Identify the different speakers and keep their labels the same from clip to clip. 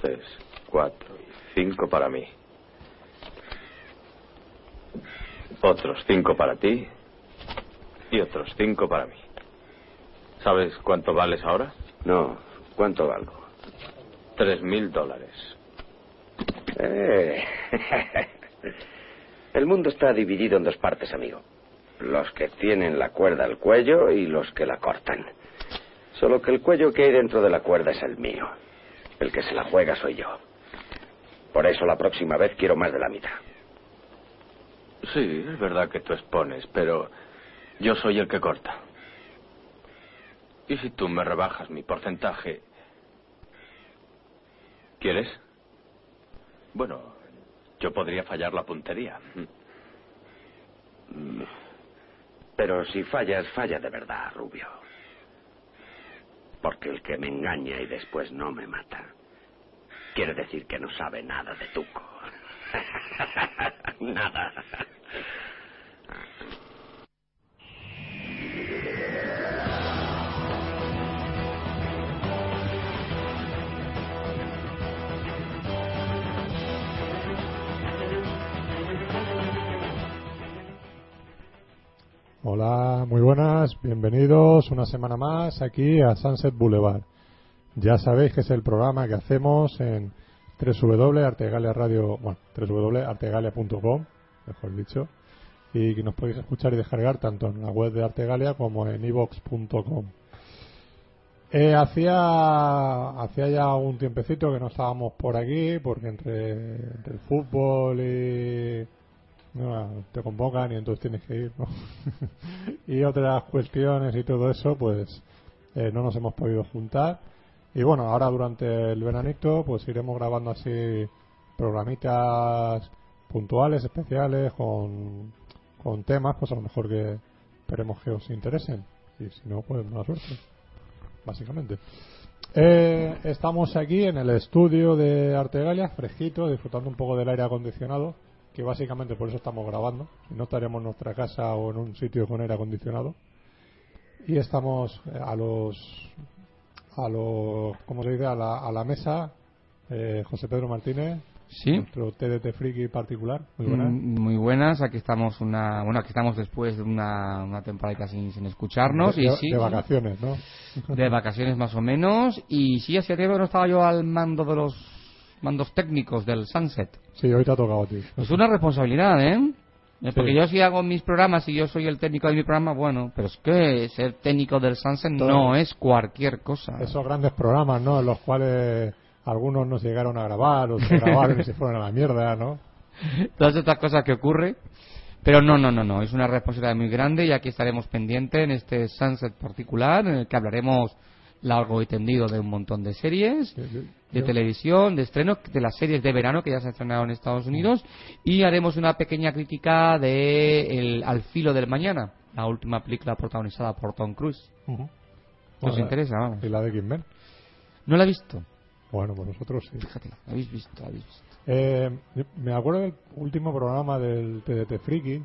Speaker 1: tres, cuatro, cinco para mí. Otros cinco para ti y otros cinco para mí. ¿Sabes cuánto vales ahora?
Speaker 2: No, ¿cuánto valgo?
Speaker 1: Tres mil dólares.
Speaker 2: Eh. El mundo está dividido en dos partes, amigo. Los que tienen la cuerda al cuello y los que la cortan. Solo que el cuello que hay dentro de la cuerda es el mío. El que se la juega soy yo. Por eso la próxima vez quiero más de la mitad.
Speaker 1: Sí, es verdad que tú expones, pero yo soy el que corta. ¿Y si tú me rebajas mi porcentaje? ¿Quieres? Bueno, yo podría fallar la puntería.
Speaker 2: Pero si fallas, falla de verdad, Rubio. Porque el que me engaña y después no me mata, quiere decir que no sabe nada de Tuco. nada.
Speaker 3: Hola, muy buenas, bienvenidos una semana más aquí a Sunset Boulevard. Ya sabéis que es el programa que hacemos en www.artegalia.radio, bueno, www.artegalia.com, mejor dicho, y que nos podéis escuchar y descargar tanto en la web de Artegalia como en ibox.com. Eh, hacía, hacía ya un tiempecito que no estábamos por aquí, porque entre, entre el fútbol y, no, te convocan y entonces tienes que ir, ¿no? y otras cuestiones y todo eso, pues eh, no nos hemos podido juntar. Y bueno, ahora durante el veranito, pues iremos grabando así programitas puntuales, especiales, con, con temas, pues a lo mejor que esperemos que os interesen. Y si no, pues mala suerte, básicamente. Eh, estamos aquí en el estudio de Artegalia, fresquito, disfrutando un poco del aire acondicionado que básicamente por eso estamos grabando. Si no estaremos en nuestra casa o en un sitio con aire acondicionado. Y estamos eh, a los. a los. ¿cómo se dice? a la, a la mesa. Eh, José Pedro Martínez.
Speaker 4: Sí.
Speaker 3: Nuestro TDT friki particular. Muy buenas.
Speaker 4: Mm, Muy buenas, aquí estamos una, bueno, aquí estamos después de una, una temporada sin, sin escucharnos
Speaker 3: de,
Speaker 4: y
Speaker 3: de-
Speaker 4: sí,
Speaker 3: de vacaciones, ¿no?
Speaker 4: de vacaciones más o menos y sí, hacía tiempo que no estaba yo al mando de los mandos técnicos del Sunset.
Speaker 3: Sí, hoy te ha tocado a ti.
Speaker 4: Es una responsabilidad, ¿eh? Eh,
Speaker 3: Sí.
Speaker 4: Porque yo sí hago mis programas y yo soy el técnico de mi programa, bueno, pero es que ser técnico del Sunset
Speaker 3: Todo.
Speaker 4: no es cualquier cosa.
Speaker 3: Ah. Esos grandes programas, ¿no? En los cuales algunos no se llegaron a grabar, o se grabaron y se fueron a la mierda, ¿no?
Speaker 4: todas estas cosas que ocurre. Pero no, no, no, no, es una responsabilidad muy grande y aquí estaremos pendiente en este sunset particular en el que hablaremos largo y tendido de un montón de series,
Speaker 3: Yo- yo-
Speaker 4: de
Speaker 3: yo-
Speaker 4: televisión, de estreno, de las series de verano que ya se han estrenado en Estados Unidos y haremos una pequeña crítica de el, Al filo del mañana, la última película protagonizada por Tom Cruise.
Speaker 3: Ujú.
Speaker 4: Nos
Speaker 3: Bueno,
Speaker 4: interesa, vamos.
Speaker 3: ¿Y la de X-Men?
Speaker 4: No la he visto,
Speaker 3: Bueno, pues nosotros sí.
Speaker 4: fíjate, la habéis visto, la habéis visto.
Speaker 3: Eh, me acuerdo del último programa del TDT Friki,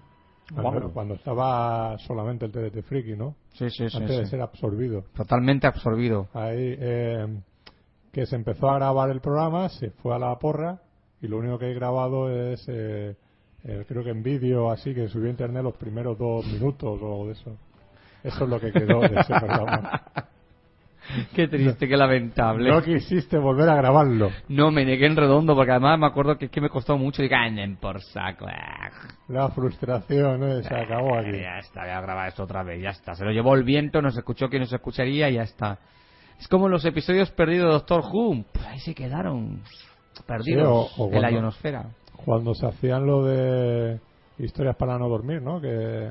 Speaker 3: cuando,
Speaker 4: Bueno.
Speaker 3: cuando estaba solamente el TDT Friki, ¿no?
Speaker 4: Sí, sí, sí,
Speaker 3: Antes de
Speaker 4: sí.
Speaker 3: ser absorbido.
Speaker 4: Totalmente absorbido.
Speaker 3: Ahí, eh, que se empezó a grabar el programa, se fue a la porra y lo único que he grabado es, eh, eh, creo que en vídeo, así que subí a internet los primeros dos minutos o algo de eso. Eso es lo que quedó de ese programa.
Speaker 4: Qué triste, qué lamentable.
Speaker 3: No quisiste volver a grabarlo.
Speaker 4: No, me negué en redondo porque además me acuerdo que es que me costó mucho y anden por saco. ah,
Speaker 3: La frustración eh, se acabó aquí.
Speaker 4: Ya está, voy a grabar esto otra vez, ya está. Se lo llevó el viento, nos escuchó quien nos escucharía y ya está. Es como los episodios perdidos de Doctor Who. Pues ahí se quedaron perdidos
Speaker 3: Sí, o- o
Speaker 4: en la
Speaker 3: cuando-
Speaker 4: ionosfera.
Speaker 3: cuando se hacían lo de historias para no dormir, ¿no? Que,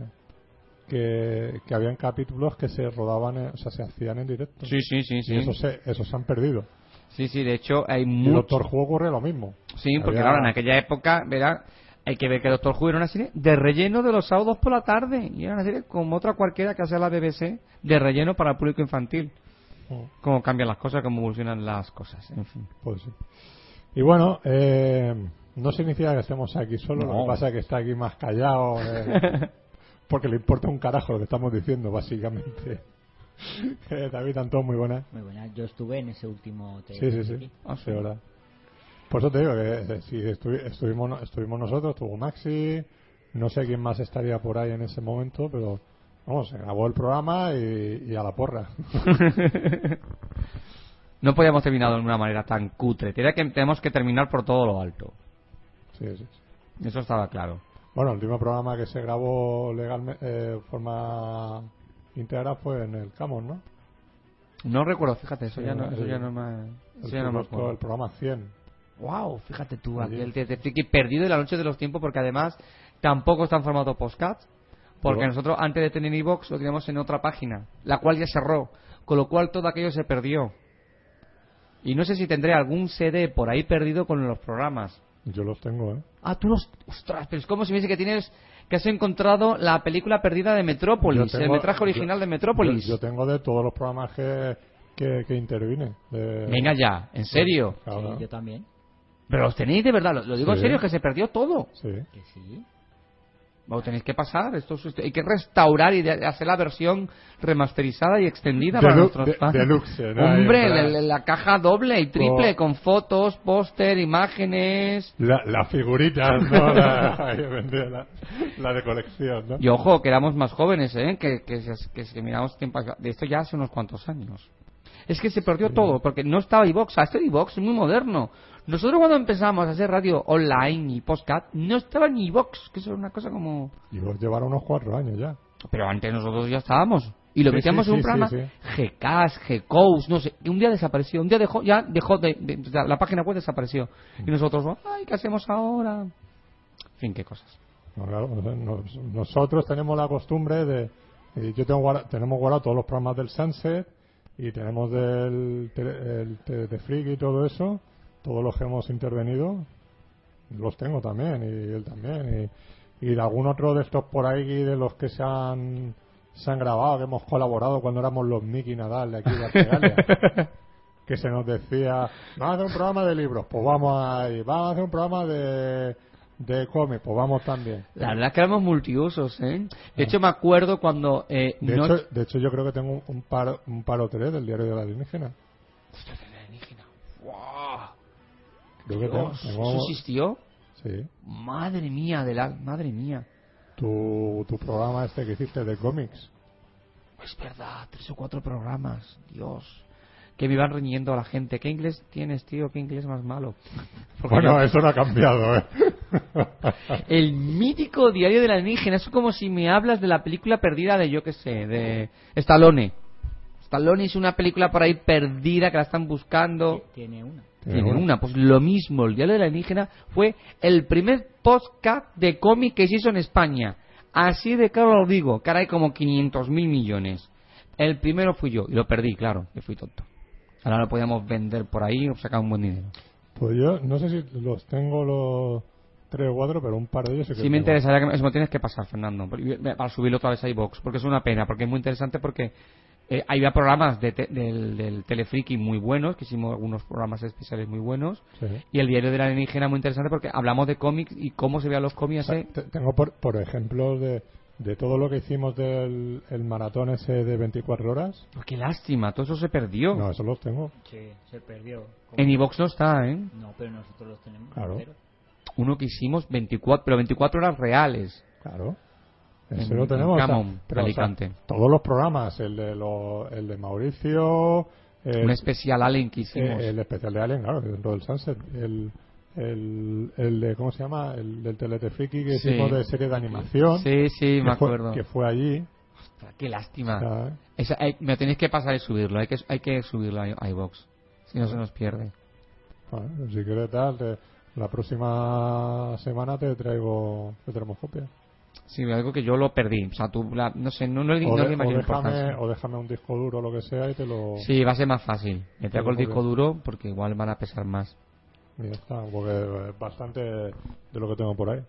Speaker 3: que, que habían capítulos que se rodaban, en- o sea, se hacían en directo.
Speaker 4: Sí, sí, sí,
Speaker 3: Y
Speaker 4: sí.
Speaker 3: esos se, esos se han perdido.
Speaker 4: Sí, sí, de hecho hay
Speaker 3: Y el
Speaker 4: mucho.
Speaker 3: Doctor Who ocurre lo mismo.
Speaker 4: Sí, porque
Speaker 3: Había-
Speaker 4: ahora en aquella época, verá, hay que ver que Doctor Who era una serie de relleno de los sábados por la tarde. Y era una serie como otra cualquiera que hacía la BBC, de relleno para el público infantil.
Speaker 3: Oh,
Speaker 4: cómo cambian las cosas, cómo evolucionan las cosas, en fin.
Speaker 3: pues sí. Y bueno, eh, no significa que estemos aquí solos, lo
Speaker 4: No.
Speaker 3: que pasa es que está aquí más callado, eh, porque le importa un carajo lo que estamos diciendo, básicamente. Eh, David Antón, muy buena.
Speaker 5: Muy buena, yo estuve en ese último
Speaker 3: Sí, sí, sí.
Speaker 5: TDT.
Speaker 4: Ah,
Speaker 3: Sí,
Speaker 4: sí.
Speaker 3: hola. Por eso te digo que eh, si estuvi- estuvimos, no- estuvimos nosotros, estuvo Maxi, no sé quién más estaría por ahí en ese momento, pero vamos, se grabó el programa y, y a la porra.
Speaker 4: No podíamos terminarlo de una manera tan cutre. Tenía que, tenemos que terminar por todo lo alto.
Speaker 3: Sí, sí.
Speaker 4: Eso estaba claro.
Speaker 3: Bueno, el último programa que se grabó legalmente, de forma íntegra fue en el Camon, ¿no?
Speaker 4: No recuerdo, fíjate, eso
Speaker 3: Sí,
Speaker 4: ya no,
Speaker 3: el-
Speaker 4: eso ya no me,
Speaker 3: El,
Speaker 4: eso ya no me
Speaker 3: piloto, el
Speaker 4: acuerdo.
Speaker 3: programa 100.
Speaker 4: Wow, fíjate tú,
Speaker 3: Ayer.
Speaker 4: aquel de, de friki perdido en la noche de los tiempos, porque además tampoco está en formato podcast, porque
Speaker 3: Pero-
Speaker 4: nosotros antes de tener iBox lo teníamos en otra página, la cual ya cerró, con lo cual todo aquello se perdió. Y no sé si tendré algún CD por ahí perdido con los programas.
Speaker 3: Yo los tengo, ¿eh?
Speaker 4: Ah, tú los... Ostras, pero es como si me dice que tienes... Que has encontrado la película perdida de Metrópolis,
Speaker 3: Yo
Speaker 4: el
Speaker 3: tengo-
Speaker 4: metraje original
Speaker 3: yo-
Speaker 4: de Metrópolis.
Speaker 3: Yo, yo tengo de todos los programas que, que, que intervine. de-
Speaker 4: Venga ya, en serio.
Speaker 3: Claro,
Speaker 5: Sí, yo también.
Speaker 4: Pero los tenéis de verdad, lo, lo digo en
Speaker 3: Sí.
Speaker 4: serio, que se perdió todo.
Speaker 3: sí.
Speaker 5: Que sí.
Speaker 4: Lo tenéis que pasar, esto es- esto- hay que restaurar y de- hacer la versión remasterizada y extendida para
Speaker 3: Delu-
Speaker 4: nuestros
Speaker 3: de-
Speaker 4: fans.
Speaker 3: deluxe, ¿no?
Speaker 4: Hombre,
Speaker 3: Ahí,
Speaker 4: la,
Speaker 3: en plan-
Speaker 4: la- la caja doble y triple,
Speaker 3: Oh.
Speaker 4: con fotos, póster, imágenes.
Speaker 3: La, las figuritas, ¿no? La, ahí vendía la, la de colección, ¿no?
Speaker 4: Y ojo, que éramos más jóvenes, ¿eh? Que, que, si- que si miramos tiempo atrás- de esto ya hace unos cuantos años. Es que se perdió todo, porque no estaba iVox. Este iVox es muy moderno. Nosotros cuando empezamos a hacer radio online y podcast, no estaba ni iVox, que eso era una cosa como...
Speaker 3: Y vos llevaron unos cuatro años ya.
Speaker 4: Pero antes nosotros ya estábamos. Y lo
Speaker 3: Sí,
Speaker 4: metíamos
Speaker 3: sí,
Speaker 4: en un
Speaker 3: sí,
Speaker 4: programa
Speaker 3: sí,
Speaker 4: GCAS, GCOUS, no sé. Y un día desapareció. Un día dejó, ya dejó de, de- de- la página web desapareció.
Speaker 3: Mm.
Speaker 4: Y nosotros, ay, ¿qué hacemos ahora? En fin, qué cosas.
Speaker 3: No, claro, o sea, nos- nosotros tenemos la costumbre de... eh, yo tengo guarda- tenemos guardado todos los programas del Sunset y tenemos del tele- el te- de Freak y todo eso, todos los que hemos intervenido, los tengo también y él también. Y, y de algún otro de estos por ahí de los que se han, se han grabado, que hemos colaborado cuando éramos los Nicky Nadal de aquí de Australia. que se nos decía, vamos a hacer un programa de libros, pues vamos a ir, vamos a hacer un programa de, de cómics, pues vamos también.
Speaker 4: La verdad es que éramos multiusos, ¿eh? De hecho, me acuerdo cuando... Eh,
Speaker 3: De,
Speaker 4: no-
Speaker 3: hecho, de hecho, yo creo que tengo un- un par, un par o tres del diario de la alienígena. Creo que tengo,
Speaker 4: Dios,
Speaker 3: tengo-
Speaker 4: ¿Eso existió?
Speaker 3: sí.
Speaker 4: Madre mía, de la... Madre mía.
Speaker 3: tu, tu programa este que hiciste de cómics.
Speaker 4: Es verdad, tres o cuatro programas, Dios. Que me iban reñiendo a la gente. ¿Qué inglés tienes, tío? ¿Qué inglés más malo? Porque
Speaker 3: Bueno,
Speaker 4: yo-
Speaker 3: eso no ha cambiado, ¿eh?
Speaker 4: El mítico diario de la alienígena. Es como si me hablas de la película perdida de, yo qué sé, de Stallone. Stallone hizo una película por ahí perdida que la están buscando.
Speaker 5: Ti- Tiene una.
Speaker 4: Tiene una, pues lo mismo. El diario de la alienígena fue el primer podcast de cómic que se hizo en España. Así de claro lo digo. Caray, como 500 mil millones. El primero fui yo. Y lo perdí, claro. Que fui tonto. Ahora lo podíamos vender por ahí o sacar un buen dinero.
Speaker 3: Pues yo no sé si los tengo los tres o cuatro, pero un par de ellos sí que
Speaker 4: Sí
Speaker 3: tengo.
Speaker 4: me interesaría que me, eso me tienes que pasar, Fernando, por- para subirlo otra vez a iBox, porque es una pena, porque es muy interesante, porque eh, había programas de te- del, del Telefriki muy buenos, que hicimos algunos programas especiales muy buenos,
Speaker 3: Sí.
Speaker 4: y el diario de la alienígena muy interesante, porque hablamos de cómics y cómo se veían los cómics. hace-
Speaker 3: Ah, Te- Tengo, por, por ejemplo, de, de todo lo que hicimos del el maratón ese de 24 horas.
Speaker 4: Pues qué lástima, todo eso se perdió.
Speaker 3: No, eso los tengo.
Speaker 5: Sí, se perdió. ¿Cómo?
Speaker 4: en iBox no está, ¿eh?
Speaker 5: No, pero nosotros los tenemos.
Speaker 3: Claro.
Speaker 5: entero.
Speaker 4: Uno que hicimos 24, pero 24 horas reales.
Speaker 3: Claro.
Speaker 4: En-
Speaker 3: Eso lo
Speaker 4: en
Speaker 3: tenemos.
Speaker 4: Camon, Alicante.
Speaker 3: todos los programas, el de, lo- el de Mauricio, el,
Speaker 4: Un especial alien que hicimos.
Speaker 3: eh, el especial de Alien, claro, dentro del Sunset, el, el, el de, ¿cómo se llama? El del Teletefriki que
Speaker 4: Sí.
Speaker 3: hicimos de serie de animación.
Speaker 4: sí, sí,
Speaker 3: que
Speaker 4: me
Speaker 3: fue-
Speaker 4: acuerdo. Ah.
Speaker 3: que fue allí.
Speaker 4: Ostras, qué lástima.
Speaker 3: ¿sabes?
Speaker 4: Esa- hay- me tenéis que pasar y subirlo. Hay que, hay que subirlo a iBox. Si no se nos pierde.
Speaker 3: Bueno, si quieres tal, te- la próxima semana te traigo, te traemos copia.
Speaker 4: Sí, algo que yo lo perdí. O sea, tú, la- no sé, no, no, le-
Speaker 3: O,
Speaker 4: no
Speaker 3: de-
Speaker 4: le
Speaker 3: o
Speaker 4: imagino
Speaker 3: déjame,
Speaker 4: importancia.
Speaker 3: o déjame un disco duro o lo que sea y te lo...
Speaker 4: Sí, va a ser más fácil. Me traigo el
Speaker 3: Muy bien.
Speaker 4: disco duro porque igual van a pesar más.
Speaker 3: y ya está, porque es bastante de lo que tengo por ahí.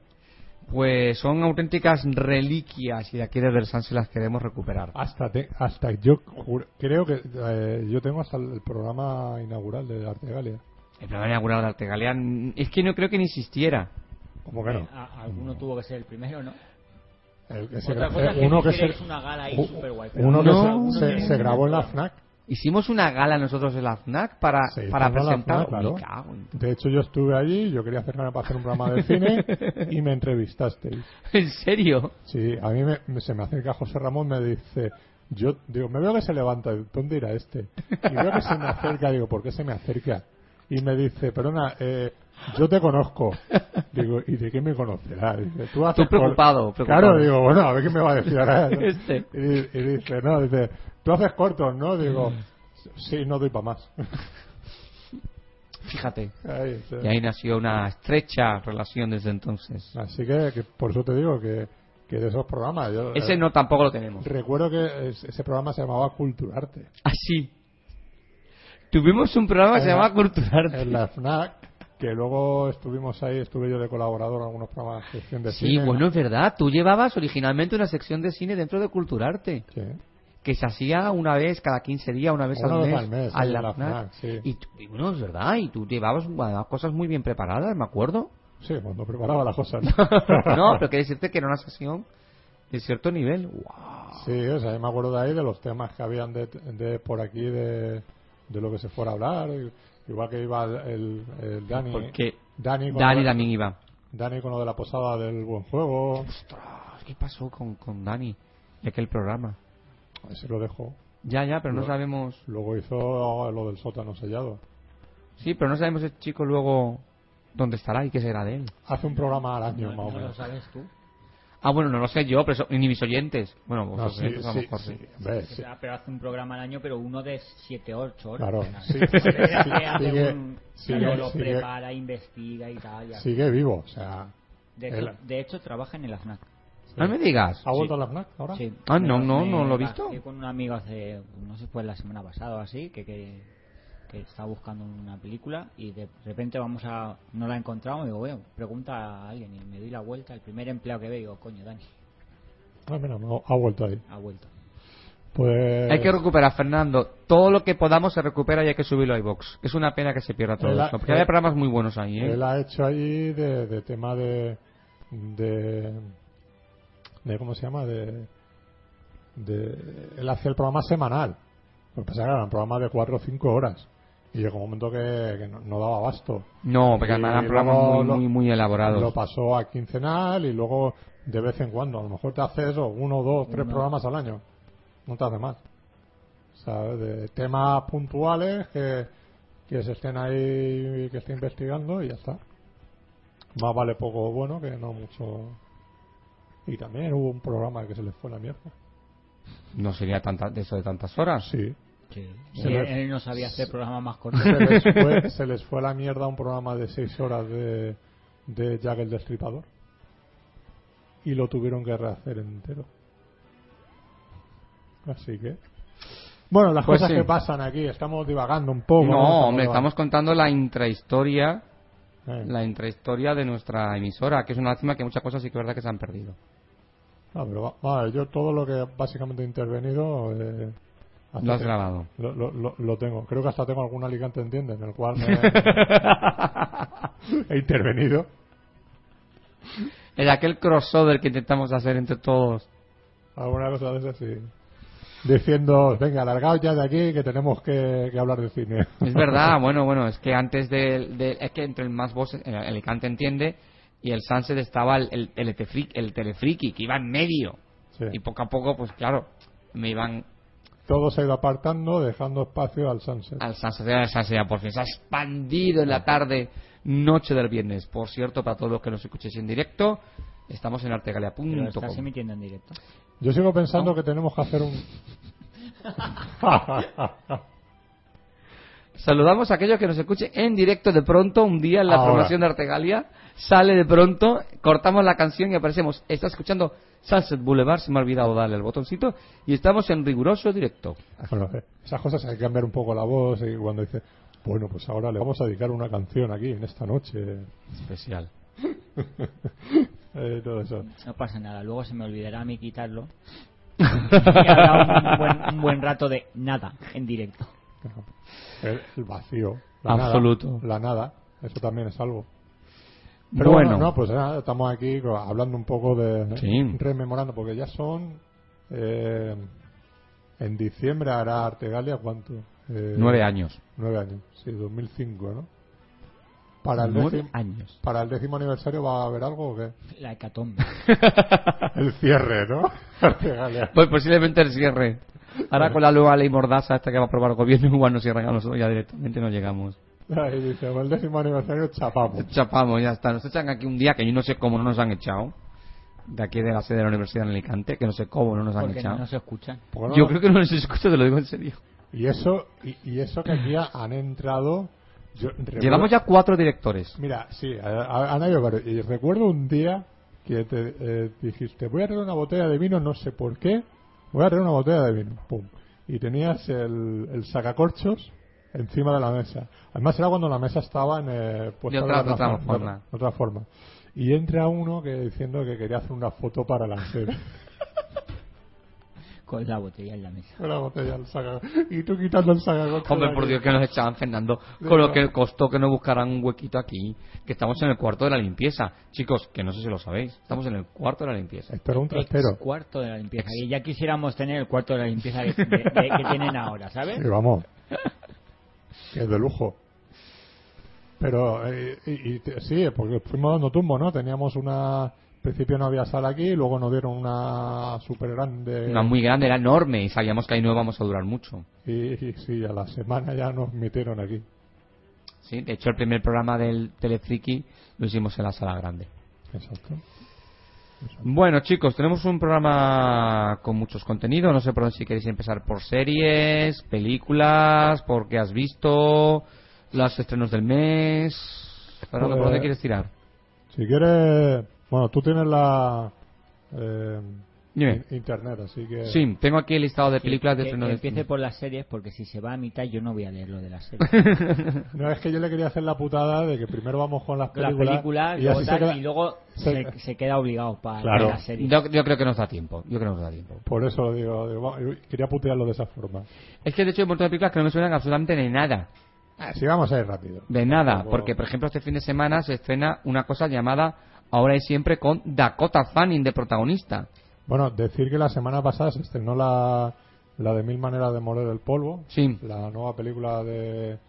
Speaker 4: Pues son auténticas reliquias y de aquí desde el Sans las queremos recuperar.
Speaker 3: Hasta te- hasta yo juro- creo que eh, yo tengo hasta el programa inaugural de Artegalia.
Speaker 4: El programa inaugural de Artegalia mm, es que no creo que ni existiera.
Speaker 3: Como que no.
Speaker 5: Eh, a- alguno
Speaker 3: Mm.
Speaker 5: tuvo que ser el primero, ¿no?
Speaker 3: El que se
Speaker 5: Otra
Speaker 3: gra-
Speaker 5: cosa
Speaker 3: eh,
Speaker 5: es que
Speaker 3: uno que
Speaker 5: queréis
Speaker 3: se-
Speaker 5: una gala ahí
Speaker 3: u-
Speaker 5: superguay, pero
Speaker 3: uno que
Speaker 4: no,
Speaker 3: se,
Speaker 4: no
Speaker 3: se-
Speaker 5: tiene
Speaker 3: se grabó en la
Speaker 5: programa.
Speaker 3: FNAC.
Speaker 4: Hicimos una gala nosotros en la FNAC para,
Speaker 3: Se hizo
Speaker 4: para
Speaker 3: en la FNAC,
Speaker 4: presentar.
Speaker 3: claro.
Speaker 4: Me cago en-
Speaker 3: De hecho, yo estuve allí, yo quería acercarme para hacer un programa de cine y me entrevistasteis.
Speaker 4: ¿En serio?
Speaker 3: Sí, a mí me- me- se me acerca José Ramón, me dice, yo digo, me veo que se levanta, ¿dónde irá este? Y veo que se me acerca, digo, ¿por qué se me acerca? Y me dice, perdona, eh, yo te conozco. Digo, ¿y de qué me conocerá? Dice, tú haces
Speaker 4: Tú preocupado,
Speaker 3: cor-
Speaker 4: preocupado.
Speaker 3: Claro, digo, bueno, a ver qué me va a decir ahora.
Speaker 4: Este.
Speaker 3: Y, di- y dice, no, dice, tú haces cortos, ¿no? Digo,
Speaker 4: Mm.
Speaker 3: sí, no doy para más.
Speaker 4: Fíjate.
Speaker 3: Ahí está.
Speaker 4: Y ahí nació una estrecha relación desde entonces.
Speaker 3: Así que, que por eso te digo que, que de esos programas... Yo, eh,
Speaker 4: Ese no tampoco lo tenemos.
Speaker 3: Recuerdo que es- ese programa se llamaba Culturarte.
Speaker 4: Así. Tuvimos un programa que se
Speaker 3: En la-
Speaker 4: llamaba Culturarte.
Speaker 3: En la FNAC, que luego estuvimos ahí, estuve yo de colaborador en algunos programas de sección de
Speaker 4: Sí,
Speaker 3: cine.
Speaker 4: bueno, es verdad. Tú llevabas originalmente una sección de cine dentro de Culturarte,
Speaker 3: Sí.
Speaker 4: que se hacía una vez cada 15 días, una vez,
Speaker 3: Una
Speaker 4: al,
Speaker 3: vez
Speaker 4: mes,
Speaker 3: al mes,
Speaker 4: al
Speaker 3: sí, en la
Speaker 4: Aznar.
Speaker 3: FNAC, sí.
Speaker 4: Y, tú- y bueno, es verdad. Y tú llevabas además, cosas muy bien preparadas, me acuerdo.
Speaker 3: Sí, cuando preparaba las cosas.
Speaker 4: no, pero quiero decirte que era una sección de cierto nivel. ¡Wow!
Speaker 3: Sí, o sea, yo me acuerdo de ahí de los temas que habían de, de por aquí, de, de lo que se fuera a hablar. Igual que iba el, el Dani.
Speaker 4: Porque
Speaker 3: Dani, con
Speaker 4: Dani
Speaker 3: lo-
Speaker 4: también iba.
Speaker 3: Dani con lo de la posada del buen juego.
Speaker 4: Ostras, Ah, ¿qué pasó con, con Dani de aquel programa?
Speaker 3: Así lo dejó.
Speaker 4: Ya, ya, pero no
Speaker 3: No.
Speaker 4: sabemos.
Speaker 3: Luego hizo lo del sótano sellado.
Speaker 4: Sí, pero no sabemos el chico luego dónde estará y qué será de él.
Speaker 3: Hace un programa al año,
Speaker 5: No,
Speaker 3: Ah, más o
Speaker 5: no lo
Speaker 3: menos.
Speaker 5: sabes tú.
Speaker 4: Ah, bueno, no lo sé yo, pero eso- ni mis oyentes. Bueno,
Speaker 3: No,
Speaker 4: vosotros
Speaker 3: sí,
Speaker 4: oyentes a lo
Speaker 3: sí,
Speaker 4: mejor
Speaker 3: sí.
Speaker 4: sí.
Speaker 3: Hombre,
Speaker 5: O
Speaker 3: sí.
Speaker 5: sea, pero hace un programa al año, pero uno de 7, 8 horas.
Speaker 3: Claro,
Speaker 5: O sea,
Speaker 3: sí,
Speaker 5: hace-
Speaker 3: sí,
Speaker 5: hace
Speaker 3: sigue-
Speaker 5: un-
Speaker 3: sigue-
Speaker 5: claro, lo
Speaker 3: sigue-
Speaker 5: prepara, investiga y tal. y así.
Speaker 3: Sigue vivo, o sea.
Speaker 5: De,
Speaker 3: el-
Speaker 5: hecho, de hecho, trabaja en el AFNAC.
Speaker 4: No me digas.
Speaker 3: ¿Ha vuelto a la FNAC ahora?
Speaker 5: Sí.
Speaker 4: Ah,
Speaker 5: Me
Speaker 4: no,
Speaker 5: lo-
Speaker 4: no,
Speaker 5: me
Speaker 4: no lo he visto.
Speaker 5: bajé con un amigo hace, no sé, fue la semana pasada o así, que, que, que estaba buscando una película y de repente vamos a. No la encontramos y digo, bueno, pregunta a alguien y me doy la vuelta. El primer empleado que veo, digo, coño, Dani,
Speaker 3: Ah, mira, no, ha vuelto ahí.
Speaker 5: ha vuelto.
Speaker 3: Pues.
Speaker 4: Hay que recuperar, Fernando. Todo lo que podamos se recupera y hay que subirlo a iBox. Es una pena que se pierda todo
Speaker 3: Él ha-
Speaker 4: esto. Porque
Speaker 3: él-
Speaker 4: hay programas muy buenos ahí, ¿eh?
Speaker 3: Él ha hecho ahí de, de tema de, de. de. ¿Cómo se llama? De. de él hacía el programa semanal. Lo que pasa es que era un programa de 4 o 5 horas. Y llegó un momento que, que no, no daba abasto.
Speaker 4: No,
Speaker 3: Y
Speaker 4: porque además
Speaker 3: luego
Speaker 4: eran programas muy,
Speaker 3: lo-
Speaker 4: muy, muy
Speaker 3: Lo
Speaker 4: elaborados.
Speaker 3: pasó a quincenal y luego de vez en cuando. A lo mejor te hace eso, uno, dos, tres
Speaker 5: Uno.
Speaker 3: programas al año. No te hace más. ¿Sabes? De temas puntuales que, que se estén ahí, que esté investigando y ya está. Más vale poco bueno que no mucho. Y también hubo un programa que se les fue la mierda.
Speaker 4: No sería tanta, de eso de tantas horas.
Speaker 3: Sí.
Speaker 5: Sí.
Speaker 3: Se lo-
Speaker 5: él no sabía hacer programa más corto.
Speaker 3: Se les fue, se les fue la mierda un programa de seis horas de, de Jack el Destripador. Y lo tuvieron que rehacer entero. Así que. Bueno, las
Speaker 4: Pues
Speaker 3: cosas
Speaker 4: sí.
Speaker 3: que pasan aquí, estamos divagando un poco.
Speaker 4: No,
Speaker 3: divagando.
Speaker 4: hombre, estamos contando la intrahistoria,
Speaker 3: Eh,
Speaker 4: la intrahistoria de nuestra emisora, que es una lástima que muchas cosas sí que es verdad que se han perdido.
Speaker 3: no, Ah, pero va- vale, yo todo lo que básicamente he intervenido. eh, hasta
Speaker 4: Lo has
Speaker 3: te-
Speaker 4: grabado.
Speaker 3: Lo, lo- lo- lo tengo. Creo que hasta tengo algún Alicante entiende en el cual me he intervenido.
Speaker 4: El aquel crossover que intentamos hacer entre todos.
Speaker 3: Alguna cosa de esas, sí. Diciendo, venga, largaos ya de aquí que tenemos que, que hablar de cine.
Speaker 4: Es verdad, bueno, bueno, es que antes del... del- es que entre el más voces, el Alicante entiende, y el Sunset estaba el, el, el Telefri- el telefriki, que iba en medio.
Speaker 3: Sí.
Speaker 4: Y poco a poco, pues claro, me iban
Speaker 3: Todo se ha ido apartando, dejando espacio al sunset.
Speaker 4: al Sunset, al Sunset, ya por fin. Se ha expandido en la tarde, noche del viernes. Por cierto, para todos los que nos escuchéis en directo, estamos en
Speaker 5: Pero
Speaker 4: artegalia.com.
Speaker 5: estás emitiendo en directo.
Speaker 3: Yo sigo pensando que tenemos que hacer un...
Speaker 4: Saludamos a aquellos que nos escuchen en directo de pronto, un día en la
Speaker 3: Ahora.
Speaker 4: formación de Artegalia. Sale de pronto, cortamos la canción y aparecemos. Estás escuchando Sunset Boulevard, se me ha olvidado darle el botoncito. Y estamos en riguroso directo.
Speaker 3: Bueno, eh, esas cosas hay que cambiar un poco la voz y cuando dice, bueno, pues ahora le vamos a dedicar una canción aquí en esta noche.
Speaker 4: Especial.
Speaker 3: Eh, todo eso.
Speaker 5: No pasa nada, luego se me olvidará a mí quitarlo. y habrá un buen, un buen rato de nada en directo.
Speaker 3: El, el vacío. La nada,
Speaker 4: Absoluto.
Speaker 3: la nada. Eso también es algo.
Speaker 4: Pero
Speaker 3: Pero
Speaker 4: bueno,
Speaker 3: bueno, no, pues nada, estamos aquí co- hablando un poco de.
Speaker 4: Sí.
Speaker 3: rememorando, porque ya son. eh, En diciembre hará Artegalia cuánto? Eh,
Speaker 4: Nueve años.
Speaker 3: Nueve años, sí, 2005, ¿no? Para el,
Speaker 4: Nueve
Speaker 3: décimo,
Speaker 4: años.
Speaker 3: para el décimo aniversario va a haber algo o qué?
Speaker 5: La hecatombe.
Speaker 3: El cierre, ¿no? Artegalia.
Speaker 4: Pues posiblemente el cierre. Ahora con la nueva ley mordaza esta que va a aprobar el gobierno, igual nos cierran a nosotros, ya directamente no llegamos.
Speaker 3: Ahí dice, "Para el décimo aniversario chapamos.
Speaker 4: Chapamos, ya está. Nos echan aquí un día que yo no sé cómo no nos han echado. De aquí de la sede de la Universidad de Alicante, que no sé cómo no nos han
Speaker 5: Porque
Speaker 4: echado.
Speaker 5: no, no se escuchan.
Speaker 3: Porque no-
Speaker 4: Yo creo que no les escucho, te lo digo en serio.
Speaker 3: Y eso, y, y eso que aquí han entrado. yo recuerdo-
Speaker 4: Llevamos ya cuatro directores.
Speaker 3: Mira, sí, a- a- han habido varios. Y recuerdo un día que te eh, dijiste, voy a traer una botella de vino, no sé por qué, voy a traer una botella de vino. Pum. Y tenías el, el sacacorchos encima de la mesa. Además era cuando la mesa estaba en, eh, puesta
Speaker 4: De otra-
Speaker 3: otra,
Speaker 4: de otra
Speaker 3: forma,
Speaker 4: forma.
Speaker 3: de otra forma. Y entra uno que diciendo que quería hacer una foto para la serie.
Speaker 5: Con la botella en la mesa.
Speaker 3: Una botella del saca- Y tú quitando el sacacorchos.
Speaker 4: Hombre,
Speaker 3: de
Speaker 4: por
Speaker 3: aquí.
Speaker 4: Dios, que nos echaban, Fernando.
Speaker 3: De
Speaker 4: Con lo
Speaker 3: verdad.
Speaker 4: que costó que nos buscaran un huequito aquí. Que estamos en el cuarto de la limpieza. Chicos, que no sé si lo sabéis. Estamos en el cuarto de la limpieza.
Speaker 3: Esto era un
Speaker 5: Ex
Speaker 3: trastero.
Speaker 5: cuarto de la limpieza. Y ya quisiéramos tener el cuarto de la limpieza de- de- de- que tienen ahora, ¿sabes?
Speaker 3: Sí, vamos. Que es de lujo. Pero, eh, y, y te- sí, porque fuimos dando tumbo, ¿no? Teníamos una. Al principio no había sala aquí, luego nos dieron una súper grande.
Speaker 4: Una muy grande, era enorme. Y sabíamos que ahí no íbamos a durar mucho.
Speaker 3: Y, y sí, a la semana ya nos metieron aquí.
Speaker 4: Sí, de hecho, el primer programa del Telefriki lo hicimos en la sala grande.
Speaker 3: Exacto.
Speaker 4: Bueno, chicos, tenemos un programa con muchos contenidos. No sé por dónde si queréis empezar por series, películas, por qué has visto, los estrenos del mes. Fernando, ¿por dónde
Speaker 3: Pues-
Speaker 4: quieres tirar?
Speaker 3: Si quieres. Bueno, tú tienes la. eh,
Speaker 4: Dime.
Speaker 3: in- internet, así que.
Speaker 4: Sí, tengo aquí el listado de
Speaker 5: Que-
Speaker 4: películas de
Speaker 5: que-
Speaker 4: estreno
Speaker 5: que
Speaker 4: de
Speaker 5: empiece por las series, porque si se va a mitad, yo no voy a leer lo de las series.
Speaker 3: No, es que yo le quería hacer la putada de que primero vamos con las
Speaker 5: la
Speaker 3: películas.
Speaker 5: película y,
Speaker 3: y
Speaker 5: luego
Speaker 3: así se
Speaker 5: tal,
Speaker 3: queda-
Speaker 5: y luego
Speaker 3: se-
Speaker 5: se, se queda obligado para
Speaker 3: Claro.
Speaker 5: ver la serie.
Speaker 4: Yo, yo creo que nos da tiempo. Yo creo que nos da tiempo.
Speaker 3: Por eso digo, digo, vamos, quería putearlo de esa forma.
Speaker 4: Es que de hecho hay un montón de películas que no me suenan absolutamente de nada.
Speaker 3: Así vamos a ir rápido.
Speaker 4: De nada.
Speaker 3: Tampoco-
Speaker 4: Porque, por ejemplo, este fin de semana se estrena una cosa llamada Ahora y Siempre con Dakota Fanning de protagonista.
Speaker 3: Bueno, decir que la semana pasada se estrenó la, la de Mil Maneras de Moler el Polvo,
Speaker 4: Sí.
Speaker 3: la nueva película de,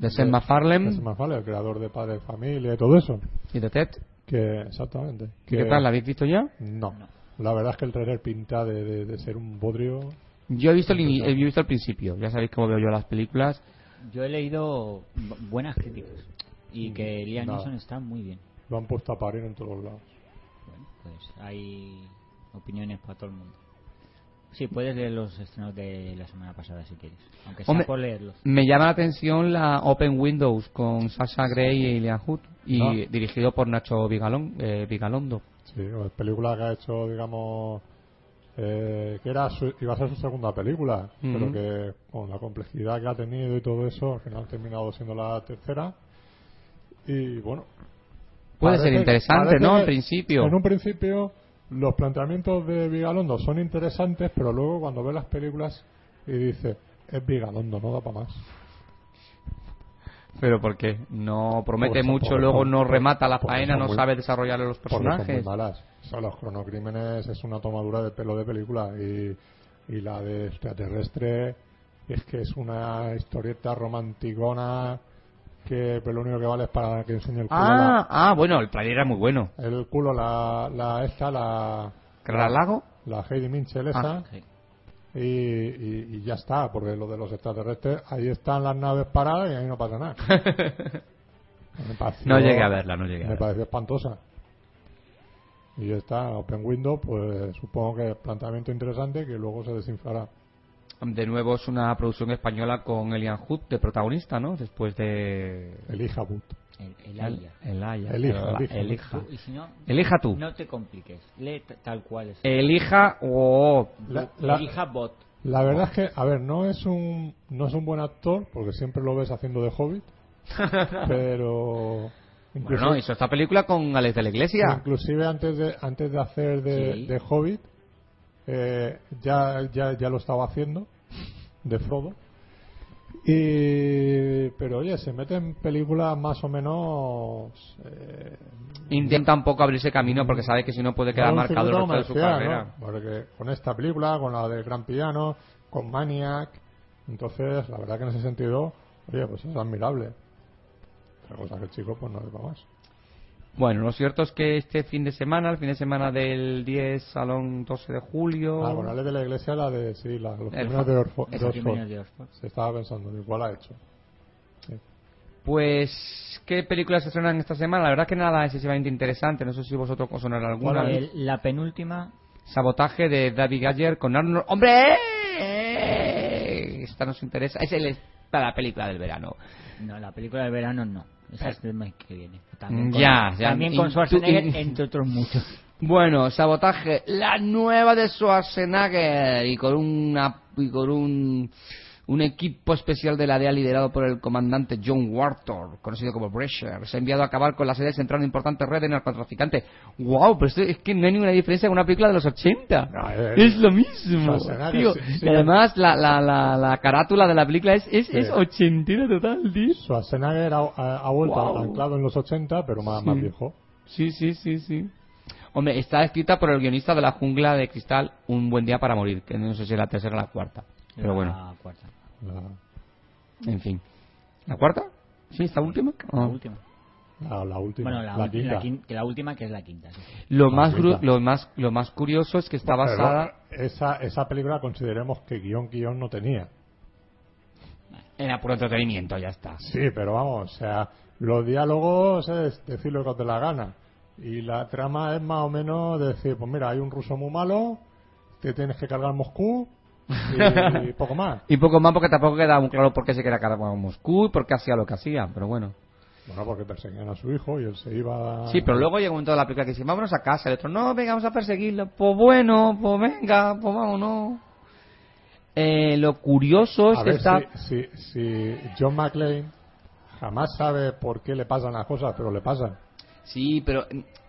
Speaker 4: De Seth MacFarlane.
Speaker 3: de Seth MacFarlane, el creador de Padre de Familia y todo eso.
Speaker 4: ¿Y de Ted?
Speaker 3: Que, exactamente.
Speaker 4: ¿Qué,
Speaker 3: que-
Speaker 4: tal? ¿La habéis visto ya?
Speaker 3: No. La verdad es que el trailer pinta de, de- de ser un bodrio.
Speaker 4: Yo he visto el, ini- he visto el principio. Ya sabéis cómo veo yo las películas.
Speaker 5: Yo he leído bu- buenas críticas y que Liam
Speaker 3: Nada.
Speaker 5: Neeson está muy bien.
Speaker 3: Lo han puesto a parir en todos lados.
Speaker 5: Bueno, pues hay opiniones para todo el mundo. Sí, puedes leer los estrenos de la semana pasada si quieres, aunque sea
Speaker 4: Hombre,
Speaker 5: por leerlos.
Speaker 4: Me llama la atención la Open Windows con Sasha Gray y Leon Hood. Y
Speaker 3: Ah.
Speaker 4: dirigido por Nacho Vigalón, eh, Vigalondo.
Speaker 3: Sí, o película que ha hecho, digamos, eh, que era su- iba a ser su segunda película,
Speaker 4: Ujú.
Speaker 3: pero que con la complejidad que ha tenido y todo eso, al final ha terminado siendo la tercera. Y bueno.
Speaker 4: Puede
Speaker 3: parece-
Speaker 4: ser interesante,
Speaker 3: parece
Speaker 4: ¿no?
Speaker 3: que
Speaker 4: En principio.
Speaker 3: En un principio, los planteamientos de Vigalondo son interesantes, pero luego cuando ves las películas y dices, es Vigalondo, no da para más.
Speaker 4: ¿Pero por qué? No promete
Speaker 3: Porque son-
Speaker 4: mucho,
Speaker 3: porque
Speaker 4: luego
Speaker 3: son-
Speaker 4: no remata la
Speaker 3: porque
Speaker 4: faena,
Speaker 3: son
Speaker 4: no
Speaker 3: muy-
Speaker 4: sabe desarrollar a los
Speaker 3: Porque Son muy
Speaker 4: personajes.
Speaker 3: malas. O sea, los cronocrímenes es una tomadura de pelo de película y, y la de extraterrestre es que es una historieta romanticona que pero lo único que vale es para que enseñe el culo
Speaker 4: Ah, ah, bueno, el trailer era muy bueno.
Speaker 3: la, el culo la, la esta la
Speaker 4: ¿Clara Lago?
Speaker 3: la Heidi Minchel esa
Speaker 4: Ah,
Speaker 5: Sí.
Speaker 3: y, y- y ya está porque lo de los extraterrestres ahí están las naves paradas y ahí no pasa nada Me pareció-
Speaker 4: No llegué a verla, no llegué a
Speaker 3: Me
Speaker 4: verla.
Speaker 3: pareció espantosa. Y ya está, Open Window, pues supongo que es planteamiento interesante que luego se desinflará.
Speaker 4: Ah, De nuevo es una producción española con Elian Hood de protagonista, ¿no? Después de...
Speaker 3: Elija Boot.
Speaker 5: El, el
Speaker 4: El-
Speaker 5: Aya.
Speaker 4: Elaya.
Speaker 3: Elija,
Speaker 4: Elija.
Speaker 3: elija.
Speaker 4: Elija.
Speaker 5: Tú, y si no,
Speaker 4: Elija tú. Eh,
Speaker 5: no te compliques, lee t- tal cual es.
Speaker 4: Elija o...
Speaker 3: La, la-
Speaker 5: Elija Bot.
Speaker 3: la verdad es que, a ver, no es un no es un buen actor, porque siempre lo ves haciendo de hobbit, pero. Incluso,
Speaker 4: Bueno, hizo esta película con Alex de la Iglesia.
Speaker 3: inclusive antes de antes de hacer de,
Speaker 5: Sí.
Speaker 3: de hobbit, eh, ya, ya, ya lo estaba haciendo, de Frodo. Y, pero oye, se mete en películas más o menos. eh,
Speaker 4: Intenta un poco abrirse camino porque sabe que si no puede quedar
Speaker 3: un
Speaker 4: marcado el
Speaker 3: circuito
Speaker 4: resto de su
Speaker 3: comercial,
Speaker 4: carrera.
Speaker 3: ¿no? Porque con esta película, con la del Gran Piano, con Maniac. Entonces, la verdad que en ese sentido, oye, pues es admirable. Otra cosa que el chico pues no le va más.
Speaker 4: Bueno, lo cierto es que este fin de semana, el fin de semana del 10 al 12 de julio.
Speaker 3: Ah, bueno, la ley de la iglesia, la de, sí, la, los
Speaker 4: Oh. El
Speaker 3: primeros de Orfo-
Speaker 5: Es
Speaker 3: de
Speaker 5: el
Speaker 3: Oxford.
Speaker 5: primero de Oxford.
Speaker 3: Se estaba pensando, digo, ¿cuál ha hecho? Sí.
Speaker 4: Pues, ¿qué películas se estrenan esta semana? La verdad que nada excesivamente interesante. No sé si vosotros os sonará alguna.
Speaker 5: El- la penúltima,
Speaker 4: Sabotaje de David Galler con Arnold. ¡Hombre! Esta nos interesa. Es el, es la película del verano.
Speaker 5: no, la película de verano no. Esa es del mes que viene. También con,
Speaker 4: Ya, ya.
Speaker 5: También
Speaker 4: Y
Speaker 5: con
Speaker 4: tú-
Speaker 5: Schwarzenegger,
Speaker 4: y-
Speaker 5: entre otros muchos.
Speaker 4: Bueno, Sabotaje, la nueva de Schwarzenegger y con una y con un un equipo especial de la DEA liderado por el comandante John Wartor, conocido como Brescher, se ha enviado a acabar con la sede central de importante red de narcotraficantes. ¡Wow! Pero esto- es que no hay ninguna diferencia con una película de los 80.
Speaker 3: No, eh,
Speaker 4: es lo mismo.
Speaker 3: Schwarzenegger,
Speaker 4: Tío.
Speaker 3: sí, sí.
Speaker 4: y además, la, la, la, la carátula de la película es, es,
Speaker 3: Sí.
Speaker 4: es ochentera total, tío.
Speaker 3: Schwarzenegger ha, ha- ha vuelto
Speaker 4: Guau.
Speaker 3: anclado en los 80, pero más,
Speaker 4: Sí.
Speaker 3: más viejo.
Speaker 4: Sí, sí, sí, sí. Hombre, está escrita por el guionista de La Jungla de Cristal, Un Buen Día para Morir, que no sé si es la tercera o la cuarta. Pero
Speaker 5: La
Speaker 4: bueno,
Speaker 5: cuarta.
Speaker 3: La,
Speaker 4: en fin. ¿La cuarta? ¿Sí, esta última?
Speaker 5: La
Speaker 4: Ah.
Speaker 5: última.
Speaker 3: la- la última.
Speaker 5: Bueno, la,
Speaker 3: la
Speaker 5: la
Speaker 3: quinta.
Speaker 5: quin- que la última que es la quinta. sí.
Speaker 4: Lo,
Speaker 3: La
Speaker 4: más gru-
Speaker 3: última.
Speaker 4: lo, más, lo más curioso es que está
Speaker 3: Pero
Speaker 4: basada
Speaker 3: esa, esa película consideremos que guión, guión no tenía.
Speaker 4: en apuro entretenimiento, ya está.
Speaker 3: Sí, pero vamos, o sea, los diálogos es decir lo que te la gana. Y la trama es más o menos decir, pues mira, hay un ruso muy malo, te tienes que cargar Moscú y, poco más.
Speaker 4: Y poco más porque tampoco queda muy claro por qué se quería cargar con Moscú y por qué hacía lo que hacía, pero bueno.
Speaker 3: Bueno, porque perseguían a su hijo y él se iba...
Speaker 4: Sí, pero luego llega un momento de la película que dice, vámonos a casa. El otro, no, venga, vamos a perseguirlo. Pues bueno, pues venga, pues vámonos. Eh, lo curioso es
Speaker 3: A
Speaker 4: que
Speaker 3: ver
Speaker 4: Pues está...
Speaker 3: si, si, si John McClane jamás sabe por qué le pasan las cosas, pero le pasan.
Speaker 4: Sí, pero,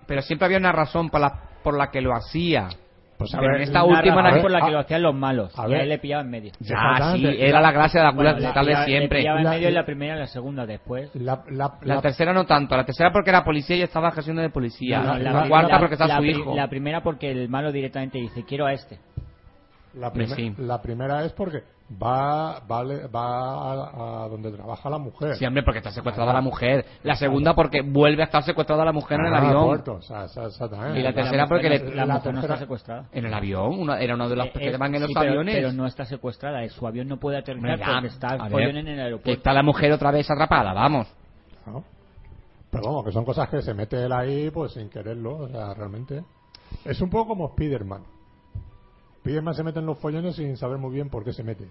Speaker 4: pero siempre había una razón para la- por la que lo hacía.
Speaker 3: Pues
Speaker 4: Pero en esta Ah,
Speaker 5: Una
Speaker 4: última...
Speaker 5: razón
Speaker 3: ver,
Speaker 5: por la
Speaker 3: a-
Speaker 5: que lo hacían los malos.
Speaker 3: a
Speaker 5: y
Speaker 3: ver.
Speaker 5: a él le pillaba en medio.
Speaker 4: Ya, Ah, sí,
Speaker 3: Exactamente.
Speaker 4: era la gracia de la cura
Speaker 5: Bueno, le
Speaker 4: tal vez
Speaker 5: pillaba- le
Speaker 4: siempre.
Speaker 5: pillaba
Speaker 3: La-
Speaker 5: en medio en la primera y la segunda después.
Speaker 3: La, la-
Speaker 4: La,
Speaker 3: la-
Speaker 4: tercera no tanto, la tercera porque era policía y estaba ejerciendo de policía.
Speaker 3: No,
Speaker 4: La,
Speaker 3: no, la-
Speaker 4: cuarta
Speaker 3: la-
Speaker 4: porque está
Speaker 5: la
Speaker 4: su
Speaker 5: pri-
Speaker 4: hijo.
Speaker 5: La primera porque el malo directamente dice, quiero a este.
Speaker 3: la primer-
Speaker 4: Sí.
Speaker 3: la primera es porque va, va, le- va a, a donde trabaja la mujer.
Speaker 4: Sí, hombre, porque está secuestrada la mujer. La segunda porque vuelve a estar secuestrada la mujer en el
Speaker 3: Ah,
Speaker 4: avión.
Speaker 3: puerto, o sea, esa- exactamente.
Speaker 4: Y la
Speaker 5: La
Speaker 4: tercera
Speaker 5: mujer
Speaker 4: porque
Speaker 5: no-
Speaker 4: le-
Speaker 5: La,
Speaker 3: la
Speaker 5: mujer no está
Speaker 3: tercera-
Speaker 5: secuestrada.
Speaker 4: En el avión, una- era uno de los
Speaker 5: Eh,
Speaker 4: que
Speaker 5: eh,
Speaker 4: van en los
Speaker 5: sí, pero-
Speaker 4: aviones.
Speaker 5: Pero, no está secuestrada, eh, su avión no puede
Speaker 4: Hombre,
Speaker 5: aterrizar
Speaker 4: ya,
Speaker 5: porque está
Speaker 4: a
Speaker 5: el
Speaker 4: ver,
Speaker 5: follón en el
Speaker 4: que
Speaker 5: aeropuerto.
Speaker 4: está la mujer otra vez atrapada, vamos.
Speaker 3: ¿no? Pero vamos, que son cosas que se mete él ahí pues sin quererlo, o sea, realmente. Es un poco como Spiderman. Spiderman se mete en los follones sin saber muy bien por qué se mete.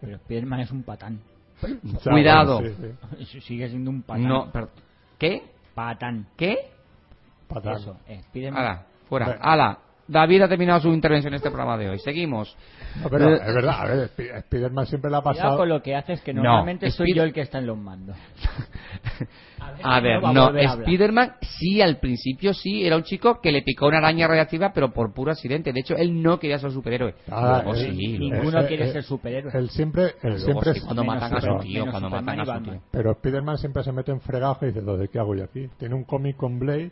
Speaker 5: Pero Spiderman es un patán.
Speaker 3: O sea,
Speaker 4: Cuidado.
Speaker 3: bueno, sí, sí.
Speaker 5: Sigue siendo un patán.
Speaker 4: No, pero- ¿Qué?
Speaker 5: Patán.
Speaker 4: ¿Qué?
Speaker 3: Patán.
Speaker 5: Eso, eh, Spiderman.
Speaker 4: Ala, fuera.
Speaker 3: Bueno.
Speaker 4: Ala, David ha terminado su intervención en este programa de hoy. Seguimos.
Speaker 3: No, pero
Speaker 4: Eh,
Speaker 3: es verdad, a ver, Spi- Spiderman siempre la ha
Speaker 5: Cuidado
Speaker 3: pasado.
Speaker 5: con lo que haces, que
Speaker 4: No,
Speaker 5: normalmente soy
Speaker 4: Spider-
Speaker 5: yo el que está en los mandos.
Speaker 4: A ver,
Speaker 5: va a
Speaker 4: no,
Speaker 5: volver a hablar.
Speaker 4: Spiderman sí, al principio sí, era un chico que le picó una araña radiactiva, pero por puro accidente. De hecho, él no quería ser superhéroe.
Speaker 3: Ah,
Speaker 4: Luego
Speaker 3: eh,
Speaker 4: Pues sí, luego
Speaker 5: Ninguno
Speaker 3: eh,
Speaker 5: quiere
Speaker 3: eh,
Speaker 5: ser superhéroe.
Speaker 3: Él siempre, él
Speaker 4: Luego
Speaker 3: siempre
Speaker 4: sí,
Speaker 3: es-
Speaker 4: cuando
Speaker 5: menos
Speaker 4: matan a su
Speaker 3: Superman,
Speaker 4: tío,
Speaker 5: menos
Speaker 4: cuando
Speaker 5: Superman
Speaker 4: matan a
Speaker 5: y
Speaker 4: su tío.
Speaker 5: Batman.
Speaker 3: Pero Spider-Man siempre se mete en fregajo y dice, ¿de qué hago yo aquí? Tiene un cómic con Blade,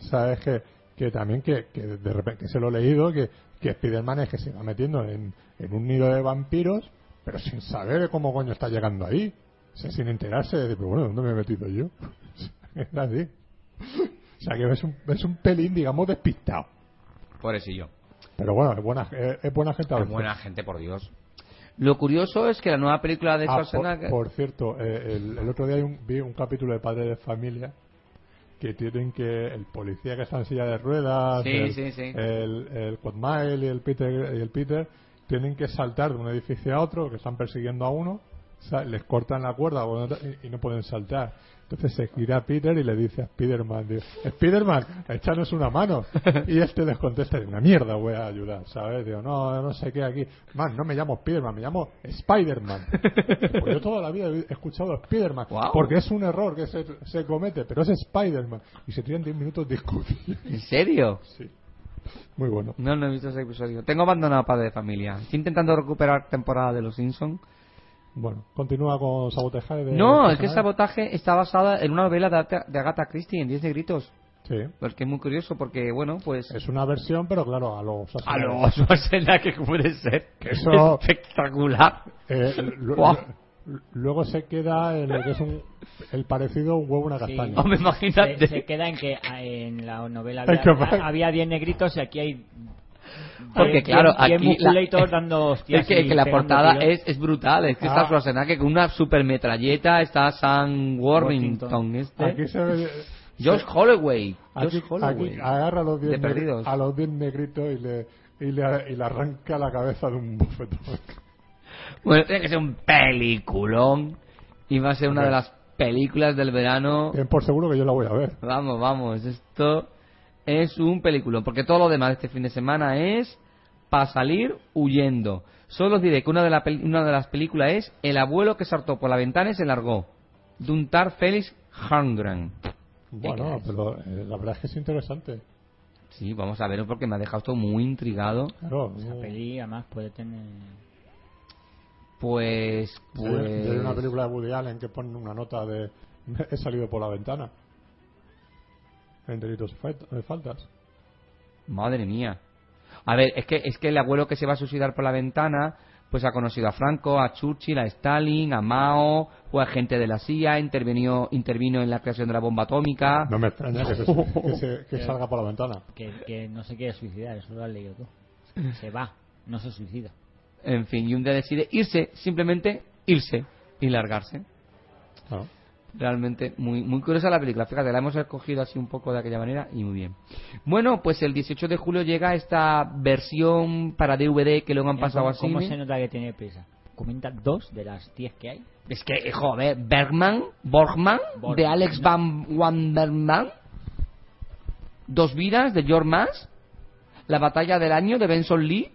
Speaker 3: ¿sabes? Que, que también, que, que de repente que se lo he leído, que, que Spider-Man es que se va metiendo en, en un nido de vampiros, pero sin saber cómo coño está llegando ahí. O sea, sin enterarse de, pero bueno, ¿dónde me he metido yo? es así. O sea, que es un, es un pelín, digamos, despistado.
Speaker 4: Pobrecillo.
Speaker 3: Pero bueno, es buena, es, es buena gente a
Speaker 4: Qué
Speaker 3: veces.
Speaker 4: buena gente, por Dios. Lo curioso es que la nueva película de
Speaker 3: Ah, por,
Speaker 4: Schwarzenegger...
Speaker 3: por cierto, eh, el, el otro día hay un- vi un capítulo de Padre de Familia que tienen que el policía que está en silla de ruedas,
Speaker 4: Sí,
Speaker 3: el,
Speaker 4: sí, sí.
Speaker 3: el, el Quagmire y el Peter y el Peter tienen que saltar de un edificio a otro que están persiguiendo a uno, o sea, les cortan la cuerda o no- y, y no pueden saltar. Entonces se gira a Peter y le dice a Spiderman, digo, Spiderman, échanos una mano. Y este les contesta, de una mierda voy a ayudar, ¿sabes? Digo, no, no sé qué aquí. Man, no me llamo Spiderman, me llamo Spiderman. Pues yo toda la vida he escuchado a Spiderman,
Speaker 4: Guau.
Speaker 3: porque es un error que se, se comete, pero es Spiderman. Y se tiran 10 minutos discutiendo.
Speaker 4: ¿En serio?
Speaker 3: Sí. Muy bueno.
Speaker 4: No, no he visto ese episodio. Tengo abandonado Padre de Familia. Estoy intentando recuperar temporada de Los Simpsons.
Speaker 3: Bueno, continúa con sabotejar. de-
Speaker 4: No, es que
Speaker 3: personajes.
Speaker 4: Sabotaje está basada en una novela de Agatha, de Agatha Christie en Diez Negritos.
Speaker 3: Sí.
Speaker 4: Pues que es muy curioso porque, bueno, pues...
Speaker 3: Es una versión, pero claro, a los...
Speaker 4: A lo Schwarzenegger que puede ser.
Speaker 3: Eso-
Speaker 4: Espectacular.
Speaker 3: Eh, lu-
Speaker 4: Guau.
Speaker 3: lu- Luego se queda en lo que es un, el parecido un huevo una
Speaker 5: Sí.
Speaker 3: castaña.
Speaker 4: Hombre,
Speaker 5: Se,
Speaker 4: imagínate.
Speaker 5: se queda en que ah, en la novela
Speaker 3: Ay, qué
Speaker 5: había-
Speaker 3: mal.
Speaker 5: había había 10 negritos y aquí hay.
Speaker 4: Porque,
Speaker 5: diez-
Speaker 4: claro,
Speaker 5: diez
Speaker 4: aquí la-
Speaker 5: musculitos dando hostias
Speaker 4: es que,
Speaker 5: y
Speaker 4: que la
Speaker 5: pegando
Speaker 4: portada
Speaker 5: tiros.
Speaker 4: es, es brutal. Es que
Speaker 3: Ah.
Speaker 4: está Schwarzenegger con una super metralleta. Está Sam Worthington
Speaker 5: Worthington.
Speaker 4: este.
Speaker 3: Aquí se ve...
Speaker 4: Josh Holloway. Josh
Speaker 3: Aquí,
Speaker 4: Holloway.
Speaker 3: aquí ah. agarra a los
Speaker 4: De
Speaker 3: 10
Speaker 4: perdidos.
Speaker 3: a los diez negritos y le, y, le, y le arranca la cabeza de un bofetón.
Speaker 4: Bueno, tiene que ser un peliculón. Y va a ser una de
Speaker 3: Hombre.
Speaker 4: las películas del verano.
Speaker 3: Bien por seguro que yo la voy a ver.
Speaker 4: Vamos, vamos. Esto es un peliculón. Porque todo lo demás de este fin de semana es para salir huyendo. Solo os diré que una de, la pel- una de las películas es El abuelo que saltó por la ventana y se largó. De un tal Félix Hungren.
Speaker 3: Bueno, pero eh, la verdad es que es interesante.
Speaker 4: Sí, vamos a verlo porque me ha dejado todo muy intrigado.
Speaker 3: Claro,
Speaker 5: La peli, además, puede tener.
Speaker 4: Pues,
Speaker 3: Sí, y hay una
Speaker 4: pues...
Speaker 3: película de Woody Allen que pone una nota de he salido por la ventana en delitos y fal- eh, faltas
Speaker 4: Madre mía. A ver, es que, es que el abuelo que se va a suicidar por la ventana, pues ha conocido a Franco, a Churchill, a Stalin, a Mao, fue agente de la CIA, intervenió, intervino en la creación de la bomba atómica.
Speaker 3: no me extraña que, se- que se- que salga por la ventana
Speaker 5: Que, que no se quiere suicidar, eso lo has leído tú. Se va, no se suicida.
Speaker 4: En fin, y un día decide irse, simplemente irse y largarse.
Speaker 3: Ah,
Speaker 4: Realmente muy, muy curiosa la película. Fíjate, la hemos escogido así un poco de aquella manera y muy bien. Bueno, pues el 18 de julio llega esta versión para DVD que luego han
Speaker 5: Mira
Speaker 4: pasado
Speaker 5: cómo-
Speaker 4: así.
Speaker 5: ¿Cómo se nota que tiene prisa? Comenta dos de las 10 que hay.
Speaker 4: Es que, eh, joder, Bergman, Borgman,
Speaker 5: Borgman,
Speaker 4: de Alex
Speaker 5: ¿no?
Speaker 4: Van Wanderman, Dos vidas de George Mas, La batalla del año de Benson Lee,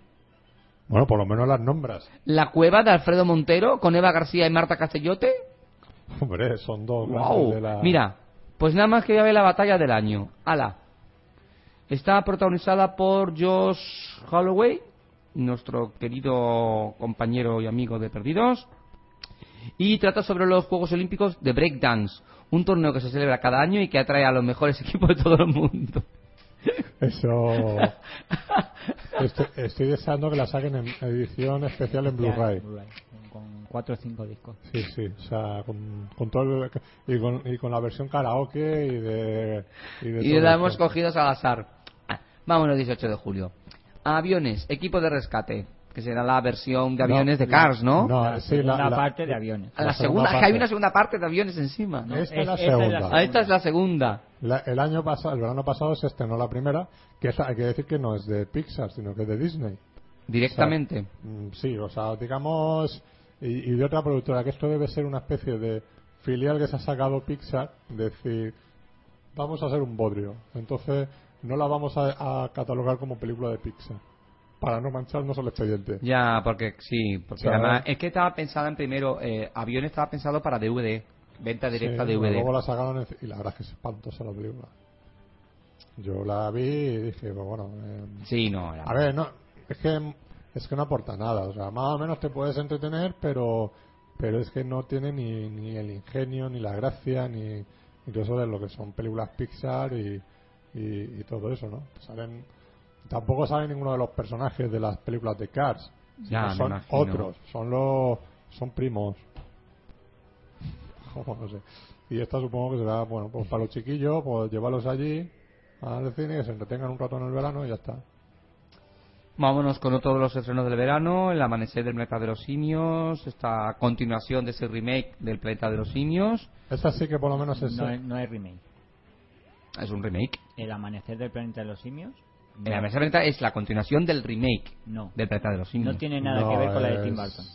Speaker 3: bueno por lo menos las nombras
Speaker 4: La cueva de Alfredo Montero con Eva García y Marta Castellote.
Speaker 3: hombre son dos grandes
Speaker 4: ¡Wow!
Speaker 3: de la-
Speaker 4: Mira, pues nada más que voy a ver La batalla del año. ¡Hala! Está protagonizada por Josh Holloway, nuestro querido compañero y amigo de Perdidos. y trata sobre los Juegos Olímpicos de Breakdance, un torneo que se celebra cada año y que atrae a los mejores equipos de todo el mundo.
Speaker 3: eso estoy, estoy deseando que la saquen en edición especial en Blu-ray
Speaker 5: Con- Con 4 o 5 discos.
Speaker 3: sí sí o sea con, con todo el- y con, y con la versión karaoke y de y de
Speaker 4: Y
Speaker 3: todo
Speaker 4: la
Speaker 3: eso.
Speaker 4: hemos cogido al azar. Ah, Vámonos 18 de julio. Aviones, equipo de rescate, que será la versión de
Speaker 3: No,
Speaker 4: aviones de
Speaker 3: la-
Speaker 4: Cars, ¿no?
Speaker 3: no Ah, sí la, Ah,
Speaker 5: Una
Speaker 3: la-
Speaker 5: parte de aviones.
Speaker 4: A la,
Speaker 3: la segunda
Speaker 4: segunda, que hay
Speaker 3: parte.
Speaker 4: una segunda parte de aviones encima. ¿no?
Speaker 3: Esta es la
Speaker 5: esa
Speaker 3: segunda.
Speaker 4: Ah, esta es la segunda.
Speaker 3: La- el año pasado, el verano pasado se estrenó la primera, que esa- hay que decir que no es de Pixar, sino que es de Disney.
Speaker 4: Directamente.
Speaker 3: Mm, Sí, o sea, digamos, y, y de otra productora, que esto debe ser una especie de filial que se ha sacado Pixar, decir, vamos a hacer un bodrio, entonces no la vamos a, a catalogar como película de Pixar, para no mancharnos el expediente.
Speaker 4: Ya, porque sí. Porque
Speaker 3: ¿Sabes?
Speaker 4: además, es que estaba pensada en primero, eh, aviones estaba pensado para DVD, venta directa
Speaker 3: Sí,
Speaker 4: de DVD.
Speaker 3: Luego la sacaron en- y la verdad es que es espantosa la película. Yo la vi y dije, pues bueno... em,
Speaker 4: Sí, no, era-
Speaker 3: A ver, no, es que es que no aporta nada, o sea, más o menos te puedes entretener, pero pero es que no tiene ni, ni el ingenio, ni la gracia, ni incluso de lo que son películas Pixar y, y, y todo eso, ¿no? Saben, tampoco saben ninguno de los personajes de las películas de Cars,
Speaker 4: Ya,
Speaker 3: sino
Speaker 4: me
Speaker 3: son
Speaker 4: imagino.
Speaker 3: otros, son los son primos. Como no sé. Y esta supongo que será, bueno, pues para los chiquillos, pues llevarlos allí al cine, que se entretengan un rato en el verano y ya está.
Speaker 4: Vámonos con otro de los estrenos del verano, El amanecer del planeta de los simios, esta continuación de ese remake del planeta de los simios.
Speaker 3: Esta sí que por lo menos es. eh,
Speaker 5: No, es- no es remake.
Speaker 4: Es un remake.
Speaker 5: El amanecer del planeta de los simios.
Speaker 4: El amanecer del planeta es la continuación del remake
Speaker 5: No.
Speaker 4: del planeta de los simios.
Speaker 5: No tiene nada
Speaker 3: No,
Speaker 5: que ver con la de
Speaker 3: es-
Speaker 5: Tim Burton.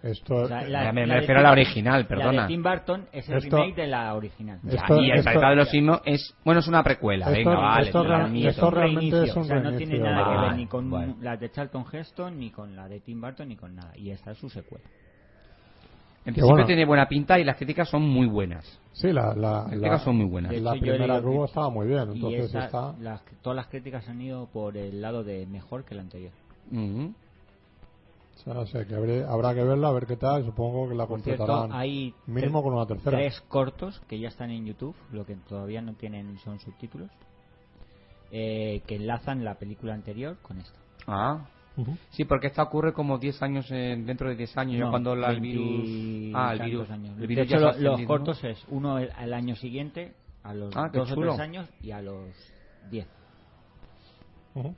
Speaker 3: Esto, eh,
Speaker 5: La-
Speaker 4: Ya
Speaker 5: la-
Speaker 4: me, me
Speaker 5: de
Speaker 4: refiero a
Speaker 5: Tim-
Speaker 4: la original,
Speaker 5: La
Speaker 4: perdona.
Speaker 5: de Tim Burton es el
Speaker 3: Esto-
Speaker 5: remake de la original.
Speaker 4: Ya,
Speaker 3: Esto-
Speaker 4: y el
Speaker 3: esto-
Speaker 4: planeta de los simios es, bueno, es una precuela.
Speaker 3: Esto-
Speaker 4: Venga, vale.
Speaker 3: esto
Speaker 4: tira,
Speaker 3: real-
Speaker 4: mía,
Speaker 3: esto
Speaker 4: toma.
Speaker 3: realmente
Speaker 5: reinicio,
Speaker 3: es un
Speaker 5: o sea, no tiene
Speaker 3: reinicio.
Speaker 5: nada que
Speaker 4: Vale,
Speaker 5: ver ni con
Speaker 4: bueno.
Speaker 5: la de Charlton Heston, ni con la de Tim Burton, ni con nada. Y esta es su secuela.
Speaker 4: En
Speaker 3: Que
Speaker 4: principio
Speaker 3: bueno.
Speaker 4: tiene buena pinta y las críticas son muy buenas.
Speaker 3: sí, la, la,
Speaker 4: Las
Speaker 3: la,
Speaker 4: críticas este son muy buenas.
Speaker 5: De
Speaker 3: la
Speaker 5: hecho, yo
Speaker 3: primera
Speaker 5: digo
Speaker 3: que hubo
Speaker 5: que-
Speaker 3: estaba muy bien,
Speaker 5: y
Speaker 3: entonces
Speaker 5: esta-
Speaker 3: está.
Speaker 5: las- todas las críticas han ido por el lado de mejor que la anterior.
Speaker 4: Ujú.
Speaker 3: O sea, no sé, que habré- habrá que verla, a ver qué tal. Supongo que la
Speaker 5: Por cierto,
Speaker 3: completarán
Speaker 5: hay
Speaker 3: mínimo
Speaker 5: tre-
Speaker 3: con una tercera.
Speaker 5: tres cortos que ya están en YouTube, lo que todavía no tienen son subtítulos, eh, que enlazan la película anterior con esta.
Speaker 4: Ah.
Speaker 3: Ujú.
Speaker 4: Sí, porque esta ocurre como 10 años, en- dentro de 10 años, ya
Speaker 5: No,
Speaker 4: cuando la- el
Speaker 5: 20
Speaker 4: virus... Ah, el
Speaker 5: tantos
Speaker 4: virus.
Speaker 5: años.
Speaker 4: el virus
Speaker 5: de
Speaker 4: ya se
Speaker 5: hecho,
Speaker 4: ha
Speaker 5: lo- los
Speaker 4: extendido, ¿no?
Speaker 5: cortos es uno el- al año siguiente, a los
Speaker 4: Ah, qué
Speaker 5: dos o
Speaker 4: chulo.
Speaker 5: tres años y a los diez.
Speaker 3: Ujú.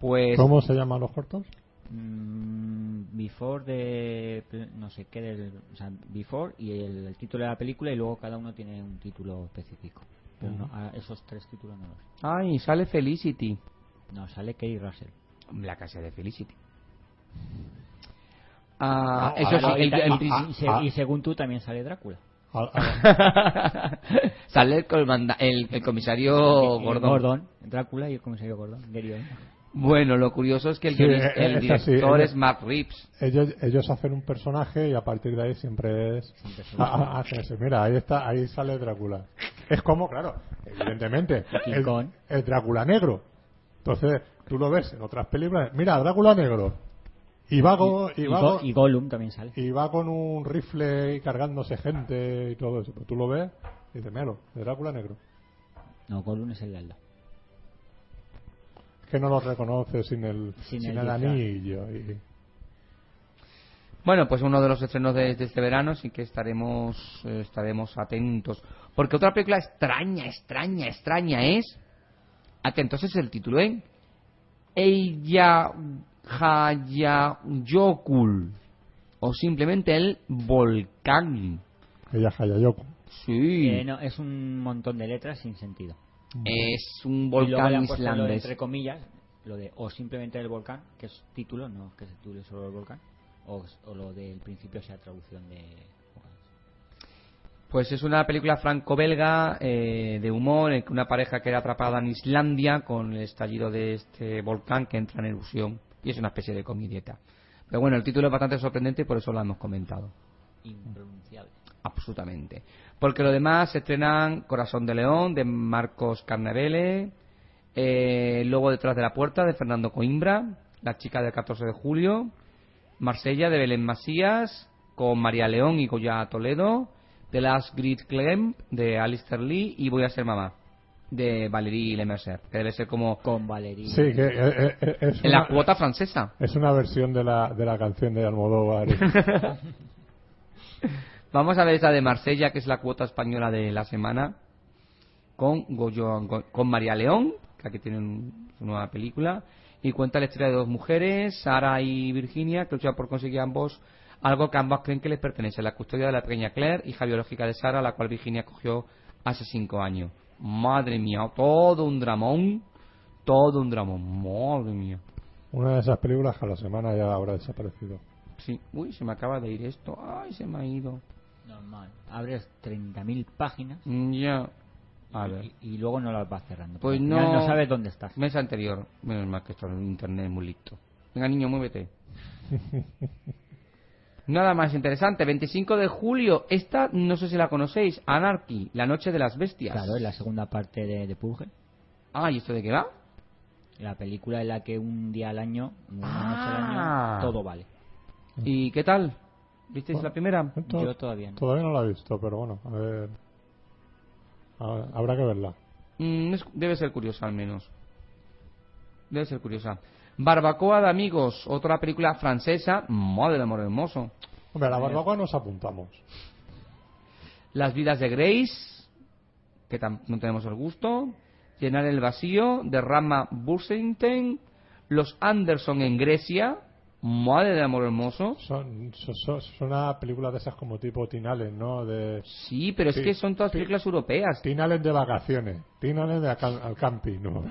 Speaker 4: Pues...
Speaker 3: ¿Cómo se llaman los cortos?
Speaker 5: Mm, before de pl- no sé qué del o sea, before y el, el título de la película y luego cada uno tiene un título específico pero no, a- esos tres títulos no los
Speaker 4: Ay, sale Felicity.
Speaker 5: no sale Kerry Russell
Speaker 4: La casa de Felicity. Ah, eso
Speaker 5: Ah,
Speaker 4: sí,
Speaker 5: no, y
Speaker 4: el,
Speaker 5: ta-
Speaker 4: el ah.
Speaker 5: y,
Speaker 4: principio-
Speaker 5: y se- y según tú también sale Drácula
Speaker 3: Al- al-
Speaker 5: ah.
Speaker 4: sale el, comanda- el- el comisario
Speaker 5: Y- y
Speaker 4: Gordon.
Speaker 5: Drácula y el comisario Gordon Gary Oldman.
Speaker 4: Bueno, lo curioso es que el,
Speaker 3: Sí,
Speaker 4: guionista-
Speaker 3: eh,
Speaker 4: el
Speaker 3: eh, esta sí,
Speaker 4: director
Speaker 3: eh,
Speaker 4: es Mark Reeves.
Speaker 3: ellos, ellos hacen un personaje y a partir de ahí siempre es.
Speaker 5: personajes.
Speaker 3: Ah, ah, hacen ese. Mira, ahí está, ahí sale Drácula. Es como, claro, evidentemente,
Speaker 5: King
Speaker 3: el,
Speaker 5: Kong.
Speaker 3: el Drácula negro. Entonces, tú lo ves en otras películas. Mira, Drácula negro. Y va con, y
Speaker 5: y,
Speaker 3: va
Speaker 5: Go-
Speaker 3: con-
Speaker 5: y Gollum también sale
Speaker 3: y va con un rifle y cargándose gente y todo eso. Pero tú lo ves y dices, míralo, Drácula negro.
Speaker 5: no Gollum es el de al lado.
Speaker 3: Es que no lo reconoce sin el, sin
Speaker 5: Sin
Speaker 3: el,
Speaker 5: el disfraz.
Speaker 3: anillo. y-
Speaker 4: Bueno, pues uno de los estrenos de, de este verano, sí que estaremos, eh, estaremos atentos. Porque otra película extraña, extraña, extraña es. Atentos es el título, ¿eh? Eija Hayayokul. O simplemente el volcán.
Speaker 3: Ella es Hayayoko.
Speaker 4: Sí.
Speaker 5: Eh, no, es un montón de letras sin sentido
Speaker 4: Es un
Speaker 5: Mm. Y luego le
Speaker 4: volcán
Speaker 5: han puesto lo de
Speaker 4: islandés.
Speaker 5: entre comillas, lo de o simplemente el volcán, que es título, no que se titule solo el volcán, o, o lo del principio sea traducción de.
Speaker 4: Pues es una película franco-belga eh, de humor en que una pareja queda atrapada en Islandia con el estallido de este volcán que entra en erupción y es una especie de comidieta. Pero bueno, el título es bastante sorprendente y por eso lo hemos comentado.
Speaker 5: impronunciable.
Speaker 4: Absolutamente. Porque lo demás se estrenan Corazón de León de Marcos Carnevale, eh, Lobo detrás de la puerta de Fernando Coimbra, La chica del 14 de julio, Marsella de Belén Macías con María León y Goya Toledo, The Last Great Clamp de Alistair Lee y Voy a ser mamá de Valérie Lemercer, que debe ser como
Speaker 5: Con Valerie.
Speaker 3: Sí, que eh, eh, es,
Speaker 4: en la
Speaker 3: una,
Speaker 4: cuota francesa.
Speaker 3: es una versión de la, de la canción de Almodóvar.
Speaker 4: Vamos a ver esa de Marsella, que es la cuota española de la semana, con, Goyo- Go- con María León, que aquí tienen su nueva película, y cuenta la historia de dos mujeres, Sara y Virginia, que luchan por conseguir ambos algo que ambas creen que les pertenece, la custodia de la pequeña Claire, hija biológica de Sara, la cual Virginia cogió hace cinco años. Madre mía, todo un dramón, todo un dramón, madre mía.
Speaker 3: Una de esas películas que a la semana ya habrá desaparecido.
Speaker 4: Sí, uy, se me acaba de ir esto, ay, se me ha ido.
Speaker 5: Normal. Abres 30.000 páginas
Speaker 4: Mm, Ya, a
Speaker 5: y-
Speaker 4: ver.
Speaker 5: Y, luego no las vas cerrando.
Speaker 4: Pues
Speaker 5: porque al final
Speaker 4: no-
Speaker 5: no sabes dónde estás.
Speaker 4: Mes anterior. Menos mal que esto en internet es muy listo. Venga, niño, muévete. Nada más interesante. 25 de julio. Esta, no sé si la conocéis. Anarchy, la noche de las bestias.
Speaker 5: Claro, es la segunda parte de, de Purge.
Speaker 4: Ah, ¿y esto de qué va?
Speaker 5: La película en la que un día al año, una noche
Speaker 4: Ah.
Speaker 5: al año, todo vale. Mm.
Speaker 4: ¿Y qué tal? ¿Visteis la primera?
Speaker 3: To-
Speaker 5: Yo todavía no.
Speaker 3: Todavía no la he visto, pero bueno, a ver. A ver, habrá que verla.
Speaker 4: Mm, es- debe ser curiosa al menos. Debe ser curiosa. Barbacoa de amigos, otra película francesa. Madre del amor hermoso.
Speaker 3: Hombre, a la barbacoa nos apuntamos.
Speaker 4: Las vidas de Grace, que tam- no tenemos el gusto. Llenar el vacío, de Rama Bursington. Los Anderson en Grecia. Madre de amor hermoso.
Speaker 3: Son, son, son- son una película de esas como tipo Tinales, ¿no? De
Speaker 4: Sí, pero es
Speaker 3: Sí,
Speaker 4: que son todas
Speaker 3: sí.
Speaker 4: películas europeas.
Speaker 3: Tinales de vacaciones, Tinales de acá- al camping, ¿no?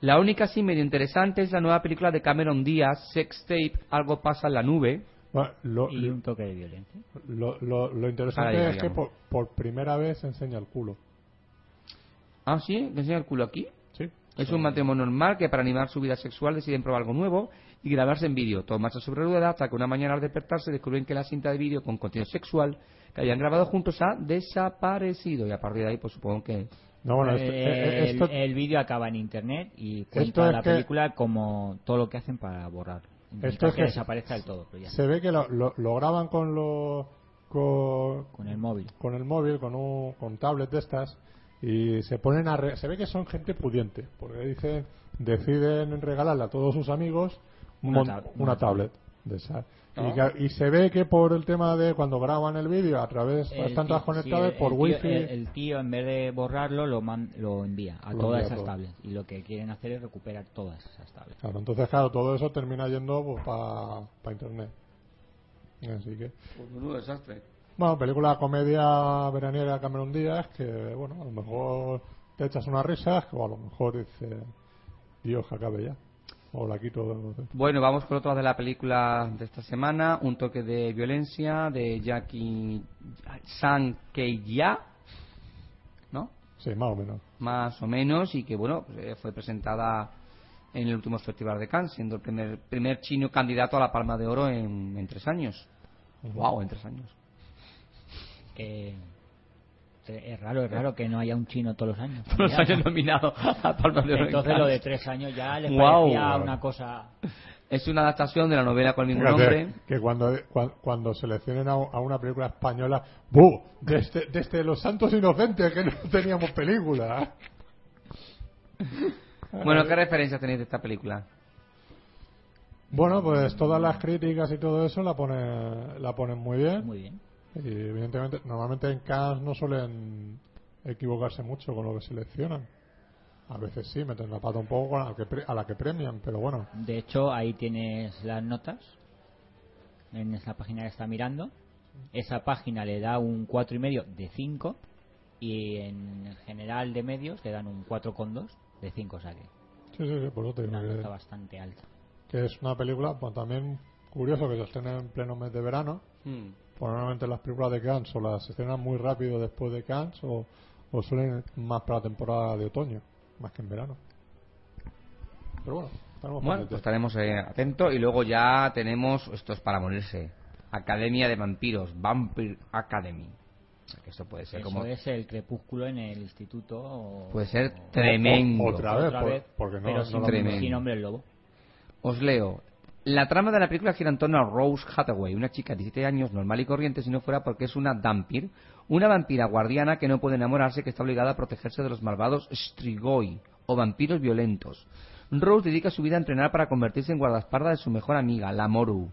Speaker 4: La única sí medio interesante es la nueva película de Cameron Díaz, Sex Tape, Algo pasa en la nube.
Speaker 3: Bueno, lo,
Speaker 5: Y un toque de violencia.
Speaker 3: lo, lo- lo interesante
Speaker 4: Ahora ya
Speaker 3: es que
Speaker 4: llegamos.
Speaker 3: por, por primera vez se enseña el culo.
Speaker 4: Ah, sí, que enseña el culo aquí.
Speaker 3: Sí.
Speaker 4: Es un matrimonio normal que para animar su vida sexual deciden probar algo nuevo y grabarse en vídeo. Todo marcha sobre ruedas hasta que una mañana al despertarse descubren que la cinta de vídeo con contenido sexual que habían grabado juntos ha desaparecido. Y a partir de ahí, pues supongo que...
Speaker 3: No, bueno, esto, eh, eh,
Speaker 5: el
Speaker 3: esto-
Speaker 5: el vídeo acaba en internet y cuenta
Speaker 3: Esto es
Speaker 5: la
Speaker 3: que-
Speaker 5: película como todo lo que hacen para borrar. Intentar
Speaker 3: Esto es
Speaker 5: que
Speaker 3: que-
Speaker 5: desaparezca del todo, pero ya
Speaker 3: Se ve que lo, lo- lo graban con los con,
Speaker 5: está. Con el móvil.
Speaker 3: con el móvil, con un con tablet de estas y se ponen a re- se ve que son gente pudiente, porque dicen deciden regalarle a todos sus amigos un
Speaker 5: Una
Speaker 3: mon-
Speaker 5: tab-
Speaker 3: una
Speaker 5: una
Speaker 3: tablet de esa. Y,
Speaker 4: Ah.
Speaker 3: que- y se ve que por el tema de cuando graban el vídeo a través
Speaker 5: El
Speaker 3: están
Speaker 5: tío-
Speaker 3: todas conectadas
Speaker 5: sí, el-
Speaker 3: por
Speaker 5: el
Speaker 3: wifi.
Speaker 5: Tío, el, el tío, en vez de borrarlo, lo, man- lo envía
Speaker 3: Lo
Speaker 5: a
Speaker 3: envía
Speaker 5: todas
Speaker 3: a
Speaker 5: esas
Speaker 3: todo.
Speaker 5: tablets. Y lo que quieren hacer es recuperar todas esas tablets.
Speaker 3: Claro, entonces claro, todo eso termina yendo para internet. Así que
Speaker 4: Pues menudo desastre.
Speaker 3: Bueno, película comedia veraniega Cameron Díaz, que bueno, a lo mejor te echas unas risas, o a lo mejor dice Dios que acabe ya. O la quito. no sé.
Speaker 4: Bueno, vamos con otra de la película de esta semana, Un toque de violencia de Jackie San Keia, ¿no?
Speaker 3: Sí, más o menos.
Speaker 4: Más o menos, y que bueno, pues, eh, fue presentada en el último festival de Cannes, siendo el primer, primer chino candidato a la Palma de Oro en, en tres años. Wow, en tres años.
Speaker 5: Eh, es raro, es raro que no haya un chino todos los años.
Speaker 4: Todos los años nominado a Palma de Oro. en
Speaker 5: Entonces lo
Speaker 4: Cannes.
Speaker 5: de tres años ya le
Speaker 4: Guau.
Speaker 5: parecía una cosa...
Speaker 4: Es una adaptación de la novela con el mismo
Speaker 3: Fíjate
Speaker 4: nombre.
Speaker 3: que cuando, cuan- cuando seleccionen a, a una película española, ¡bu! Desde, desde este, Los Santos Inocentes, que no teníamos película.
Speaker 4: Bueno, ¿qué referencias tenéis de esta película?
Speaker 3: Bueno, pues todas las críticas y todo eso la ponen, la ponen muy bien.
Speaker 5: Muy bien.
Speaker 3: Y evidentemente, normalmente en Cannes no suelen equivocarse mucho con lo que seleccionan. A veces sí, meten la pata un poco a la que, pre- a la que premian, pero bueno.
Speaker 5: De hecho, ahí tienes las notas. En esa página que está mirando. Esa página le da un 4,5 de 5. Y en el general de medios le dan un 4,2 de 5. O sea que
Speaker 3: Sí, sí, sí, por eso te digo
Speaker 5: una
Speaker 3: que,
Speaker 5: nota bastante alta.
Speaker 3: que es una película pues, también curioso que se estrena en pleno mes de verano.
Speaker 4: Hmm.
Speaker 3: Pues, normalmente las películas de Cannes o las estrenan muy rápido después de Cannes o, o suelen más para la temporada de otoño, más que en verano. Pero bueno, estaremos
Speaker 4: Bueno, pues
Speaker 3: pendientes.
Speaker 4: estaremos eh, atentos. Y luego ya tenemos, esto es para morirse, Academia de Vampiros, Vampire Academy. O sea, que esto puede ser
Speaker 5: Eso
Speaker 4: como...
Speaker 5: es el crepúsculo en el instituto. o-
Speaker 4: Puede ser
Speaker 5: o-
Speaker 4: tremendo.
Speaker 3: otra vez, por- porque no-
Speaker 5: pero
Speaker 3: no
Speaker 5: sin,
Speaker 4: lo tremendo.
Speaker 5: sin hombre lobo.
Speaker 4: Os leo. La trama de la película gira en torno a Rose Hathaway, una chica de 17 años normal y corriente si no fuera porque es una vampir, una vampira guardiana que no puede enamorarse que está obligada a protegerse de los malvados Strigoi o vampiros violentos. Rose dedica su vida a entrenar para convertirse en guardaespaldas de su mejor amiga, la Moru,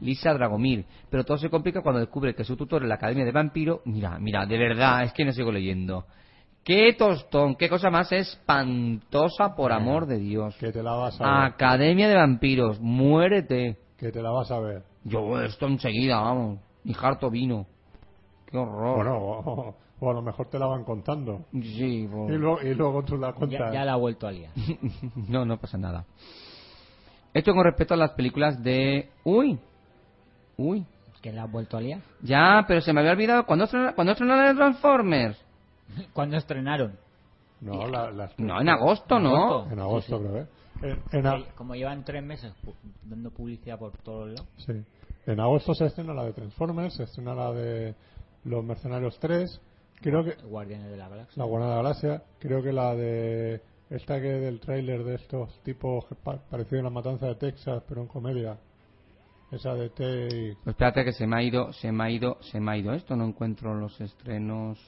Speaker 4: Lisa Dragomir, pero todo se complica cuando descubre que su tutor en la Academia de Vampiro, mira, mira, de verdad, es que no sigo leyendo. ¡Qué tostón! ¡Qué cosa más espantosa, por amor de Dios!
Speaker 3: que te la vas
Speaker 4: Ah,
Speaker 3: a ver.
Speaker 4: Academia de Vampiros, muérete.
Speaker 3: Que te la vas a ver.
Speaker 4: Yo esto enseguida, vamos. Y harto vino. Qué horror.
Speaker 3: Bueno, o, o a lo mejor te la van contando.
Speaker 4: Sí, por-
Speaker 3: Y luego, y luego tú la
Speaker 5: Ya,
Speaker 3: cuentas.
Speaker 5: ya la ha vuelto a liar.
Speaker 4: no, no pasa nada. Esto con respecto a las películas de... Uy. Uy.
Speaker 5: ¿Que la ha vuelto a liar?
Speaker 4: Ya, pero se me había olvidado. ¿Cuándo estrenaron, ¿cuándo estrenaron Transformers?
Speaker 5: ¿Cuándo estrenaron?
Speaker 3: No, la- la-
Speaker 4: No, en agosto, ¿no?
Speaker 5: Agosto.
Speaker 3: En agosto, creo, ¿eh? En, en a-
Speaker 5: Como llevan tres meses pu- dando publicidad por todos lados.
Speaker 3: sí. En agosto se estrena la de Transformers, se estrena la de Los Mercenarios 3, creo que...
Speaker 5: Guardianes de la Galaxia.
Speaker 3: La Guardia de la Galaxia, creo que la de... Esta que del tráiler de estos tipos que pa- parecido a la matanza de Texas, pero en comedia. Esa de T...
Speaker 4: Pues espérate que se me ha ido, se me ha ido, se me ha ido esto. No encuentro los estrenos.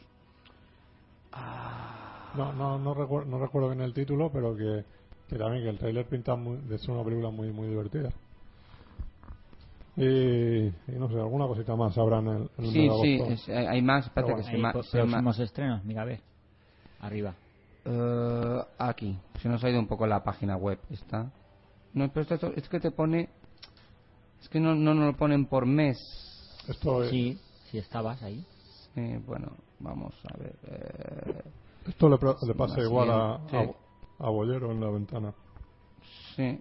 Speaker 3: No, no, no, recuerdo, no recuerdo bien el título, pero que, que también que el tráiler pinta muy, de ser una película muy, muy divertida. Y, y no sé, alguna cosita más habrá en el, en el
Speaker 4: Sí,
Speaker 3: mes de
Speaker 4: sí,
Speaker 3: agosto.
Speaker 4: es- hay hay más. Espérate
Speaker 3: Pero
Speaker 4: que
Speaker 3: bueno.
Speaker 4: se
Speaker 5: Ahí,
Speaker 4: me ha-
Speaker 5: po-
Speaker 4: se me ha...
Speaker 5: próximos estrenos, mira, a ver. Arriba.
Speaker 4: Eh, aquí. Se nos ha ido un poco la página web esta. No, pero esto, es que te pone... Es que no, no nos lo ponen por mes. Pues-
Speaker 3: Esto, eh,
Speaker 5: Sí, si estabas ahí.
Speaker 4: Eh, bueno, vamos a ver. eh,
Speaker 3: esto le, pro- le pasa
Speaker 4: Más
Speaker 3: igual a,
Speaker 4: bien, sí.
Speaker 3: a, a Bollero en la ventana.
Speaker 4: sí.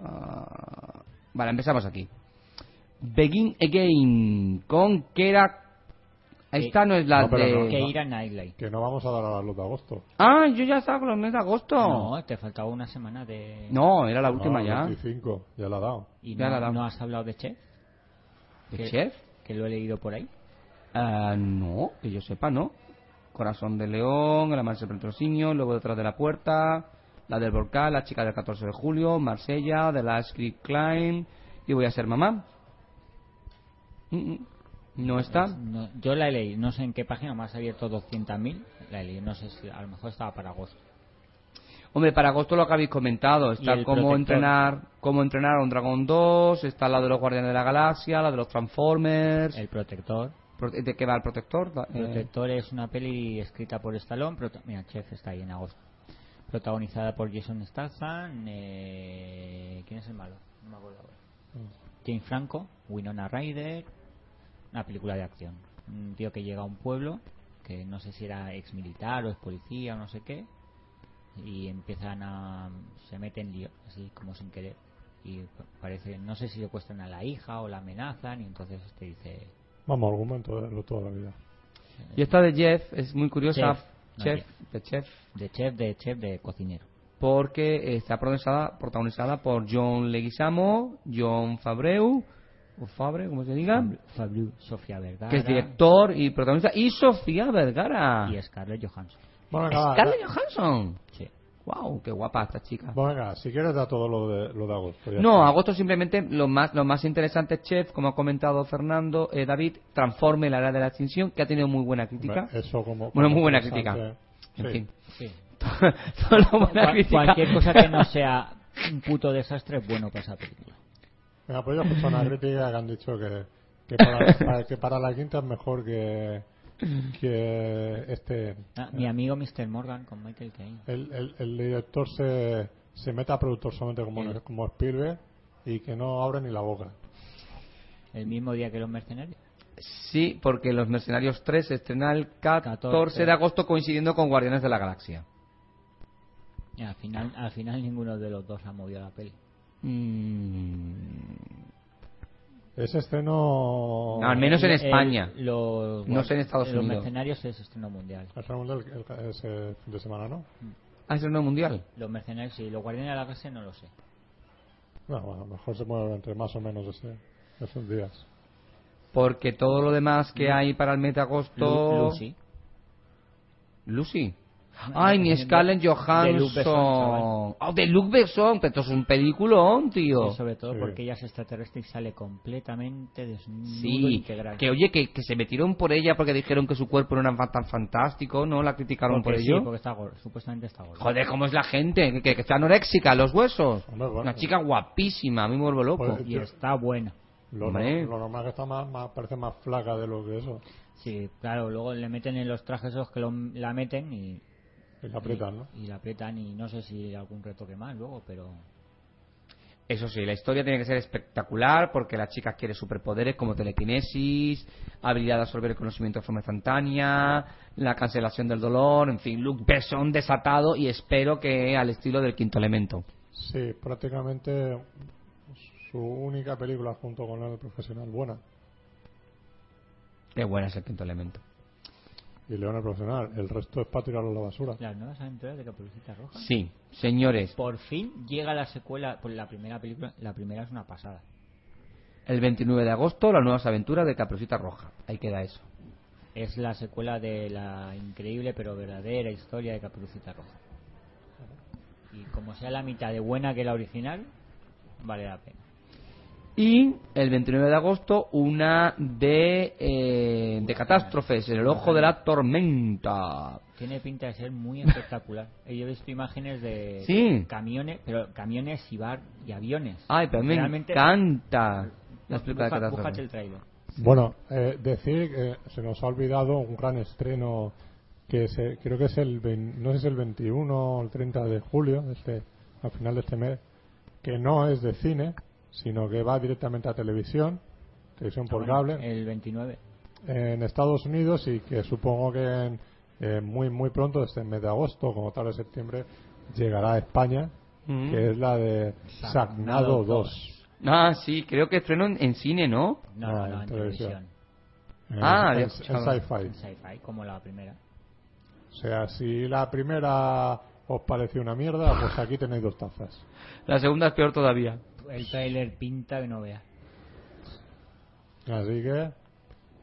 Speaker 4: Ah, vale, empezamos aquí. Begin Again con Kera... Esta Pues no es la
Speaker 3: No, pero
Speaker 4: de...
Speaker 3: no,
Speaker 5: Que ir a Nightlight.
Speaker 3: Que no vamos a dar a la luz de agosto.
Speaker 4: Ah, yo ya estaba con los meses de agosto. No,
Speaker 5: No, te faltaba una semana de...
Speaker 4: era la última
Speaker 3: Ah,
Speaker 4: ya.
Speaker 3: 25, ya la ha dado.
Speaker 5: Y
Speaker 4: Ya
Speaker 5: no,
Speaker 4: la damos.
Speaker 5: no has hablado de Chef,
Speaker 4: ¿De
Speaker 5: ¿Qué?
Speaker 4: Chef?
Speaker 5: que lo he leído por ahí.
Speaker 4: Ah, no, que yo sepa, no. Corazón de León, El amante del patrocinio, Luego detrás de la puerta, la del volcán, la chica del 14 de julio, Marsella, The Last Creek Klein y voy a ser mamá. Mm, mm. No está.
Speaker 5: No, yo la he leído, no sé en qué página, más abierto 200.000. La he leído, no sé si a lo mejor estaba para agosto.
Speaker 4: Hombre, para agosto lo que habéis comentado,
Speaker 5: Y
Speaker 4: está
Speaker 5: el
Speaker 4: cómo
Speaker 5: protector.
Speaker 4: entrenar, cómo entrenar a un Dragon 2, está la de los Guardianes de la Galaxia, la de los Transformers.
Speaker 5: El protector.
Speaker 4: Pro- ¿De qué va el protector? Da- Pues, eh,
Speaker 5: Protector es una peli escrita por Stallone. prota- Mira, Chef está ahí en agosto. Protagonizada por Jason Statham. eh, ¿Quién es el malo? No me acuerdo ahora. Jane Franco, Winona Ryder. Una película de acción. Un tío que llega a un pueblo, que no sé si era ex militar o ex policía o no sé qué. Y empiezan a. se meten en lío, así como sin querer. Y pa- parece, no sé si secuestran a la hija o la amenazan, y entonces este dice.
Speaker 3: Vamos, argumento de toda la vida.
Speaker 4: Y esta de Jeff es muy curiosa,
Speaker 5: Chef, no
Speaker 4: Chef,
Speaker 5: Jeff.
Speaker 4: de Chef,
Speaker 5: de chef, de chef, de cocinero.
Speaker 4: porque está protagonizada, protagonizada por John Leguizamo, John Fabreu, o Fabre, como se diga,
Speaker 5: Fabriu, Sofía Vergara
Speaker 4: que es director y protagonista, y Sofía Vergara.
Speaker 5: y Scarlett Johansson.
Speaker 3: Bueno, venga, va,
Speaker 4: Scarlett Johansson.
Speaker 5: Sí.
Speaker 4: Wow, qué guapa esta chica.
Speaker 3: da- bueno, venga, si quieres da todo lo de, lo de agosto. ya
Speaker 4: No,
Speaker 3: está.
Speaker 4: agosto simplemente lo más, lo más interesante, Chef, como ha comentado Fernando, eh, David, transforme la era de la extinción, que ha tenido muy buena crítica.
Speaker 3: Hombre, Eso como...
Speaker 4: Bueno, muy
Speaker 3: como
Speaker 4: buena
Speaker 3: interesante.
Speaker 4: crítica.
Speaker 3: Sí.
Speaker 4: En fin.
Speaker 5: Sí.
Speaker 4: Solo buena
Speaker 5: Cual-
Speaker 4: crítica.
Speaker 5: cualquier cosa que no sea un puto desastre es bueno para esa película.
Speaker 3: Venga, pues yo escucho una crítica que han dicho que, que, para, para- que para la quinta es mejor que, que este...
Speaker 5: Ah, mi amigo Mr. Morgan con Michael Caine.
Speaker 3: El, el, el director se, se meta a productor solamente como,
Speaker 5: El-
Speaker 3: como Spielberg y que no abra ni la boca.
Speaker 5: El mismo día que Los Mercenarios.
Speaker 4: Sí, porque Los Mercenarios 3 se estrena el 14,
Speaker 5: 14.
Speaker 4: de agosto coincidiendo con Guardianes de la Galaxia.
Speaker 5: Y al final, al final ninguno de los dos ha movido la peli.
Speaker 4: Mm,
Speaker 3: Ese estreno...
Speaker 4: Al menos en
Speaker 5: El-
Speaker 4: España.
Speaker 5: el- los,
Speaker 4: No sé en Estados
Speaker 5: Los
Speaker 4: Unidos.
Speaker 5: Mercenarios es estreno mundial.
Speaker 3: El segundo el- el- ese fin de semana, ¿no?
Speaker 4: ¿Ha sido un mundial?
Speaker 5: Los Mercenarios sí, los Guardianes de la Galaxia no lo sé.
Speaker 3: No, bueno, a lo mejor se mueve entre más o menos ese, esos días.
Speaker 4: Porque todo lo demás que hay para el mes de agosto...
Speaker 5: Lu- Lucy. Ah,
Speaker 4: Lucy. Ay, ni
Speaker 5: de-
Speaker 4: Scarlett
Speaker 5: de Luc
Speaker 4: Johansson.
Speaker 5: Besson, chaval.
Speaker 4: Oh, de Luke Besson, pero esto es un peliculón, tío.
Speaker 5: Sí, sobre todo
Speaker 3: Sí.
Speaker 5: porque ella es extraterrestre y sale completamente desnudo
Speaker 4: Sí,
Speaker 5: integral.
Speaker 4: que oye, que, que se metieron por ella porque dijeron que su cuerpo era un tan fantástico, ¿no? La criticaron
Speaker 5: porque
Speaker 4: por
Speaker 5: sí,
Speaker 4: ello.
Speaker 5: porque está gordo, supuestamente está gordo.
Speaker 4: Joder, cómo es la gente, que, que está anoréxica, los huesos.
Speaker 3: Hombre, bueno. Pues, eh.
Speaker 4: Una chica guapísima, a mí me vuelvo loco.
Speaker 3: Joder.
Speaker 5: Y está buena.
Speaker 3: Lo,
Speaker 4: Hombre.
Speaker 3: lo normal que está más, más- parece más flaca de lo que eso.
Speaker 5: Sí, claro, luego le meten en los trajes esos que lo- la meten y,
Speaker 3: Y la aprietan, ¿no?
Speaker 5: y la apretan y no sé si algún retoque más luego, pero...
Speaker 4: Eso sí, la historia tiene que ser espectacular porque la chica quiere superpoderes como telequinesis, habilidad de absorber el conocimiento de forma instantánea, la cancelación del dolor, en fin, Luke Besson desatado y espero que al estilo del quinto elemento.
Speaker 3: Sí, prácticamente su única película junto con la de Profesional buena.
Speaker 4: Qué buena es el quinto elemento.
Speaker 3: Y León el Profesional. El resto es para tirarlo a la basura.
Speaker 5: Las nuevas aventuras de Caperucita Roja.
Speaker 4: Sí, señores,
Speaker 5: Por fin llega la secuela, pues la primera película, la primera es una pasada.
Speaker 4: el 29 de agosto, las nuevas aventuras de Capricita Roja. Ahí queda eso.
Speaker 5: Es la secuela de la increíble pero verdadera historia de Caperucita Roja. Y como sea la mitad de buena que la original, vale la pena.
Speaker 4: Y el 29 de agosto, una de, eh, de catástrofes, en el ojo de la tormenta.
Speaker 5: Tiene pinta de ser muy espectacular. Yo he visto imágenes de
Speaker 4: Sí.
Speaker 5: camiones, pero camiones y bar y aviones.
Speaker 4: Ay, pero me
Speaker 5: Realmente-
Speaker 4: encanta las
Speaker 5: Busca-
Speaker 4: películas de
Speaker 5: búscate el
Speaker 4: catástrofes.
Speaker 5: trailer.
Speaker 3: Bueno, eh, decir que se nos ha olvidado un gran estreno que se, creo que es el vein- no sé si el 21 o el 30 de julio, este, al final de este mes, que no es de cine, sino que va directamente a televisión, televisión
Speaker 5: Ah,
Speaker 3: por cable.
Speaker 5: El 29.
Speaker 3: en Estados Unidos y que supongo que en, eh, muy muy pronto, desde el mes de agosto, como tal de septiembre, llegará a España,
Speaker 4: Mm.
Speaker 3: que es la de Sarnado 2.
Speaker 4: Ah, sí, creo que estreno en, en cine, ¿no?
Speaker 5: No, no,
Speaker 3: Ah,
Speaker 5: no, en
Speaker 3: en
Speaker 5: televisión.
Speaker 3: televisión. En- Eh,
Speaker 4: Ah,
Speaker 3: en,
Speaker 4: había
Speaker 3: en
Speaker 4: escuchado.
Speaker 3: sci-fi.
Speaker 5: En sci-fi, como la primera.
Speaker 3: O sea, si la primera os pareció una mierda, pues aquí tenéis dos tazas.
Speaker 4: La segunda es peor todavía.
Speaker 5: El trailer pinta que no veas.
Speaker 3: Así que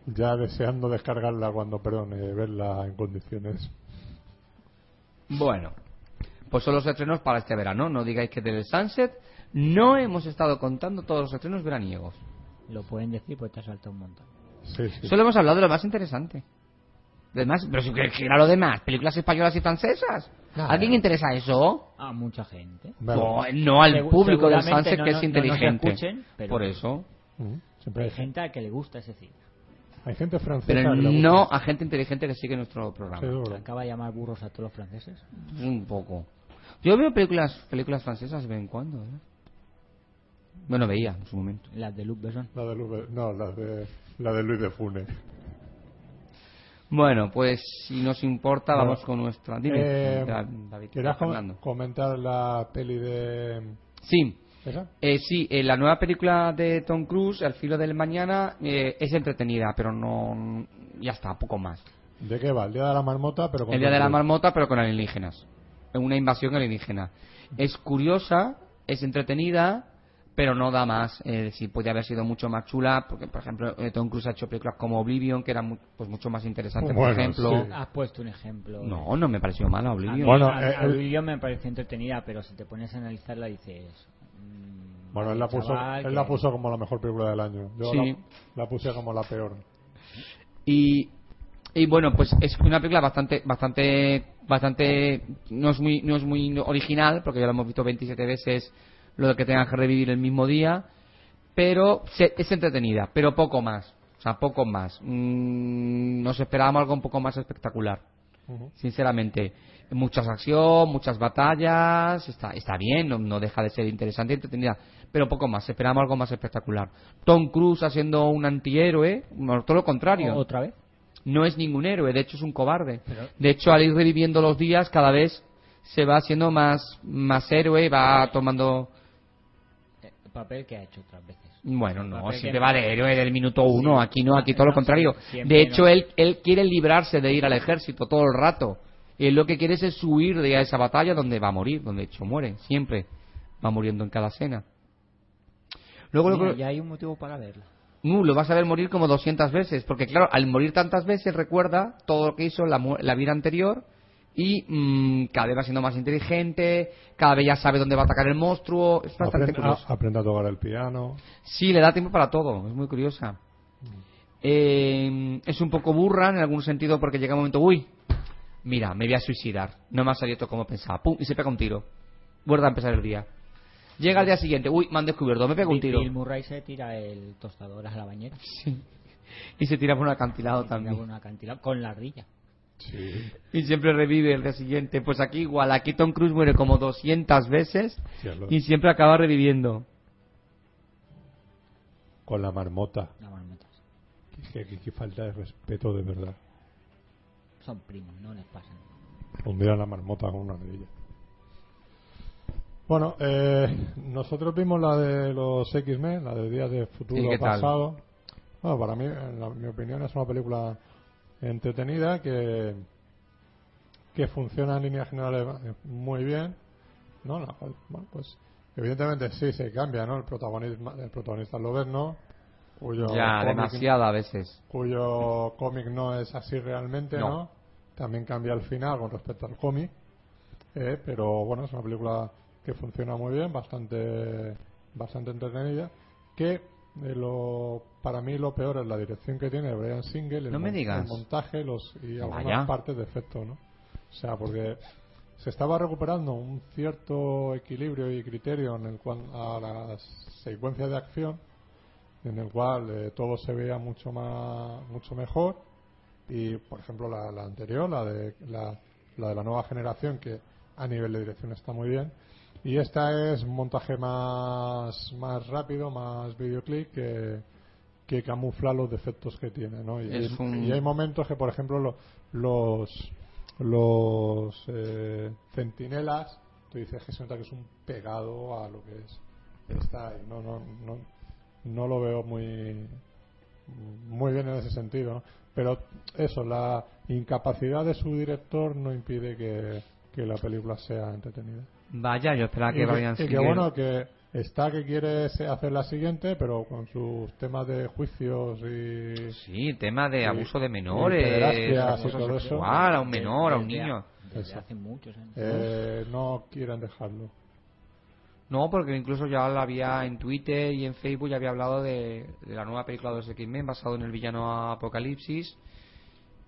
Speaker 3: ya deseando descargarla cuando, perdón, eh, verla en condiciones.
Speaker 4: Bueno, Pues son los estrenos para este verano. No digáis que del Sunset no hemos estado contando todos los estrenos veraniegos.
Speaker 5: Lo pueden decir, pues te has saltado un montón.
Speaker 3: Sí, sí.
Speaker 4: Solo hemos hablado de lo más interesante. De más, pero si que que era lo demás, películas españolas y francesas.
Speaker 5: Claro.
Speaker 4: ¿A quién interesa eso?
Speaker 5: A mucha gente.
Speaker 3: Vale.
Speaker 4: No, no al
Speaker 5: Segu-
Speaker 4: público del
Speaker 5: seguramente
Speaker 4: Sunset
Speaker 5: no-
Speaker 4: que
Speaker 5: no-
Speaker 4: es
Speaker 5: no
Speaker 4: inteligente.
Speaker 5: nos escuchen, pero-
Speaker 4: Por eso.
Speaker 3: Mm, Siempre
Speaker 5: Hay
Speaker 3: hay gente,
Speaker 5: gente a que le gusta ese cine.
Speaker 3: hay gente francesa.
Speaker 4: Pero
Speaker 3: que le gusta.
Speaker 4: no a gente inteligente que sigue nuestro
Speaker 3: Sí,
Speaker 4: programa.
Speaker 3: seguro.
Speaker 5: Acaba de llamar burros a todos los franceses.
Speaker 4: Un poco. Yo veo películas películas francesas de vez en cuando. ¿eh? Bueno, veía en su momento.
Speaker 5: Las de Luc Besson.
Speaker 3: La de, Lu- no, la de, la de Luis de Funes.
Speaker 4: Bueno, pues si nos importa,
Speaker 3: Bueno.
Speaker 4: vamos con nuestra. Dime,
Speaker 3: Eh,
Speaker 4: David,
Speaker 3: ¿Querías com-
Speaker 4: Fernando.
Speaker 3: comentar la peli de.
Speaker 4: Sí,
Speaker 3: ¿Esa?
Speaker 4: Eh, sí, eh, la nueva película de Tom Cruise, Al filo del mañana, eh, es entretenida, pero no. Ya está, poco más.
Speaker 3: ¿De qué va? El día de la marmota, pero con.
Speaker 4: El día de la
Speaker 3: Tom Cruise.
Speaker 4: marmota, pero con alienígenas. Una invasión alienígena. Es curiosa, es entretenida, pero no da más. Eh, sí, podría haber sido mucho más chula, porque, por ejemplo, eh, Tom Cruise ha hecho películas como Oblivion, que eran mu- pues mucho más interesantes, por
Speaker 3: Bueno,
Speaker 4: ejemplo.
Speaker 3: sí.
Speaker 5: Has puesto un ejemplo.
Speaker 4: No, no me pareció mala
Speaker 5: A
Speaker 4: Oblivion.
Speaker 5: mí,
Speaker 3: Bueno,
Speaker 5: a-
Speaker 3: eh,
Speaker 5: a
Speaker 3: el-
Speaker 5: Oblivion me pareció entretenida, pero si te pones a analizarla dices... mm,
Speaker 3: Bueno, él la, puso,
Speaker 5: chaval,
Speaker 3: él
Speaker 5: que-
Speaker 3: la puso como la mejor película del año. Yo
Speaker 4: Sí.
Speaker 3: la, la puse como la peor.
Speaker 4: y y bueno pues es una película bastante bastante bastante no es muy no es muy original porque ya lo hemos visto 27 veces lo de que tengan que revivir el mismo día pero se- es entretenida pero poco más o sea poco más Mm, nos esperábamos algo un poco más espectacular
Speaker 3: Ujú.
Speaker 4: sinceramente muchas acción muchas batallas está está bien no, no deja de ser interesante y entretenida pero poco más esperábamos algo más espectacular Tom Cruise haciendo un antihéroe no, todo lo contrario
Speaker 5: ¿Otra vez?
Speaker 4: no es ningún héroe, de hecho es un cobarde.
Speaker 5: Pero-
Speaker 4: De hecho, al ir reviviendo los días, cada vez se va haciendo más, más héroe, va tomando...
Speaker 5: Eh, El papel que ha hecho otras veces.
Speaker 4: Bueno, no,
Speaker 5: Papel que
Speaker 4: siempre
Speaker 5: no.
Speaker 4: va de héroe del minuto uno, aquí no, aquí todo lo
Speaker 5: No,
Speaker 4: contrario.
Speaker 5: siempre
Speaker 4: De hecho,
Speaker 5: no.
Speaker 4: él, él quiere librarse de ir al ejército todo el rato. Él lo que quiere es huir de esa batalla donde va a morir, donde de hecho muere, siempre. Va muriendo en cada escena. Luego, lo
Speaker 5: Mira,
Speaker 4: que-
Speaker 5: ya hay un motivo para verla.
Speaker 4: No, lo vas a ver morir como 200 veces, porque claro, al morir tantas veces recuerda todo lo que hizo la, mu- la vida anterior y mm, cada vez va siendo más inteligente, cada vez ya sabe dónde va a atacar el monstruo, es bastante
Speaker 3: Aprende,
Speaker 4: curioso.
Speaker 3: a, aprende a tocar el piano.
Speaker 4: Sí, le da tiempo para todo, es muy curiosa. Eh, es un poco burra en algún sentido porque llega un momento, uy, mira, me voy a suicidar, no me ha salido esto como pensaba, pum, y se pega un tiro. Vuelve a empezar el día. Llega el día siguiente, uy, me han descubierto, me pega un
Speaker 5: Bill-
Speaker 4: tiro.
Speaker 5: Bill Murray se tira el tostador a la bañera.
Speaker 4: Sí. Y se tira por un acantilado
Speaker 5: Y se
Speaker 4: también.
Speaker 5: tira por un acantilado con la ardilla.
Speaker 3: Sí,
Speaker 4: Y siempre revive el día siguiente. Pues aquí igual, aquí Tom Cruise muere como 200 veces
Speaker 3: sí, es lo-
Speaker 4: y siempre acaba reviviendo.
Speaker 3: Con la marmota.
Speaker 5: Las marmotas.
Speaker 3: Qué, qué- qué falta de respeto, de verdad.
Speaker 5: Son primos, no les pasa nada.
Speaker 3: Un día la marmota con una ardilla. Bueno, eh, nosotros vimos la de los X-Men, la de Días de
Speaker 4: ¿Y
Speaker 3: Futuro
Speaker 4: qué tal?
Speaker 3: Pasado. Bueno, para mí, en la- mi opinión, es una película entretenida que, que funciona en líneas generales eh, muy bien. ¿no? La cual, bueno, pues evidentemente sí se cambia, ¿no? El protagonista, el protagonista es Lobezno, cuyo
Speaker 4: ya,
Speaker 3: cómic-
Speaker 4: demasiado a veces.
Speaker 3: cuyo cómic no es así realmente,
Speaker 4: No.
Speaker 3: ¿no? También cambia el final con respecto al cómic, eh, pero bueno, es una película que funciona muy bien, bastante, bastante entretenida, que eh, lo, para mí lo peor es la dirección que tiene Brian Singer, el,
Speaker 4: No me
Speaker 3: mon-
Speaker 4: digas.
Speaker 3: el montaje los, y algunas
Speaker 4: Vaya.
Speaker 3: partes de efecto, ¿no? O sea, porque se estaba recuperando un cierto equilibrio y criterio en el cual a las secuencias de acción en el cual eh, todo se veía mucho más mucho mejor y por ejemplo la, la anterior la de la, la de la nueva generación que a nivel de dirección está muy bien y esta es un montaje más más rápido más videoclip que que camufla los defectos que tiene ¿no? y,
Speaker 4: Es
Speaker 3: hay,
Speaker 4: un-
Speaker 3: y hay momentos que por ejemplo lo- los los eh, centinelas tú dices que se nota que es un pegado a lo que es está ahí. No, no, no, no lo veo muy, muy bien en ese sentido. ¿no? Pero eso, la incapacidad de su director no impide que, que la película sea entretenida.
Speaker 4: Vaya, yo esperaba
Speaker 3: Y
Speaker 4: Ah, que
Speaker 3: que-
Speaker 4: Brian
Speaker 3: y que,
Speaker 4: Singer...
Speaker 3: bueno, que está que quiere se- hacer la siguiente, pero con sus temas de juicios y...
Speaker 4: Sí, tema de
Speaker 3: y-
Speaker 4: abuso de
Speaker 3: y
Speaker 4: menores,
Speaker 3: pederastias y
Speaker 4: abuso
Speaker 3: todo eso.
Speaker 4: sexual a un
Speaker 5: De-
Speaker 4: menor, a un
Speaker 5: desde
Speaker 4: niño.
Speaker 5: desde
Speaker 3: Eso.
Speaker 5: hace muchos años.
Speaker 3: Eh, no quieran dejarlo.
Speaker 4: No, porque incluso ya la había en Twitter y en Facebook, ya había hablado de, de la nueva película de los X-Men basado en el villano Apocalipsis.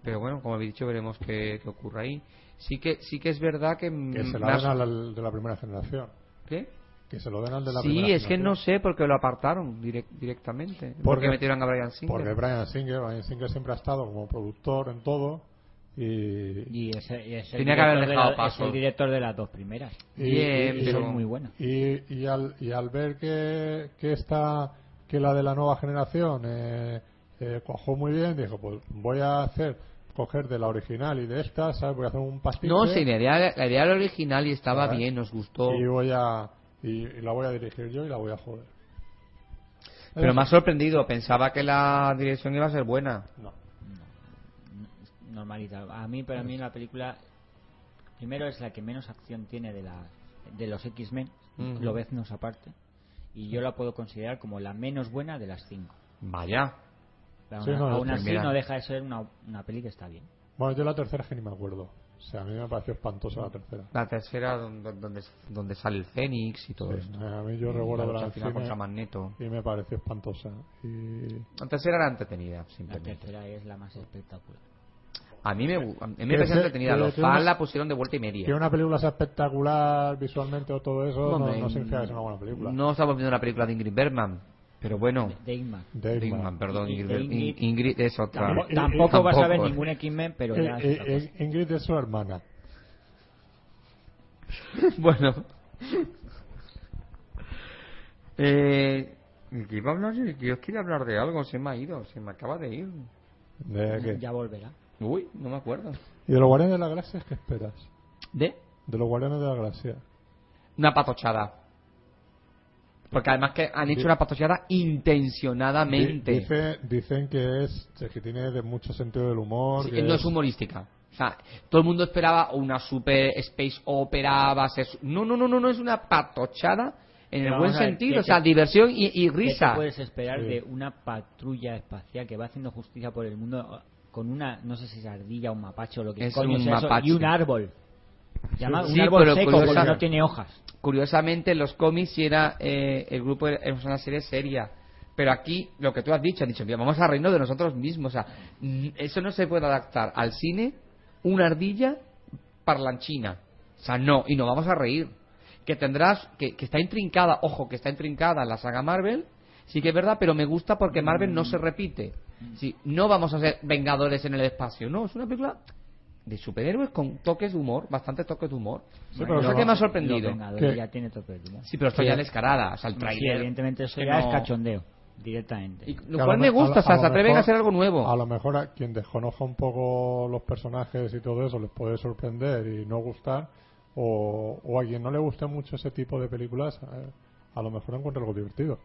Speaker 4: Pero bueno, como habéis dicho, veremos qué, qué ocurre ahí. Sí que sí que es verdad que...
Speaker 3: Que se
Speaker 4: mm,
Speaker 3: la
Speaker 4: más-
Speaker 3: den al- al de la primera generación.
Speaker 4: ¿Qué?
Speaker 3: Que se lo den al de la primera
Speaker 4: Sí, es que
Speaker 3: generación.
Speaker 4: no sé porque lo apartaron direc- directamente. Porque,
Speaker 3: Porque-
Speaker 4: metieron a Brian Singer.
Speaker 3: Porque Brian Singer, Brian Singer siempre ha estado como productor en todo y,
Speaker 5: Y es, y es el
Speaker 4: Tenía que haber
Speaker 5: director de
Speaker 4: dejado
Speaker 5: la-
Speaker 4: paso.
Speaker 5: Es el director de las dos primeras.
Speaker 3: y-
Speaker 4: Bien,
Speaker 3: y-
Speaker 5: Y
Speaker 4: pero-
Speaker 5: es muy buena.
Speaker 3: y- y al, y al ver que, que esta que la de la nueva generación eh, eh, cojó muy bien, dijo pues voy a hacer coger de la original y de esta, ¿sabes? Voy a hacer un pastiche
Speaker 4: No, sí, la idea, la idea era original y estaba
Speaker 3: Vale.
Speaker 4: bien, nos gustó.
Speaker 3: ¿eh? y voy a y, y la voy a dirigir yo y la voy a joder.
Speaker 4: Pero
Speaker 3: Eso.
Speaker 4: me ha sorprendido, pensaba que la dirección iba a ser buena.
Speaker 3: No.
Speaker 5: normalita. A mí, para mí, la película primero es la que menos acción tiene de la de los X-Men,
Speaker 4: Ujú.
Speaker 5: lo veznos aparte, y yo la puedo considerar como la menos buena de las cinco.
Speaker 4: Vaya.
Speaker 5: Pero
Speaker 3: Sí,
Speaker 5: aún,
Speaker 3: no, la
Speaker 5: aún así,
Speaker 4: primera.
Speaker 5: no deja de ser una, una peli que está bien.
Speaker 3: Bueno, yo la tercera es que ni me acuerdo. O sea, a mí me pareció espantosa la tercera.
Speaker 4: La tercera, donde, donde, donde sale el Fénix y todo
Speaker 3: Sí,
Speaker 4: esto.
Speaker 3: a mí yo
Speaker 4: pues, Y
Speaker 3: recuerdo
Speaker 4: la
Speaker 3: verla
Speaker 4: lucha
Speaker 3: en
Speaker 4: final
Speaker 3: cine
Speaker 4: contra Magneto.
Speaker 3: y me pareció espantosa. Y...
Speaker 4: La tercera era entretenida,
Speaker 5: La
Speaker 4: simplemente.
Speaker 5: tercera es la más espectacular.
Speaker 4: A mí me, gu- a mí me
Speaker 3: Que
Speaker 4: pareció
Speaker 3: se-
Speaker 4: entretenida.
Speaker 3: que-
Speaker 4: Los
Speaker 3: que una-
Speaker 4: fans la pusieron de vuelta y
Speaker 3: Que
Speaker 4: media.
Speaker 3: una película sea espectacular visualmente o todo eso no,
Speaker 4: Hombre,
Speaker 3: no significa que sea una buena película.
Speaker 4: No estamos viendo una película de Ingrid Bergman, pero bueno.
Speaker 5: De- De Ingmar.
Speaker 3: Dave
Speaker 4: Ingrid
Speaker 3: Mann.
Speaker 4: Bergman, perdón.
Speaker 5: Y-
Speaker 4: Ingrid,
Speaker 5: de
Speaker 4: Berg-
Speaker 5: Ingrid-
Speaker 4: In- Ingrid, es otra.
Speaker 3: Tampoco-
Speaker 4: Eh,
Speaker 5: Tampoco vas a ver
Speaker 4: tampoco.
Speaker 5: ningún X-Men, pero
Speaker 3: Eh,
Speaker 5: ya es
Speaker 3: eh,
Speaker 5: otra cosa.
Speaker 3: eh, Ingrid es su hermana.
Speaker 4: bueno. eh, que iba a hablar yo? Que yo quería hablar de algo, se me ha ido, se me acaba de ir. Ah,
Speaker 3: ¿De qué?
Speaker 5: ya volverá.
Speaker 4: Uy, no me acuerdo.
Speaker 3: ¿Y de los Guardianes de la Galaxia qué esperas?
Speaker 4: ¿De?
Speaker 3: De los Guardianes de la Galaxia.
Speaker 4: Una patochada. Porque además que han hecho
Speaker 3: Di-
Speaker 4: una patochada
Speaker 3: Di-
Speaker 4: intencionadamente.
Speaker 3: dice- dicen que es que tiene de mucho sentido del humor.
Speaker 4: Sí,
Speaker 3: que
Speaker 4: no es
Speaker 3: es-
Speaker 4: humorística. O sea, todo el mundo esperaba una super space opera, base... No, no, no, no, no, es una patochada en el
Speaker 5: Pero
Speaker 4: buen
Speaker 5: vamos a ver,
Speaker 4: sentido.
Speaker 5: ¿qué
Speaker 4: O sea,
Speaker 5: te-
Speaker 4: diversión y, y
Speaker 5: ¿Qué te
Speaker 4: risa.
Speaker 5: puedes esperar
Speaker 3: Sí.
Speaker 5: de una patrulla espacial que va haciendo justicia por el mundo con una, no sé si es ardilla o un mapache o lo que
Speaker 4: Es
Speaker 5: coño
Speaker 4: un
Speaker 5: sea eso,
Speaker 4: mapache.
Speaker 5: y un árbol? Llama-
Speaker 4: Sí,
Speaker 5: un árbol
Speaker 4: pero
Speaker 5: seco
Speaker 4: curiosa-
Speaker 5: porque no tiene hojas.
Speaker 4: Curiosamente, en los cómics sí era eh, el grupo era era una serie seria. Pero aquí, lo que tú has dicho, has dicho, "Mira, vamos a reírnos de nosotros mismos. O sea, mm, eso no se puede adaptar al cine una ardilla parlanchina. O sea, no, y nos vamos a reír. Que tendrás, que, que está intrincada, ojo, que está intrincada la saga Marvel, sí que es verdad, pero me gusta porque Marvel no se repite. Sí, no vamos a ser vengadores en el espacio, no, es una película de superhéroes con toques de humor, bastantes toques de humor.
Speaker 3: Sí,
Speaker 4: Bueno,
Speaker 3: pero
Speaker 4: cosa
Speaker 3: no-
Speaker 4: que me ha
Speaker 5: Los
Speaker 4: sorprendido.
Speaker 5: Vengadores
Speaker 3: ¿Qué?
Speaker 5: ya tiene tope de humor.
Speaker 4: Sí, pero esto ya
Speaker 3: eh,
Speaker 4: descarada, o sea, el
Speaker 5: Sí,
Speaker 4: trailer.
Speaker 5: evidentemente eso
Speaker 4: que
Speaker 5: ya es
Speaker 4: no-
Speaker 5: cachondeo, directamente.
Speaker 4: Y-
Speaker 3: que
Speaker 4: lo
Speaker 3: a
Speaker 4: cual
Speaker 3: lo
Speaker 4: me
Speaker 3: me- a
Speaker 4: gusta,
Speaker 3: lo-
Speaker 4: o sea,
Speaker 3: a
Speaker 4: se
Speaker 3: lo
Speaker 4: atreven a
Speaker 3: mejor-
Speaker 4: hacer algo
Speaker 3: A
Speaker 4: nuevo.
Speaker 3: lo mejor a quien desconozca un poco los personajes y todo eso les puede sorprender y no gustar, o, o a quien no le guste mucho ese tipo de películas, eh, a lo mejor encuentra algo divertido.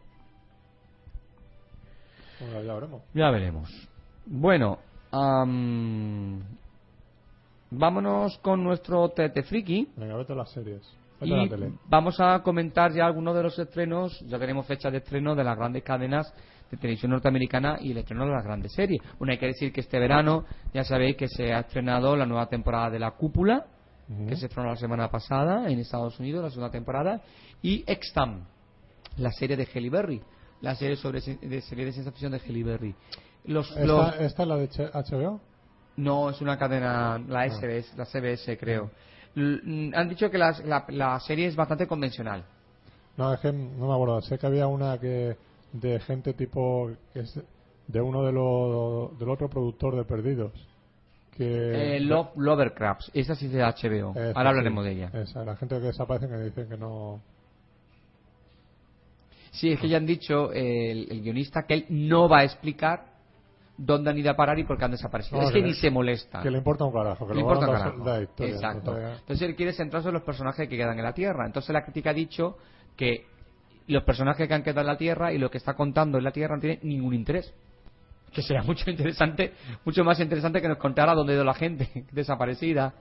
Speaker 3: Bueno, ya veremos.
Speaker 4: Ya veremos. Bueno, am, vámonos con nuestro TT Friki.
Speaker 3: Venga, vete a las series. Vete a Pues la
Speaker 4: Y
Speaker 3: tele.
Speaker 4: vamos a comentar ya algunos de los estrenos. Ya tenemos fecha de estreno de las grandes cadenas de televisión norteamericana y el estreno de las grandes series. Bueno, hay que decir que este verano ya sabéis que se ha estrenado la nueva temporada de La Cúpula,
Speaker 3: Ujú.
Speaker 4: que se estrenó la semana pasada en Estados Unidos, la segunda temporada, y Extam, la serie de Halle Berry, la serie sobre se- de serie de ciencia ficción de Halle Berry. Los,
Speaker 3: ¿Esta,
Speaker 4: los-
Speaker 3: esta es la de H- HBO?
Speaker 4: no, es una cadena,
Speaker 3: Ah.
Speaker 4: la SBS, la CBS creo. L- mm, han dicho que las- la, la serie es bastante convencional.
Speaker 3: No, es que no me acuerdo. Sé que había una que de gente tipo que es de uno de los del otro productor de Perdidos. Que
Speaker 4: Eh, Love, Lovercrafts, esa sí es de HBO.
Speaker 3: Esa,
Speaker 4: Ahora hablaremos
Speaker 3: eh, sí.
Speaker 4: de ella.
Speaker 3: Esa, la gente que desaparece que dicen que no.
Speaker 4: Sí, es que ya han dicho eh, el, el guionista que él no va a explicar dónde han ido a parar y por qué han desaparecido.
Speaker 3: no,
Speaker 4: es que,
Speaker 3: le-
Speaker 4: ni se molesta.
Speaker 3: Que le importa un carajo. Que
Speaker 4: Le
Speaker 3: lo
Speaker 4: importa
Speaker 3: van a
Speaker 4: un
Speaker 3: dar-
Speaker 4: carajo.
Speaker 3: da historia,
Speaker 4: Exacto.
Speaker 3: entonces,
Speaker 4: Entonces él quiere centrarse en los personajes que quedan en la Tierra. Entonces la crítica ha dicho que los personajes que han quedado en la Tierra y lo que está contando en la Tierra no tiene ningún interés. Que sería mucho interesante, mucho más interesante que nos contara dónde ha ido la gente desaparecida.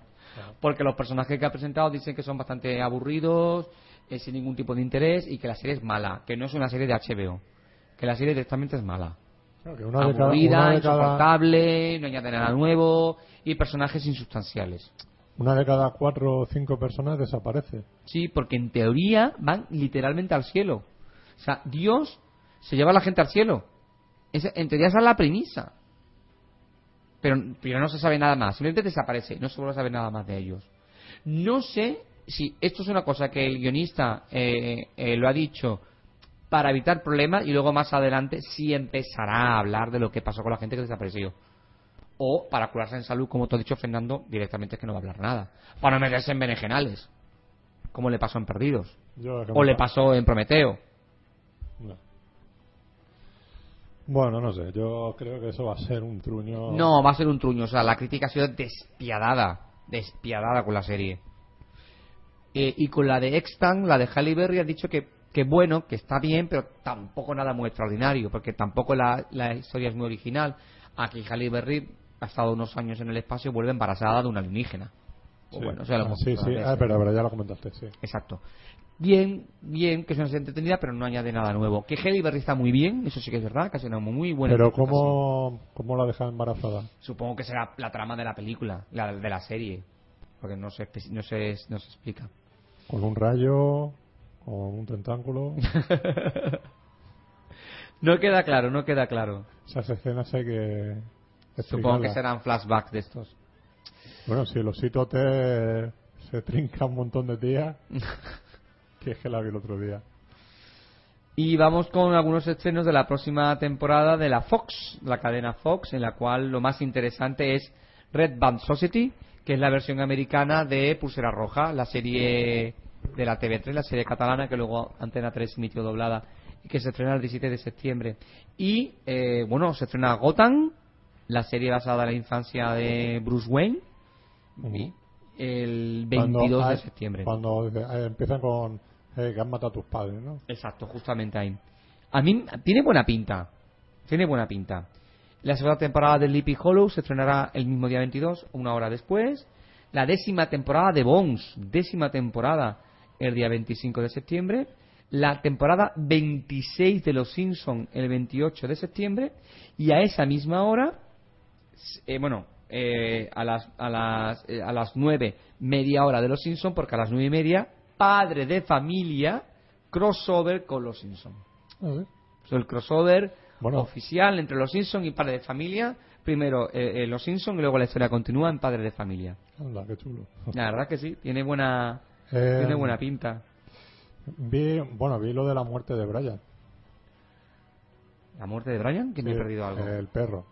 Speaker 4: Porque los personajes que ha presentado dicen que son bastante aburridos, eh, sin ningún tipo de interés y que la serie es mala, que no es una serie de HBO, que la serie directamente es mala
Speaker 3: claro, que una de cada-
Speaker 4: aburrida,
Speaker 3: una de cada-
Speaker 4: insoportable, no añade nada nuevo y personajes insustanciales.
Speaker 3: Una de cada cuatro o cinco personas desaparece.
Speaker 4: Sí, porque en teoría van literalmente al cielo. O sea, Dios se lleva a la gente al cielo. Esa- en teoría esa es la premisa. Pero, pero no se sabe nada más. Simplemente desaparece. No se vuelve a saber nada más de ellos. No sé si esto es una cosa que el guionista eh, eh, lo ha dicho para evitar problemas y luego más adelante sí empezará a hablar de lo que pasó con la gente que desapareció. O para curarse en salud, como te ha dicho Fernando, directamente es que no va a hablar nada. Para no meterse en berenjenales, como le pasó en Perdidos.
Speaker 3: Yo,
Speaker 4: O le pasó en Prometeo.
Speaker 3: No. Bueno, no sé. Yo creo que eso va a ser un truño.
Speaker 4: No, va a ser un truño. O sea, la crítica ha sido despiadada. Despiadada con la serie. Eh, y con la de Extan, la de Halle Berry, ha dicho que, que bueno, que está bien, pero tampoco nada muy extraordinario, porque tampoco la, la historia es muy original. Aquí Halle Berry ha estado unos años en el espacio y vuelve embarazada de un alienígena. O
Speaker 3: Sí.
Speaker 4: bueno, eso ya lo
Speaker 3: Ah,
Speaker 4: hemos
Speaker 3: sí,
Speaker 4: comentado
Speaker 3: sí.
Speaker 4: antes.
Speaker 3: Ah, pero, pero ya lo comentaste, sí.
Speaker 4: Exacto. Bien, bien, que es una serie entretenida, pero no añade nada nuevo. Que Halle Berry está muy bien, eso sí que es verdad, que ha sido una muy buena
Speaker 3: pero
Speaker 4: interpretación.
Speaker 3: ¿cómo, ¿cómo la deja embarazada?
Speaker 4: Supongo que será la trama de la película, la de la serie, porque no se, espe- no se, no se explica.
Speaker 3: ¿Con un rayo? ¿Con un tentáculo?
Speaker 4: No queda claro, no queda claro.
Speaker 3: Esas escenas hay que.
Speaker 4: Supongo que
Speaker 3: explicarlas.
Speaker 4: serán flashbacks de estos.
Speaker 3: Bueno, si el osito te se trinca un montón de días, que es que la vi el otro día.
Speaker 4: Y vamos con algunos estrenos de la próxima temporada de la Fox, la cadena Fox, en la cual lo más interesante es Red Band Society, que es la versión americana de Pulsera Roja, la serie de la TV3, la serie catalana que luego Antena 3 emitió doblada y que se estrena el 17 de septiembre. Y eh, bueno, se estrena Gotham, la serie basada en la infancia de Bruce Wayne, y el 22 de
Speaker 3: hay-
Speaker 4: septiembre.
Speaker 3: Cuando dice- eh, empiezan con eh, que han matado a tus padres, ¿no?
Speaker 4: Exacto, justamente ahí. A mí tiene buena pinta. Tiene buena pinta. La segunda temporada de Sleepy Hollow se estrenará el mismo día 22, una hora después. La décima temporada de Bones, décima temporada, el día 25 de septiembre. La temporada 26 de Los Simpson el 28 de septiembre. Y a esa misma hora, eh, bueno, eh, a las a las eh, a las nueve media hora de los Simpson porque a las nueve y media padre de familia crossover con los Simpson.
Speaker 3: A ver.
Speaker 4: O sea, el crossover
Speaker 3: Bueno.
Speaker 4: oficial entre los Simpson y padre de familia. Primero eh, eh, los Simpson y luego la historia continúa en padre de familia.
Speaker 3: Anda, qué chulo.
Speaker 4: La verdad que sí, tiene buena
Speaker 3: Eh,
Speaker 4: tiene buena pinta.
Speaker 3: Vi, bueno, vi lo de la muerte de Brian.
Speaker 4: La muerte de Brian, que me he
Speaker 3: Sí, eh,
Speaker 4: perdido algo.
Speaker 3: El perro.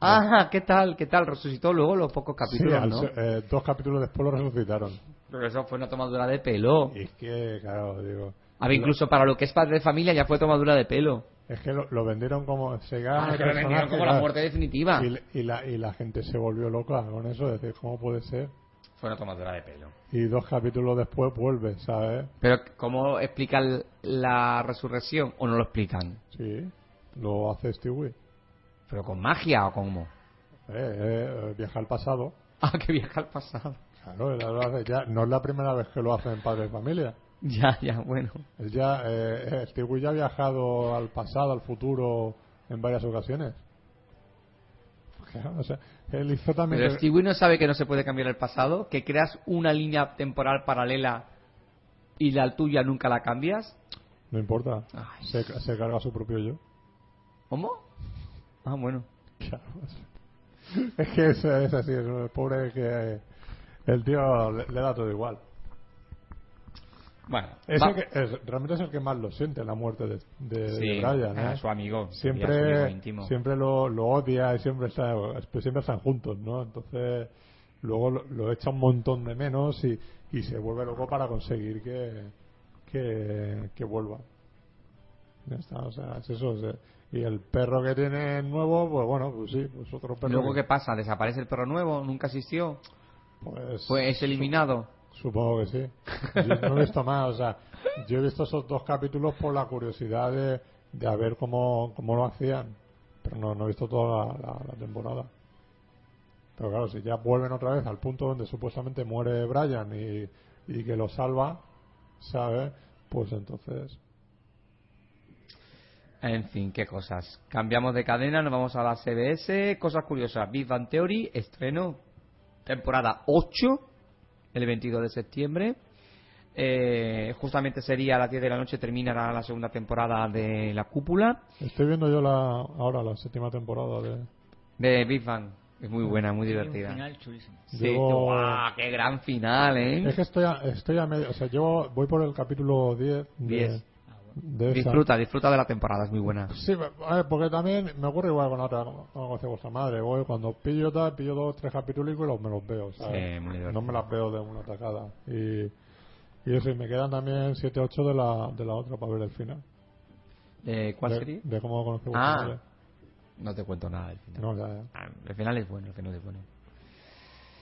Speaker 4: Ajá, ¿qué tal? ¿Qué tal? Resucitó luego los pocos capítulos,
Speaker 3: Sí, al
Speaker 4: ¿no?
Speaker 3: se- eh, dos capítulos después lo resucitaron.
Speaker 4: Pero eso fue una tomadura de pelo.
Speaker 3: Y es que, claro, digo.
Speaker 4: A ver, incluso para lo que es padre de familia ya fue tomadura de pelo.
Speaker 3: Es que lo, lo vendieron como. Se gana
Speaker 4: Ah,
Speaker 3: el
Speaker 4: que lo vendieron
Speaker 3: personaje,
Speaker 4: como la
Speaker 3: claro.
Speaker 4: muerte definitiva.
Speaker 3: Y, le- y la, y la gente se volvió loca con eso, es decir, ¿cómo puede ser?
Speaker 4: Fue una tomadura de pelo.
Speaker 3: Y dos capítulos después vuelve, ¿sabes?
Speaker 4: Pero, ¿cómo explican la resurrección? ¿O no lo explican?
Speaker 3: Sí, lo hace Stewie. Eh,
Speaker 4: ¿Pero con magia o cómo?
Speaker 3: eh, eh, viaja al pasado.
Speaker 4: Ah, que viaja al pasado.
Speaker 3: Claro, él lo hace ya. No es la primera vez que lo hace en Padre de Familia.
Speaker 4: Ya, ya, bueno.
Speaker 3: Él ya, eh, eh, Stewie ya ha viajado al pasado, al futuro, en varias ocasiones. Claro, o sea, él hizo también.
Speaker 4: Pero Stewie no sabe que no se puede cambiar el pasado, que creas una línea temporal paralela y la tuya nunca la cambias.
Speaker 3: No importa.
Speaker 4: Ay.
Speaker 3: Se, se carga su propio yo.
Speaker 4: ¿Cómo? Ah, bueno.
Speaker 3: Claro, o sea, Es que eso es así, es un pobre que eh, el tío le, le da todo igual.
Speaker 4: Bueno.
Speaker 3: Es
Speaker 4: va-
Speaker 3: el que- es- realmente es el que más lo siente, la muerte de, de,
Speaker 4: Sí,
Speaker 3: de Brian. ¿eh?
Speaker 4: a su amigo. a su amigo
Speaker 3: siempre
Speaker 4: íntimo.
Speaker 3: siempre lo, lo odia y siempre, está, siempre están juntos, ¿no? Entonces luego lo, lo echa un montón de menos y, y se vuelve loco para conseguir que, que, que vuelva. Ya está, o sea, es eso. es, eh, y el perro que tiene nuevo, pues bueno, pues sí, pues otro perro.
Speaker 4: Luego,
Speaker 3: que-
Speaker 4: ¿qué pasa? ¿Desaparece el perro nuevo? ¿Nunca existió?
Speaker 3: Pues,
Speaker 4: Pues es eliminado.
Speaker 3: supongo que sí. Yo no he visto más, o sea, yo he visto esos dos capítulos por la curiosidad de, de a ver cómo, cómo lo hacían, pero no, no he visto toda la, la- la temporada. Pero claro, si ya vuelven otra vez al punto donde supuestamente muere Brian y, y que lo salva, ¿sabes? Pues entonces,
Speaker 4: En fin, qué cosas. Cambiamos de cadena, nos vamos a la CBS. Cosas curiosas. Big Bang Theory, estreno, temporada 8, el 22 de septiembre. Eh, justamente sería a las 10 de la noche terminará la segunda temporada de La Cúpula
Speaker 3: Estoy viendo yo la, ahora la séptima temporada de...
Speaker 4: de Big Bang. Es muy buena, muy
Speaker 5: Tiene un
Speaker 4: divertida.
Speaker 5: final chulísimo.
Speaker 4: Sí,
Speaker 3: Llevo-
Speaker 4: ¡guau! ¡Qué gran final,
Speaker 3: Es que
Speaker 4: eh!
Speaker 3: estoy a, estoy a medio... O sea, yo voy por el capítulo 10 de,
Speaker 4: Diez.
Speaker 5: Ah, bueno.
Speaker 3: de esa.
Speaker 4: Disfruta, disfruta de la temporada, es muy buena.
Speaker 3: Sí, a ver, porque también me ocurre igual con otra, como hace vuestra madre. Voy cuando pillo tal, pillo dos, tres capítulos y los, me los veo, ¿sabes?
Speaker 4: Sí, muy divertido.
Speaker 3: no me las veo de una tacada. Y, y eso, y me quedan también siete, ocho de la, de la otra para ver el final.
Speaker 4: Eh, ¿Cuál
Speaker 3: de,
Speaker 4: serie?
Speaker 3: De cómo conocí a vuestra
Speaker 4: Ah.
Speaker 3: madre.
Speaker 4: No te cuento nada del final.
Speaker 3: No, ya, ya.
Speaker 4: Ah, El final es bueno, el final es bueno.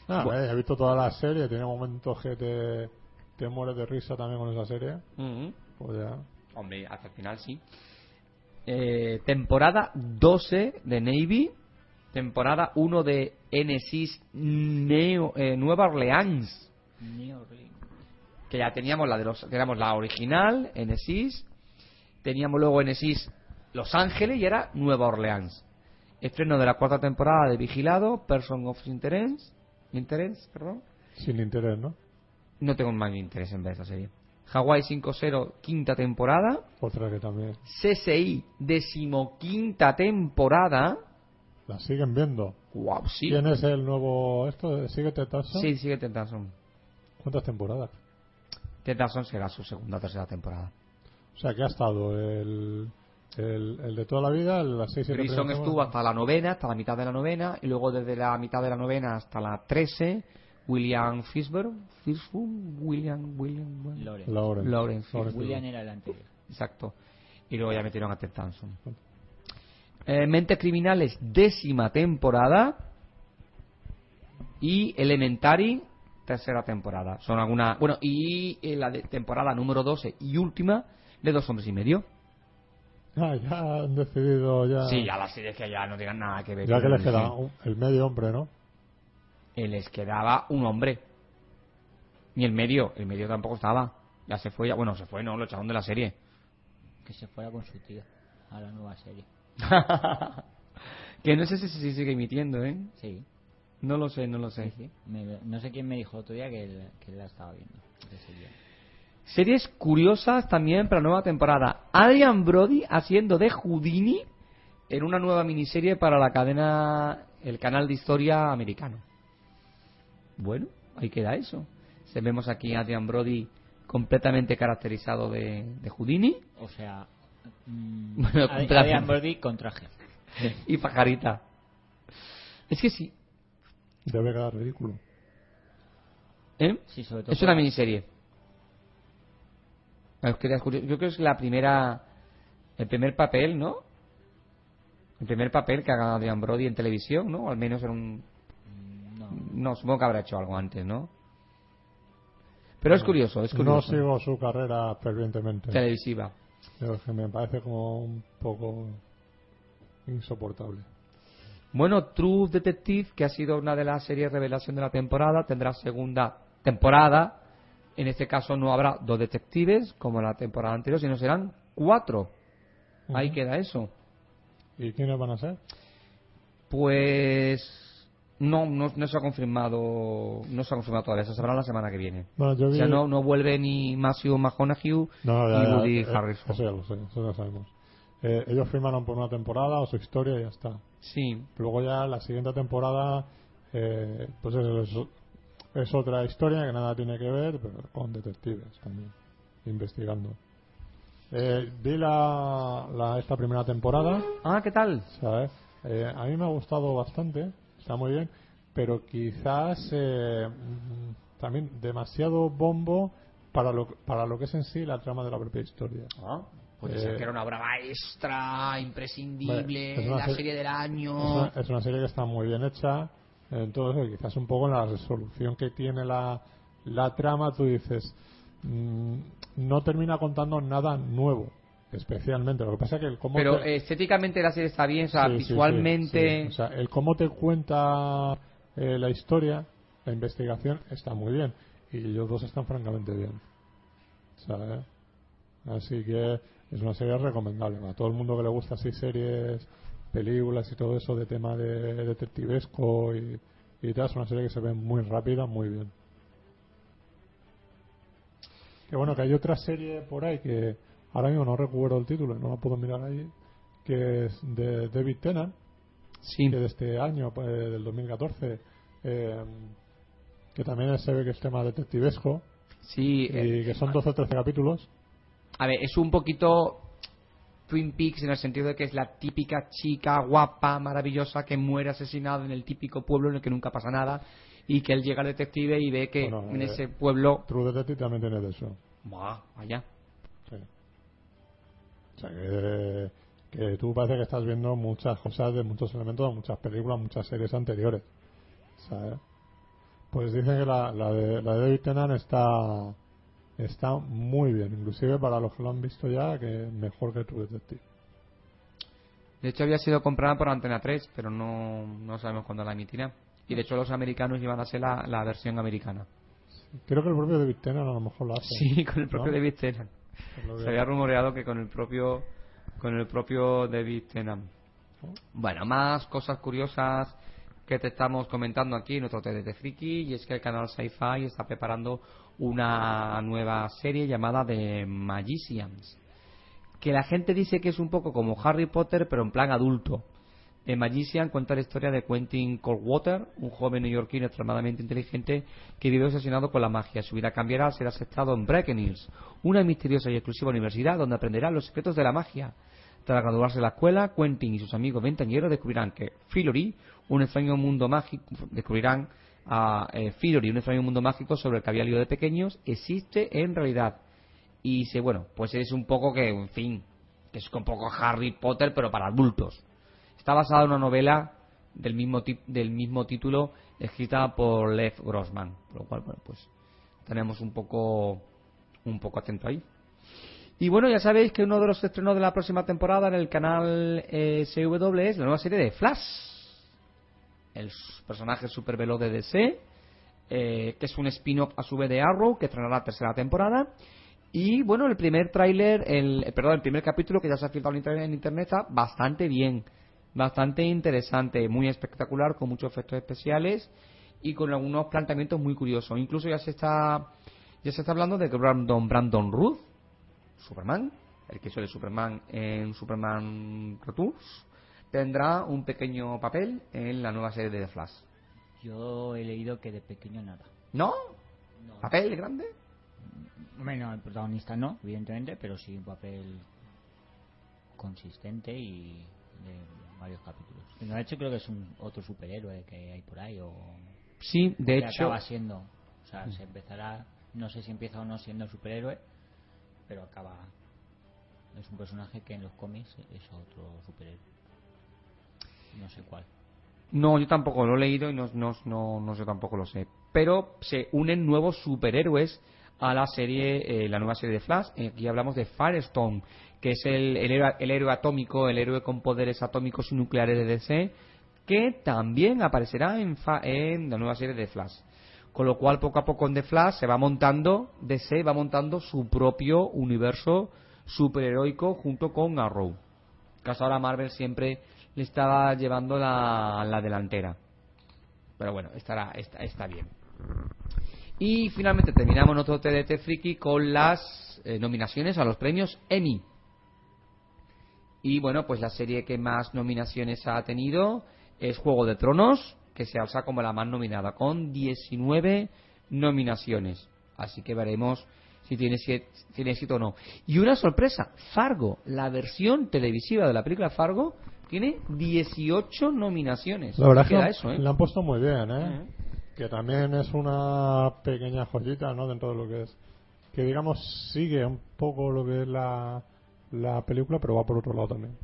Speaker 3: Ah,
Speaker 4: Bu-
Speaker 3: eh, he visto toda la serie, tiene momentos que te, te mueres de risa también con esa serie.
Speaker 4: Mm.
Speaker 3: Pues ya.
Speaker 4: Hombre, hasta el final sí. Eh, temporada 12 de Navy, temporada 1 de Genesis Neo- eh, Nueva Orleans,
Speaker 5: New Orleans.
Speaker 4: que ya teníamos la de los, teníamos la original, Genesis, teníamos luego Genesis Los Ángeles y era Nueva Orleans. Estreno de la cuarta temporada de Vigilado, Person of Interest, Interest, perdón.
Speaker 3: Sin interés, ¿no?
Speaker 4: No tengo más interés en ver esta serie. Hawaii 5-0, quinta temporada.
Speaker 3: Otra que también.
Speaker 4: CSI, decimoquinta temporada.
Speaker 3: La siguen viendo.
Speaker 4: Wow, sí.
Speaker 3: ¿Quién es el nuevo esto? ¿Sigue Ted Danson?
Speaker 4: Sí, sigue Ted Danson.
Speaker 3: ¿Cuántas temporadas?
Speaker 4: Ted Danson será su segunda o tercera temporada.
Speaker 3: O sea, que ha estado el, el, el de toda la vida, el- las seis siete
Speaker 4: Grison
Speaker 3: primeras
Speaker 4: estuvo
Speaker 3: temporadas.
Speaker 4: hasta la novena, hasta la mitad de la novena, y luego desde la mitad de la novena hasta la trece, William Fishburne, Fishburne, William, William, William.
Speaker 5: Lawrence.
Speaker 3: Lawrence.
Speaker 4: Lawrence,
Speaker 3: Lawrence
Speaker 5: William
Speaker 3: estuvo.
Speaker 5: era el anterior.
Speaker 4: Exacto. Y luego ya metieron a Ted Danson. Eh, Mentes Criminales, décima temporada. Y Elementary, tercera temporada. Son algunas. Bueno, y eh, la de temporada número 12 y última de Dos Hombres y Medio.
Speaker 3: Ah, ya han decidido ya.
Speaker 4: Sí, ya las series que ya no tengan nada que ver.
Speaker 3: Ya
Speaker 4: con
Speaker 3: que les
Speaker 4: el-
Speaker 3: queda un- el medio hombre, ¿no?
Speaker 4: Eh, les quedaba un hombre. Ni el medio, el medio tampoco estaba. Ya se fue, ya, bueno, se fue, no, lo echaron de la serie.
Speaker 5: Que se fuera con su tía a la nueva serie.
Speaker 4: que no sé si se sigue emitiendo, ¿eh?
Speaker 5: Sí.
Speaker 4: No lo sé, no lo sé.
Speaker 5: Me- no sé quién me dijo el otro día que, él- que él la estaba viendo. que seguía.
Speaker 4: Series curiosas también para la nueva temporada. Adrian Brody haciendo de Houdini en una nueva miniserie para la cadena, el canal de historia americano. Bueno, ahí queda eso. Se vemos aquí a Adrian Brody completamente caracterizado de, de Houdini
Speaker 5: O sea, mm,
Speaker 4: Bueno,
Speaker 5: Ad-
Speaker 4: completamente.
Speaker 5: Adrian Brody con traje.
Speaker 4: y pajarita. Es que sí,
Speaker 3: Debe quedar ridículo.
Speaker 4: ¿eh?
Speaker 5: Sí, sobre todo.
Speaker 4: Es una
Speaker 5: por-
Speaker 4: miniserie. Ah, os quería curioso. Yo creo que es la primera. El primer papel, ¿no? El primer papel que haga Adrian Brody en televisión, ¿no? O al menos en un.
Speaker 5: Mm, No.
Speaker 4: No, supongo que habrá hecho algo antes, ¿no? Pero es curioso, es
Speaker 3: No
Speaker 4: curioso.
Speaker 3: sigo su carrera fervientemente.
Speaker 4: Televisiva.
Speaker 3: Yo es que me parece como un poco insoportable.
Speaker 4: Bueno, True Detective, que ha sido una de las series revelación de la temporada, tendrá segunda temporada. En este caso no habrá dos detectives como en la temporada anterior, sino serán cuatro. Ahí
Speaker 3: Ujú.
Speaker 4: queda eso.
Speaker 3: ¿Y quiénes van a ser?
Speaker 4: Pues no, no, no se ha confirmado, no se ha confirmado todavía. Se sabrá la semana que viene.
Speaker 3: Bueno, yo
Speaker 4: O
Speaker 3: vi...
Speaker 4: sea, no, no vuelve ni Matthew McConaughey
Speaker 3: No, ya,
Speaker 4: ni
Speaker 3: ya,
Speaker 4: Woody
Speaker 3: eh,
Speaker 4: Harrison.
Speaker 3: Eso ya lo sé, eso ya sabemos. Eh, ellos firmaron por una temporada o su historia y ya está.
Speaker 4: Sí,
Speaker 3: Luego ya la siguiente temporada, eh, pues eso es, es otra historia que nada tiene que ver, pero con detectives también, investigando. Eh, vi la, la- esta primera temporada,
Speaker 4: Ah, ¿qué tal?
Speaker 3: ¿sabes? Eh, a mí me ha gustado bastante, está muy bien, pero quizás eh, mm, también demasiado bombo para lo, para lo que es en sí la trama de la propia historia.
Speaker 4: Ah,
Speaker 3: pues dicen Eh, que era
Speaker 4: una obra maestra, imprescindible,
Speaker 3: Vale, es una la serie- serie
Speaker 4: del
Speaker 3: Es
Speaker 4: año.
Speaker 3: una, es una serie que está muy bien hecha. Entonces, quizás un poco en la resolución que tiene la, la trama, tú dices, mm, no termina contando nada nuevo, especialmente. Lo que pasa es que el cómo
Speaker 4: Pero eh,
Speaker 3: te-
Speaker 4: estéticamente la serie está bien, o sea,
Speaker 3: sí, sí, sí,
Speaker 4: visualmente.
Speaker 3: sí. O sea, el cómo te cuenta eh, la historia, la investigación, está muy bien. Y ellos dos están francamente bien. ¿Sabes? Así que es una serie recomendable. A todo el mundo que le gusta así series, películas y todo eso de tema de detectivesco y, y tal, es una serie que se ve muy rápida, muy bien. Que bueno, que hay otra serie por ahí que ahora mismo no recuerdo el título y no la puedo mirar ahí, que es de David Tennant,
Speaker 4: Sí.
Speaker 3: que de este año, pues, del 2014, eh, que también se ve que es tema detectivesco,
Speaker 4: Sí, eh,
Speaker 3: y que son 12 o 13 capítulos.
Speaker 4: a ver, es un poquito Twin Peaks en el sentido de que es la típica chica guapa, maravillosa, que muere asesinada en el típico pueblo en el que nunca pasa nada y que él llega al detective y ve que
Speaker 3: Bueno,
Speaker 4: en
Speaker 3: eh,
Speaker 4: ese pueblo...
Speaker 3: True Detective también tiene de eso.
Speaker 4: Buah, vaya.
Speaker 3: Sí. O sea, que, que tú parece que estás viendo muchas cosas de muchos elementos de muchas películas, muchas series anteriores. ¿Sabes? Pues dicen que la, la de, la de David Tennant está, está muy bien, inclusive para los que lo han visto ya, que mejor que True Detective.
Speaker 4: De hecho, había sido comprada por Antena 3, pero no, no sabemos cuándo la emitirá. Y de hecho, los americanos iban a ser la, la versión americana.
Speaker 3: Creo que el propio David Tennant a lo mejor lo hace.
Speaker 4: Sí, con el propio
Speaker 3: ¿no?
Speaker 4: David Tennant.
Speaker 3: Por lo que-
Speaker 4: Se había rumoreado que con el propio con el propio David Tennant. Bueno, más cosas curiosas que te estamos comentando aquí en nuestro TDT Friki y es que el canal Sci-Fi está preparando una nueva serie llamada The Magicians que la gente dice que es un poco como Harry Potter, pero en plan adulto. The eh, Magician cuenta la historia de Quentin Coldwater, un joven neoyorquino extremadamente inteligente que vive obsesionado con la magia. Su vida cambiará al ser aceptado en Breckenridge, una misteriosa y exclusiva universidad donde aprenderá los secretos de la magia. Tras graduarse de la escuela, Quentin y sus amigos ventañeros descubrirán que Fillory, un extraño mundo mágico, descubrirán a eh, Fillory, un extraño mundo mágico sobre el que había leído de pequeños, existe en realidad y se bueno pues es un poco que en fin que es un poco Harry Potter pero para adultos está basada en una novela del mismo ti- del mismo título escrita por Lev Grossman por lo cual bueno pues tenemos un poco un poco atento ahí y bueno ya sabéis que uno de los estrenos de la próxima temporada en el canal eh, CW es la nueva serie de Flash el s- personaje superveloz de DC eh, que es un spin-off a su vez de Arrow, que estrenará la tercera temporada. Y bueno, el primer tráiler, el, eh, perdón, el primer capítulo que ya se ha filtrado en internet, en internet está bastante bien, bastante interesante, muy espectacular, con muchos efectos especiales y con algunos planteamientos muy curiosos. Incluso ya se está, ya se está hablando de que Brandon, Brandon Ruth, Superman, el que hizo de Superman en Superman Returns, tendrá un pequeño papel en la nueva serie de The Flash.
Speaker 5: Yo he leído que de pequeño nada.
Speaker 4: ¿No?
Speaker 5: No.
Speaker 4: ¿Papel grande?
Speaker 5: Hombre, no, el protagonista no, evidentemente, pero sí un papel consistente y de varios capítulos. No, de hecho, creo que es un otro superhéroe que hay por ahí o
Speaker 4: Sí, de
Speaker 5: que
Speaker 4: hecho. Mm.
Speaker 5: acaba siendo. O sea, se empezará, no sé si empieza o no siendo superhéroe, pero acaba. Es un personaje que en los cómics es otro superhéroe. No sé cuál.
Speaker 4: No, yo tampoco lo he leído y no, no, no, no sé tampoco lo sé. Pero se unen nuevos superhéroes a la serie, eh, la nueva serie de Flash. Eh, Aquí hablamos de Firestone, que es el, el, héroe- el héroe atómico, el héroe con poderes atómicos y nucleares de DC, que también aparecerá en, fa- en la nueva serie de Flash. Con lo cual, poco a poco en The Flash se va montando, DC va montando su propio universo superheroico junto con Arrow. que hasta ahora Marvel siempre le estaba llevando la, la delantera. Pero bueno, estará, está, está bien. Y finalmente terminamos nuestro TDT Friki con las eh, nominaciones a los premios Emmy. Y bueno, pues la serie que más nominaciones ha tenido es Juego de Tronos, que se alza como la más nominada, con 19 nominaciones. Así que veremos si tiene, si tiene éxito o no. Y una sorpresa, Fargo, la versión televisiva de la película Fargo, tiene 18 nominaciones.
Speaker 3: La verdad es que
Speaker 4: Queda
Speaker 3: la-
Speaker 4: eso, ¿eh?
Speaker 3: la han puesto muy bien, ¿eh? Que también es una pequeña joyita, ¿no? Dentro de lo que es. Que digamos sigue un poco lo que es la, la película, pero va por otro lado también.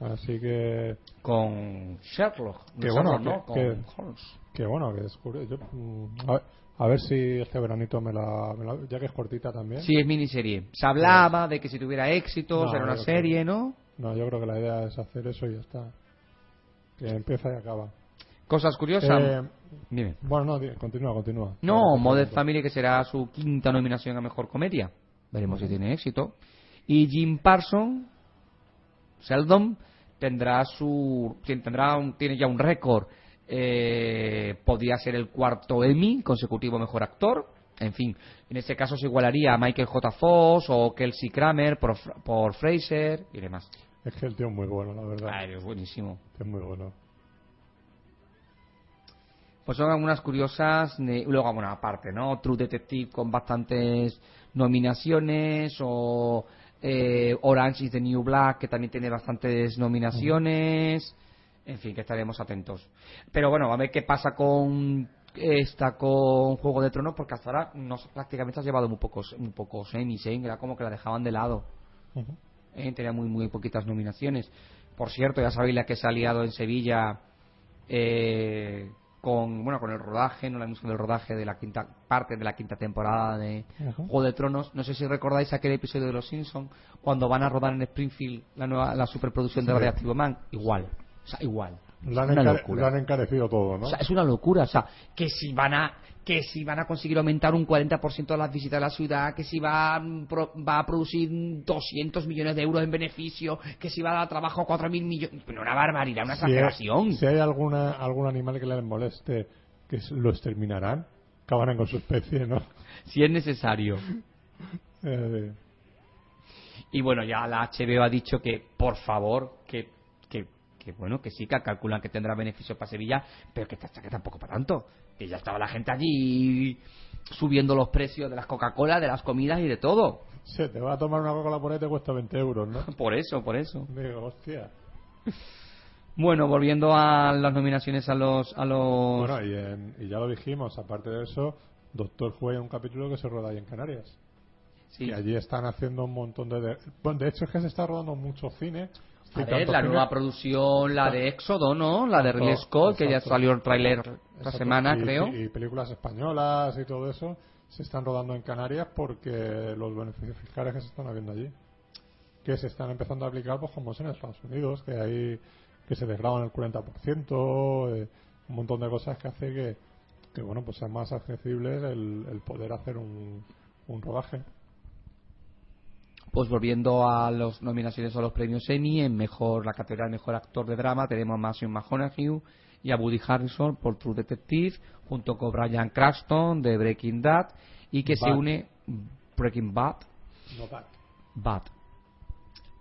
Speaker 3: Así que,
Speaker 4: Con Sherlock.
Speaker 3: Que
Speaker 4: No,
Speaker 3: bueno,
Speaker 4: Sherlock,
Speaker 3: que-
Speaker 4: no, con
Speaker 3: que-
Speaker 4: Holmes.
Speaker 3: que bueno, que es curioso. Yo, mm, a, ver, a ver si este veranito me la, me la- Ya que es cortita también.
Speaker 4: Sí, es miniserie. Se hablaba de que si tuviera éxito,
Speaker 3: ¿eh? No,
Speaker 4: será una
Speaker 3: yo creo que-
Speaker 4: serie, ¿no?
Speaker 3: No, yo creo que la idea es hacer eso y ya está. Que empieza y acaba.
Speaker 4: Cosas curiosas.
Speaker 3: Eh,
Speaker 4: Dime.
Speaker 3: bueno, no, di- continúa, continúa.
Speaker 4: No, Modern Family, que será su quinta nominación a Mejor Comedia. Veremos si tiene éxito. Y Jim Parson, Seldon, tendrá su... tien- Tendrá un, tiene ya un récord. Eh, podría ser el cuarto Emmy consecutivo Mejor Actor. En fin, en este caso se igualaría a Michael J. Fox o Kelsey Kramer por, Fra- por Fraser y demás.
Speaker 3: Es que el tío es muy bueno, la verdad.
Speaker 4: Ah, es buenísimo.
Speaker 3: Es muy bueno.
Speaker 4: Pues son algunas curiosas. de- luego, bueno, aparte, ¿no? True Detective con bastantes nominaciones o eh, Orange is the New Black que también tiene bastantes nominaciones. En fin, que estaremos atentos. Pero bueno, a ver qué pasa con esta con Juego de Tronos porque hasta ahora no, prácticamente has llevado muy pocos muy pocos Emmys, ¿eh? era como que la dejaban de lado
Speaker 3: Ujú.
Speaker 4: eh, tenía muy muy poquitas nominaciones. Por cierto, ya sabéis la que se ha liado en Sevilla eh, con bueno con el rodaje, no la anuncio del rodaje de la quinta parte de la quinta temporada de
Speaker 3: Ajá.
Speaker 4: Juego de Tronos. No sé si recordáis aquel episodio de Los Simpsons cuando van a rodar en Springfield la nueva la superproducción de
Speaker 3: Sí.
Speaker 4: Radioactive Man. Igual, o sea, igual.
Speaker 3: Lo han,
Speaker 4: Una
Speaker 3: encare-
Speaker 4: locura.
Speaker 3: lo han encarecido todo, ¿no?
Speaker 4: O sea, es una locura, o sea, que si van a que si van a conseguir aumentar un 40% de las visitas a la ciudad, que si va, a pro- va a producir 200 millones de euros en beneficio, que si va a dar trabajo a 4.000 millones, pero una barbaridad, una
Speaker 3: Si hay-
Speaker 4: exageración.
Speaker 3: Si hay alguna, algún animal que les moleste, que s- lo exterminarán, acabarán con su especie, ¿no?
Speaker 4: Si es necesario.
Speaker 3: Eh,
Speaker 4: Y bueno, ya la HBO ha dicho que, por favor, que, que, que bueno, que sí, que calculan que tendrá beneficio para Sevilla, pero que, t- que tampoco para tanto. Que ya estaba la gente allí subiendo los precios de las Coca-Cola, de las comidas y de todo.
Speaker 3: se te va a tomar una coca por ahí te cuesta 20 euros, ¿no?
Speaker 4: Por eso, por eso.
Speaker 3: Digo, hostia.
Speaker 4: Bueno, volviendo a las nominaciones a los a los
Speaker 3: Bueno, y, en- y ya lo dijimos, aparte de eso, Doctor Who hay un capítulo que se roda ahí en Canarias.
Speaker 4: sí.
Speaker 3: Y allí están haciendo un montón de, de... Bueno, de hecho es que se está rodando mucho cine.
Speaker 4: A
Speaker 3: Sí,
Speaker 4: ver,
Speaker 3: tanto
Speaker 4: la
Speaker 3: cine-
Speaker 4: nueva producción, la de Éxodo, ¿no? La de Ridley
Speaker 3: Exacto,
Speaker 4: Scott, que ya
Speaker 3: exacto.
Speaker 4: salió el tráiler esta
Speaker 3: Exacto.
Speaker 4: semana,
Speaker 3: Y-
Speaker 4: creo.
Speaker 3: Y, y películas españolas y todo eso se están rodando en Canarias porque los beneficios fiscales que se están habiendo allí, que se están empezando a aplicar, pues como es en Estados Unidos, que hay que se desgraban el 40%, eh, un montón de cosas que hace que, que bueno, pues sea más accesible el, el poder hacer un, un rodaje.
Speaker 4: Pues volviendo a las nominaciones a los premios Emmy, en mejor la categoría de mejor actor de drama tenemos a Matthew McConaughey y a Woody Harrison por True Detective, junto con Brian Cranston de Breaking Bad y que se
Speaker 3: Bad.
Speaker 4: une Breaking Bad,
Speaker 3: No back.
Speaker 4: Bad.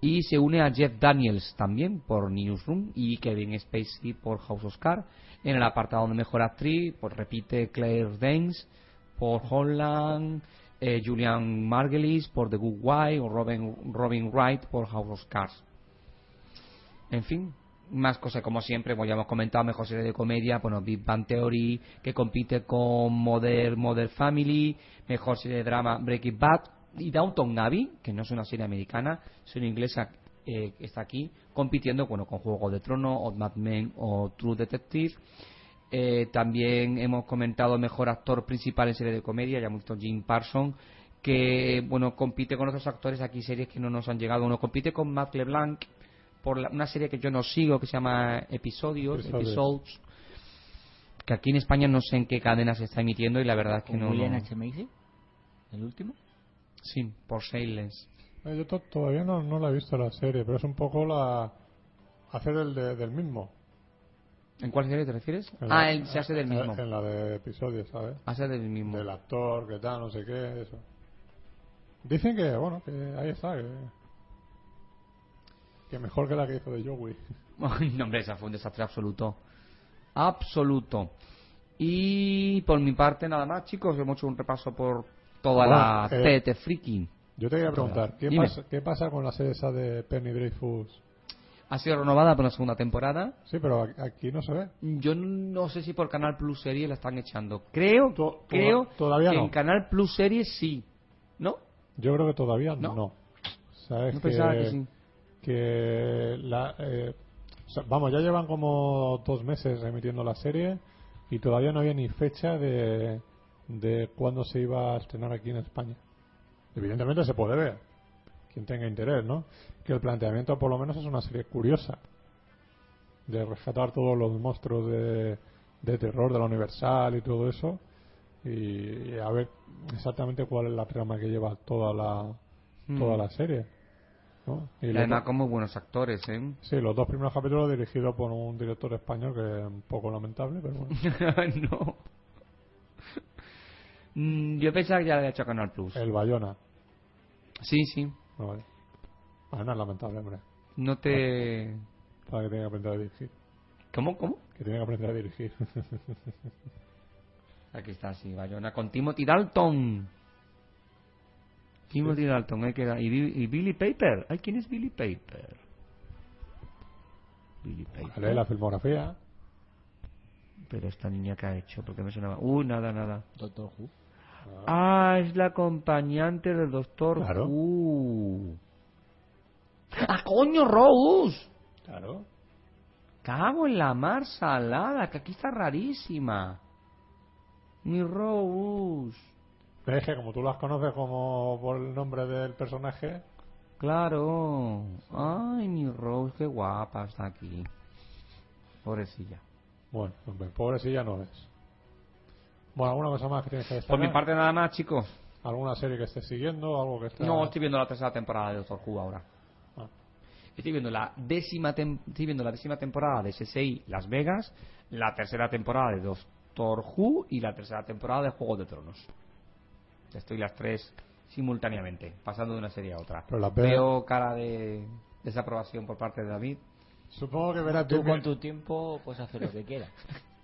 Speaker 4: Y se une a Jeff Daniels también por Newsroom y Kevin Spacey por House of Cards. En el apartado de Mejor Actriz, pues repite Claire Danes por Holland, eh, Julian Margulies por The Good Wife o Robin, Robin Wright por House of Cards. En fin, más cosas como siempre, como ya hemos comentado, mejor serie de comedia, bueno, Big Bang Theory, que compite con Modern, Modern Family, mejor serie de drama Breaking Bad y Downton Abbey, que no es una serie americana, sino inglesa eh, que está aquí, compitiendo bueno, con Juego de Tronos, o Mad Men o True Detective. Eh, también hemos comentado mejor actor principal en serie de comedia, ya hemos visto Jim Parsons, que bueno compite con otros actores aquí series que no nos han llegado. Uno compite con Matt LeBlanc por la- una serie que yo no sigo que se llama Episodios,
Speaker 3: Episodios.
Speaker 4: Episodes, que aquí en España no sé en qué cadena se está emitiendo y la verdad es que
Speaker 5: ¿Con
Speaker 4: no.
Speaker 5: William
Speaker 4: no-
Speaker 5: H. Macy? ¿El último?
Speaker 4: Sí, por Silence.
Speaker 3: Eh, Yo to- todavía no, no la he visto la serie, pero es un poco la... hacer el de- del mismo.
Speaker 4: ¿En cuál serie te refieres?
Speaker 3: En
Speaker 4: ah,
Speaker 3: la-
Speaker 4: él se hace del
Speaker 3: en-
Speaker 4: mismo.
Speaker 3: En la de episodios, ¿sabes?
Speaker 4: Hace del mismo.
Speaker 3: Del actor, que tal, no sé qué, eso. Dicen que, bueno, que ahí está, que, que mejor que la que hizo de Joey.
Speaker 4: Ay, no, hombre, esa fue un desastre absoluto. Absoluto. Y por mi parte, nada más, chicos. Hemos hecho un repaso por toda
Speaker 3: Bueno,
Speaker 4: la
Speaker 3: eh,
Speaker 4: TT Friki.
Speaker 3: Yo te quería preguntar, ¿qué
Speaker 4: Pues Dime.
Speaker 3: pasa, ¿qué pasa con la serie esa de Penny Dreyfus?
Speaker 4: Ha sido renovada por la segunda temporada.
Speaker 3: Sí, pero a- aquí no se ve.
Speaker 4: Yo no sé si por Canal Plus Series la están echando. Creo,
Speaker 3: To- to-
Speaker 4: creo
Speaker 3: todavía
Speaker 4: que
Speaker 3: no.
Speaker 4: en Canal Plus Series sí. ¿No?
Speaker 3: Yo creo que todavía no.
Speaker 4: ¿No?
Speaker 3: ¿Sabes
Speaker 4: No
Speaker 3: que,
Speaker 4: pensaba que sí.
Speaker 3: que la, eh, o sea, vamos, ya llevan como dos meses emitiendo la serie y todavía no había ni fecha de, de cuándo se iba a estrenar aquí en España. Evidentemente se puede ver, quien tenga interés, ¿no? Que el planteamiento por lo menos es una serie curiosa, de rescatar todos los monstruos de, de terror de la Universal y todo eso, y, y a ver exactamente cuál es la trama que lleva toda la, toda
Speaker 4: Mm.
Speaker 3: la serie. ¿no? Y
Speaker 4: Y
Speaker 3: lo-
Speaker 4: además, como buenos actores, ¿eh?
Speaker 3: Sí, los dos primeros capítulos dirigidos por un director español que es un poco lamentable, pero bueno.
Speaker 4: no. Mm, yo pensaba que ya la había hecho a Canal Plus.
Speaker 3: El Bayona.
Speaker 4: Sí, sí.
Speaker 3: No, vale. Ah, no es lamentable, hombre.
Speaker 4: No te...
Speaker 3: Ah. Para que tenga que aprender a dirigir.
Speaker 4: ¿Cómo? ¿Cómo?
Speaker 3: Que tiene que aprender a dirigir.
Speaker 4: Aquí está, sí, Bayona con Timothy Dalton. Timothy Dalton, ¿eh? que era- y, Bi- y Billy Paper. Ay, ¿quién es Billy Paper? Billy Paper.
Speaker 3: Lee la filmografía.
Speaker 4: Pero esta niña que ha hecho, porque me sonaba. Uy, nada, nada.
Speaker 5: Doctor Who.
Speaker 4: Ah, es la acompañante del doctor
Speaker 3: Claro.
Speaker 4: Who. ¡Ah, coño, Rose!
Speaker 3: Claro.
Speaker 4: Cago en la mar salada, que aquí está rarísima. Mi Rose.
Speaker 3: Es que como tú las conoces como por el nombre del personaje,
Speaker 4: Claro. Ay, mi Rose, qué guapa está aquí. Pobrecilla.
Speaker 3: bueno, hombre, pobre si ya no es. Bueno, ¿alguna cosa más que tienes que destacar?
Speaker 4: Por mi parte nada más, chicos.
Speaker 3: ¿Alguna serie que estés siguiendo? ¿Algo que estés...
Speaker 4: No, estoy viendo la tercera temporada de Doctor Who ahora.
Speaker 3: Ah.
Speaker 4: Estoy viendo la décima tem- estoy viendo la décima temporada de SSI Las Vegas, la tercera temporada de Doctor Who y la tercera temporada de Juego de Tronos. Ya Estoy las tres simultáneamente, pasando de una serie a otra.
Speaker 3: Pero Las Vegas-
Speaker 4: Veo cara de desaprobación por parte de David.
Speaker 3: Supongo que verás
Speaker 5: Tú
Speaker 3: 10
Speaker 5: con
Speaker 3: minutos.
Speaker 5: tu tiempo puedes hacer lo que quieras.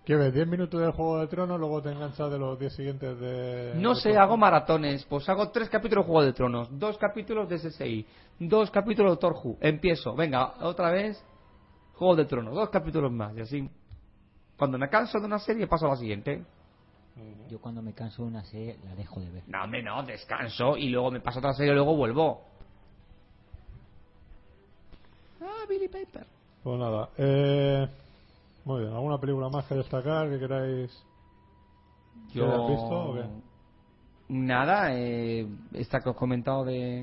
Speaker 3: ¿Qué ves? 10 minutos de Juego de Tronos, luego te enganchas de los 10 siguientes de...
Speaker 4: No
Speaker 3: de-
Speaker 4: sé, hago maratones. Pues hago tres capítulos de Juego de Tronos, dos capítulos de SSI, dos capítulos de Doctor Who. Empiezo, venga, otra vez, Juego de Tronos, dos capítulos más, y así. Cuando me canso de una serie, paso a la siguiente.
Speaker 5: Yo cuando me canso de una serie la dejo de ver.
Speaker 4: No, hombre, no, descanso y luego me paso a otra serie y luego vuelvo. Ah, Billy Paper.
Speaker 3: Pues nada. Eh... Muy bien, ¿alguna película más que destacar que queráis? ¿Ya la has visto o qué?
Speaker 4: Nada, eh, esta que os he comentado de...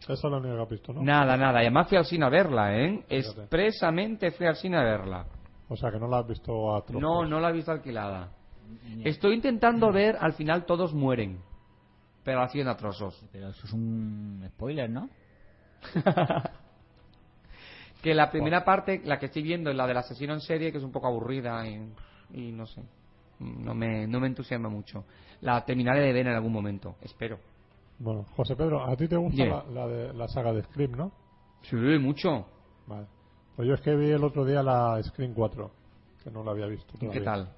Speaker 3: Esa es la única que has visto, ¿no?
Speaker 4: Nada, nada. Y además fui al cine a verla, ¿eh?
Speaker 3: Fíjate.
Speaker 4: Expresamente fui al cine a verla.
Speaker 3: O sea, que no la has visto a trozos.
Speaker 4: No, no la he visto alquilada. Estoy intentando ver, al final todos mueren. Pero así en atrozos.
Speaker 5: Pero eso es un spoiler, ¿no?
Speaker 4: Que la primera parte, la que estoy viendo, es la del asesino en serie, que es un poco aburrida y, y no sé. No me, no me entusiasma mucho. La terminaré de ver en algún momento, espero.
Speaker 3: Bueno, José Pedro, ¿a ti te gusta
Speaker 4: Dime.
Speaker 3: la, la de, la saga de Scream, no?
Speaker 4: Sí, mucho.
Speaker 3: Vale. Pues yo es que vi el otro día la Scream 4, que no la había visto.
Speaker 4: ¿Y qué
Speaker 3: todavía.
Speaker 4: tal?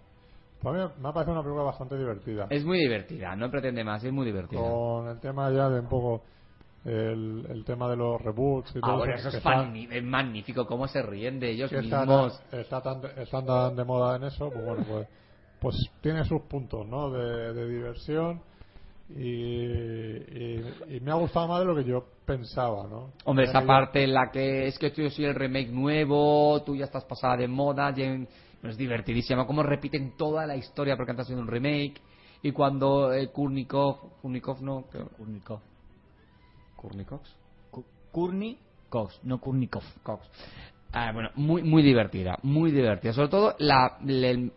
Speaker 3: Pues a mí me ha parecido una película bastante divertida.
Speaker 4: Es muy divertida, no pretende más, es muy divertida.
Speaker 3: Con el tema ya de un poco el, el tema de los reboots y todo
Speaker 4: Ahora, Ah, eso
Speaker 3: que
Speaker 4: es,
Speaker 3: está-
Speaker 4: magni- es magnífico, cómo se ríen de ellos
Speaker 3: que está
Speaker 4: mismos.
Speaker 3: tan- está tan, están tan de moda en eso, pues bueno, pues, pues tiene sus puntos, ¿no? De, de diversión y, y, y me ha gustado más de lo que yo pensaba, ¿no?
Speaker 4: Hombre,
Speaker 3: Era
Speaker 4: esa
Speaker 3: que yo-
Speaker 4: parte en la que es que yo soy el remake nuevo, tú ya estás pasada de moda, Jen- es divertidísima, cómo repiten toda la historia porque antes sido un remake. Y cuando eh, Kurnikov, Kurnikov no, ¿qué?
Speaker 5: Kurnikov.
Speaker 4: Kurnikov,
Speaker 5: Ku- Kurnikov, no Kurnikov.
Speaker 4: Cox. Ah, bueno, muy, muy divertida, muy divertida. Sobre todo la, le- el-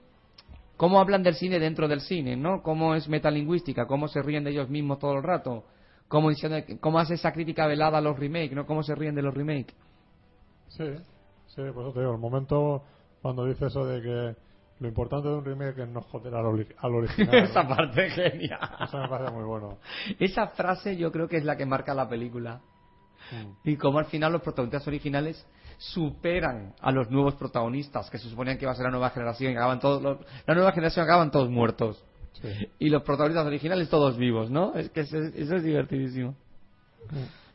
Speaker 4: cómo hablan del cine dentro del cine, ¿no? Cómo es metalingüística, cómo se ríen de ellos mismos todo el rato, cómo, hicieron- cómo hace esa crítica velada a los remakes, ¿no? Cómo se ríen de los remakes.
Speaker 3: Sí, sí, por eso te digo, el momento cuando dice eso de que lo importante de un remake es no joder al, ori- al original. ¿no?
Speaker 4: Esa parte genial.
Speaker 3: Eso me parece muy bueno.
Speaker 4: Esa frase yo creo que es la que marca la película. Y cómo al final los protagonistas originales superan a los nuevos protagonistas, que se suponían que iba a ser la nueva generación y acaban todos los- la nueva generación acaban todos muertos.
Speaker 3: Sí.
Speaker 4: Y los protagonistas originales todos vivos, ¿no? Es que eso, es- eso es divertidísimo.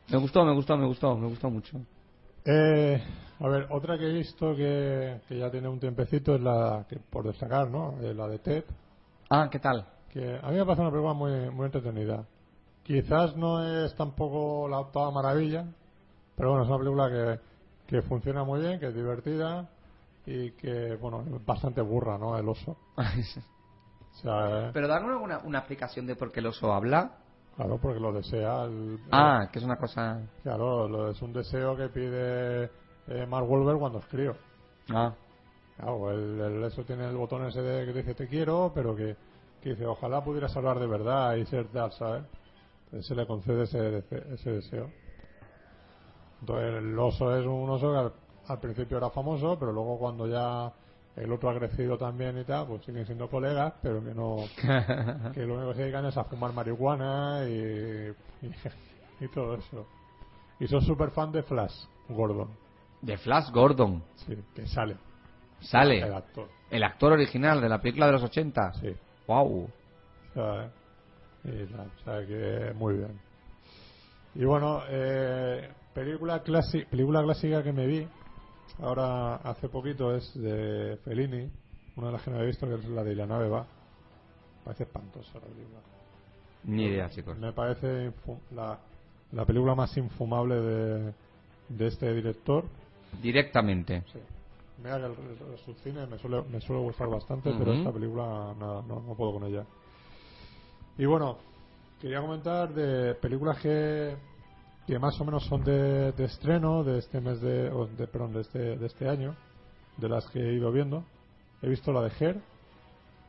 Speaker 4: Me gustó, me gustó, me gustó, me gustó mucho.
Speaker 3: Eh, a ver, otra que he visto que, que ya tiene un tiempecito es la que por destacar, ¿no? Eh, la de Ted,
Speaker 4: Ah, ¿qué tal?
Speaker 3: que a mí me parece una película muy, muy entretenida. Quizás no es tampoco la octava maravilla, pero bueno, es una película que, que funciona muy bien, que es divertida y que, bueno, es bastante burra, ¿no? El oso. O sea, eh,
Speaker 4: Pero dan una, una, una explicación de por qué el oso habla.
Speaker 3: Claro, porque lo desea. el-
Speaker 4: Ah, que es una cosa...
Speaker 3: Claro, lo- es un deseo que pide eh, Mark Wolver cuando es crío.
Speaker 4: Ah,
Speaker 3: Claro, el, el- eso tiene el botón ese de que dice te quiero, pero que, que dice ojalá pudieras hablar de verdad y ser tal, ¿sabes? Entonces se le concede ese, dese- ese deseo. Entonces el oso es un oso que al, al principio era famoso, pero luego cuando ya el otro agresivo también y tal, pues siguen siendo colegas, pero que no. que lo único que se dedican es a fumar marihuana y. y, y todo eso. Y son súper fan de Flash, Gordon.
Speaker 4: De Flash Gordon.
Speaker 3: Sí, que sale.
Speaker 4: Sale.
Speaker 3: El actor.
Speaker 4: El actor original de la película de los 80.
Speaker 3: Sí.
Speaker 4: Wow.
Speaker 3: O sea, y la- o sea que muy bien. Y bueno, eh, película, clasi- película clásica que me vi ahora hace poquito es de Fellini, una de las que no he visto, que es la de La nave va. Parece espantosa la película.
Speaker 4: Ni idea, chicos.
Speaker 3: Me parece infu- la, la película más infumable de, de este director.
Speaker 4: Directamente.
Speaker 3: Sí. Mira que el, el- su cine me suele, me suele gustar bastante, pero
Speaker 4: Ujú.
Speaker 3: esta película nada, no, no puedo con ella. Y bueno, quería comentar de películas que, que más o menos son de, de estreno de este mes de, o de- perdón, de este, de este año, de las que he ido viendo. He visto la de Her,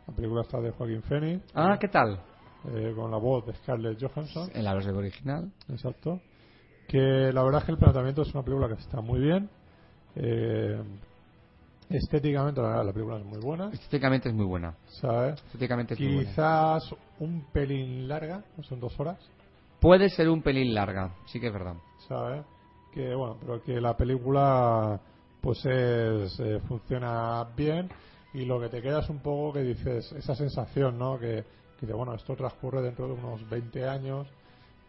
Speaker 3: la película está de Joaquín Phoenix,
Speaker 4: Ah, ¿qué tal?
Speaker 3: eh, con la voz de Scarlett Johansson.
Speaker 4: En la versión original.
Speaker 3: Exacto. Que la verdad es que el planteamiento es una película que está muy bien. Eh, estéticamente, la verdad, la película es muy buena.
Speaker 4: Estéticamente es muy buena.
Speaker 3: ¿sabes?
Speaker 4: Estéticamente es muy buena.
Speaker 3: Quizás un pelín larga, no son dos horas,
Speaker 4: Puede ser un pelín larga, sí que es verdad.
Speaker 3: ¿sabes? Que bueno, pero que la película pues es, eh, funciona bien y lo que te queda es un poco que dices, esa sensación, ¿no? Que, que dices, bueno, esto transcurre dentro de unos 20 años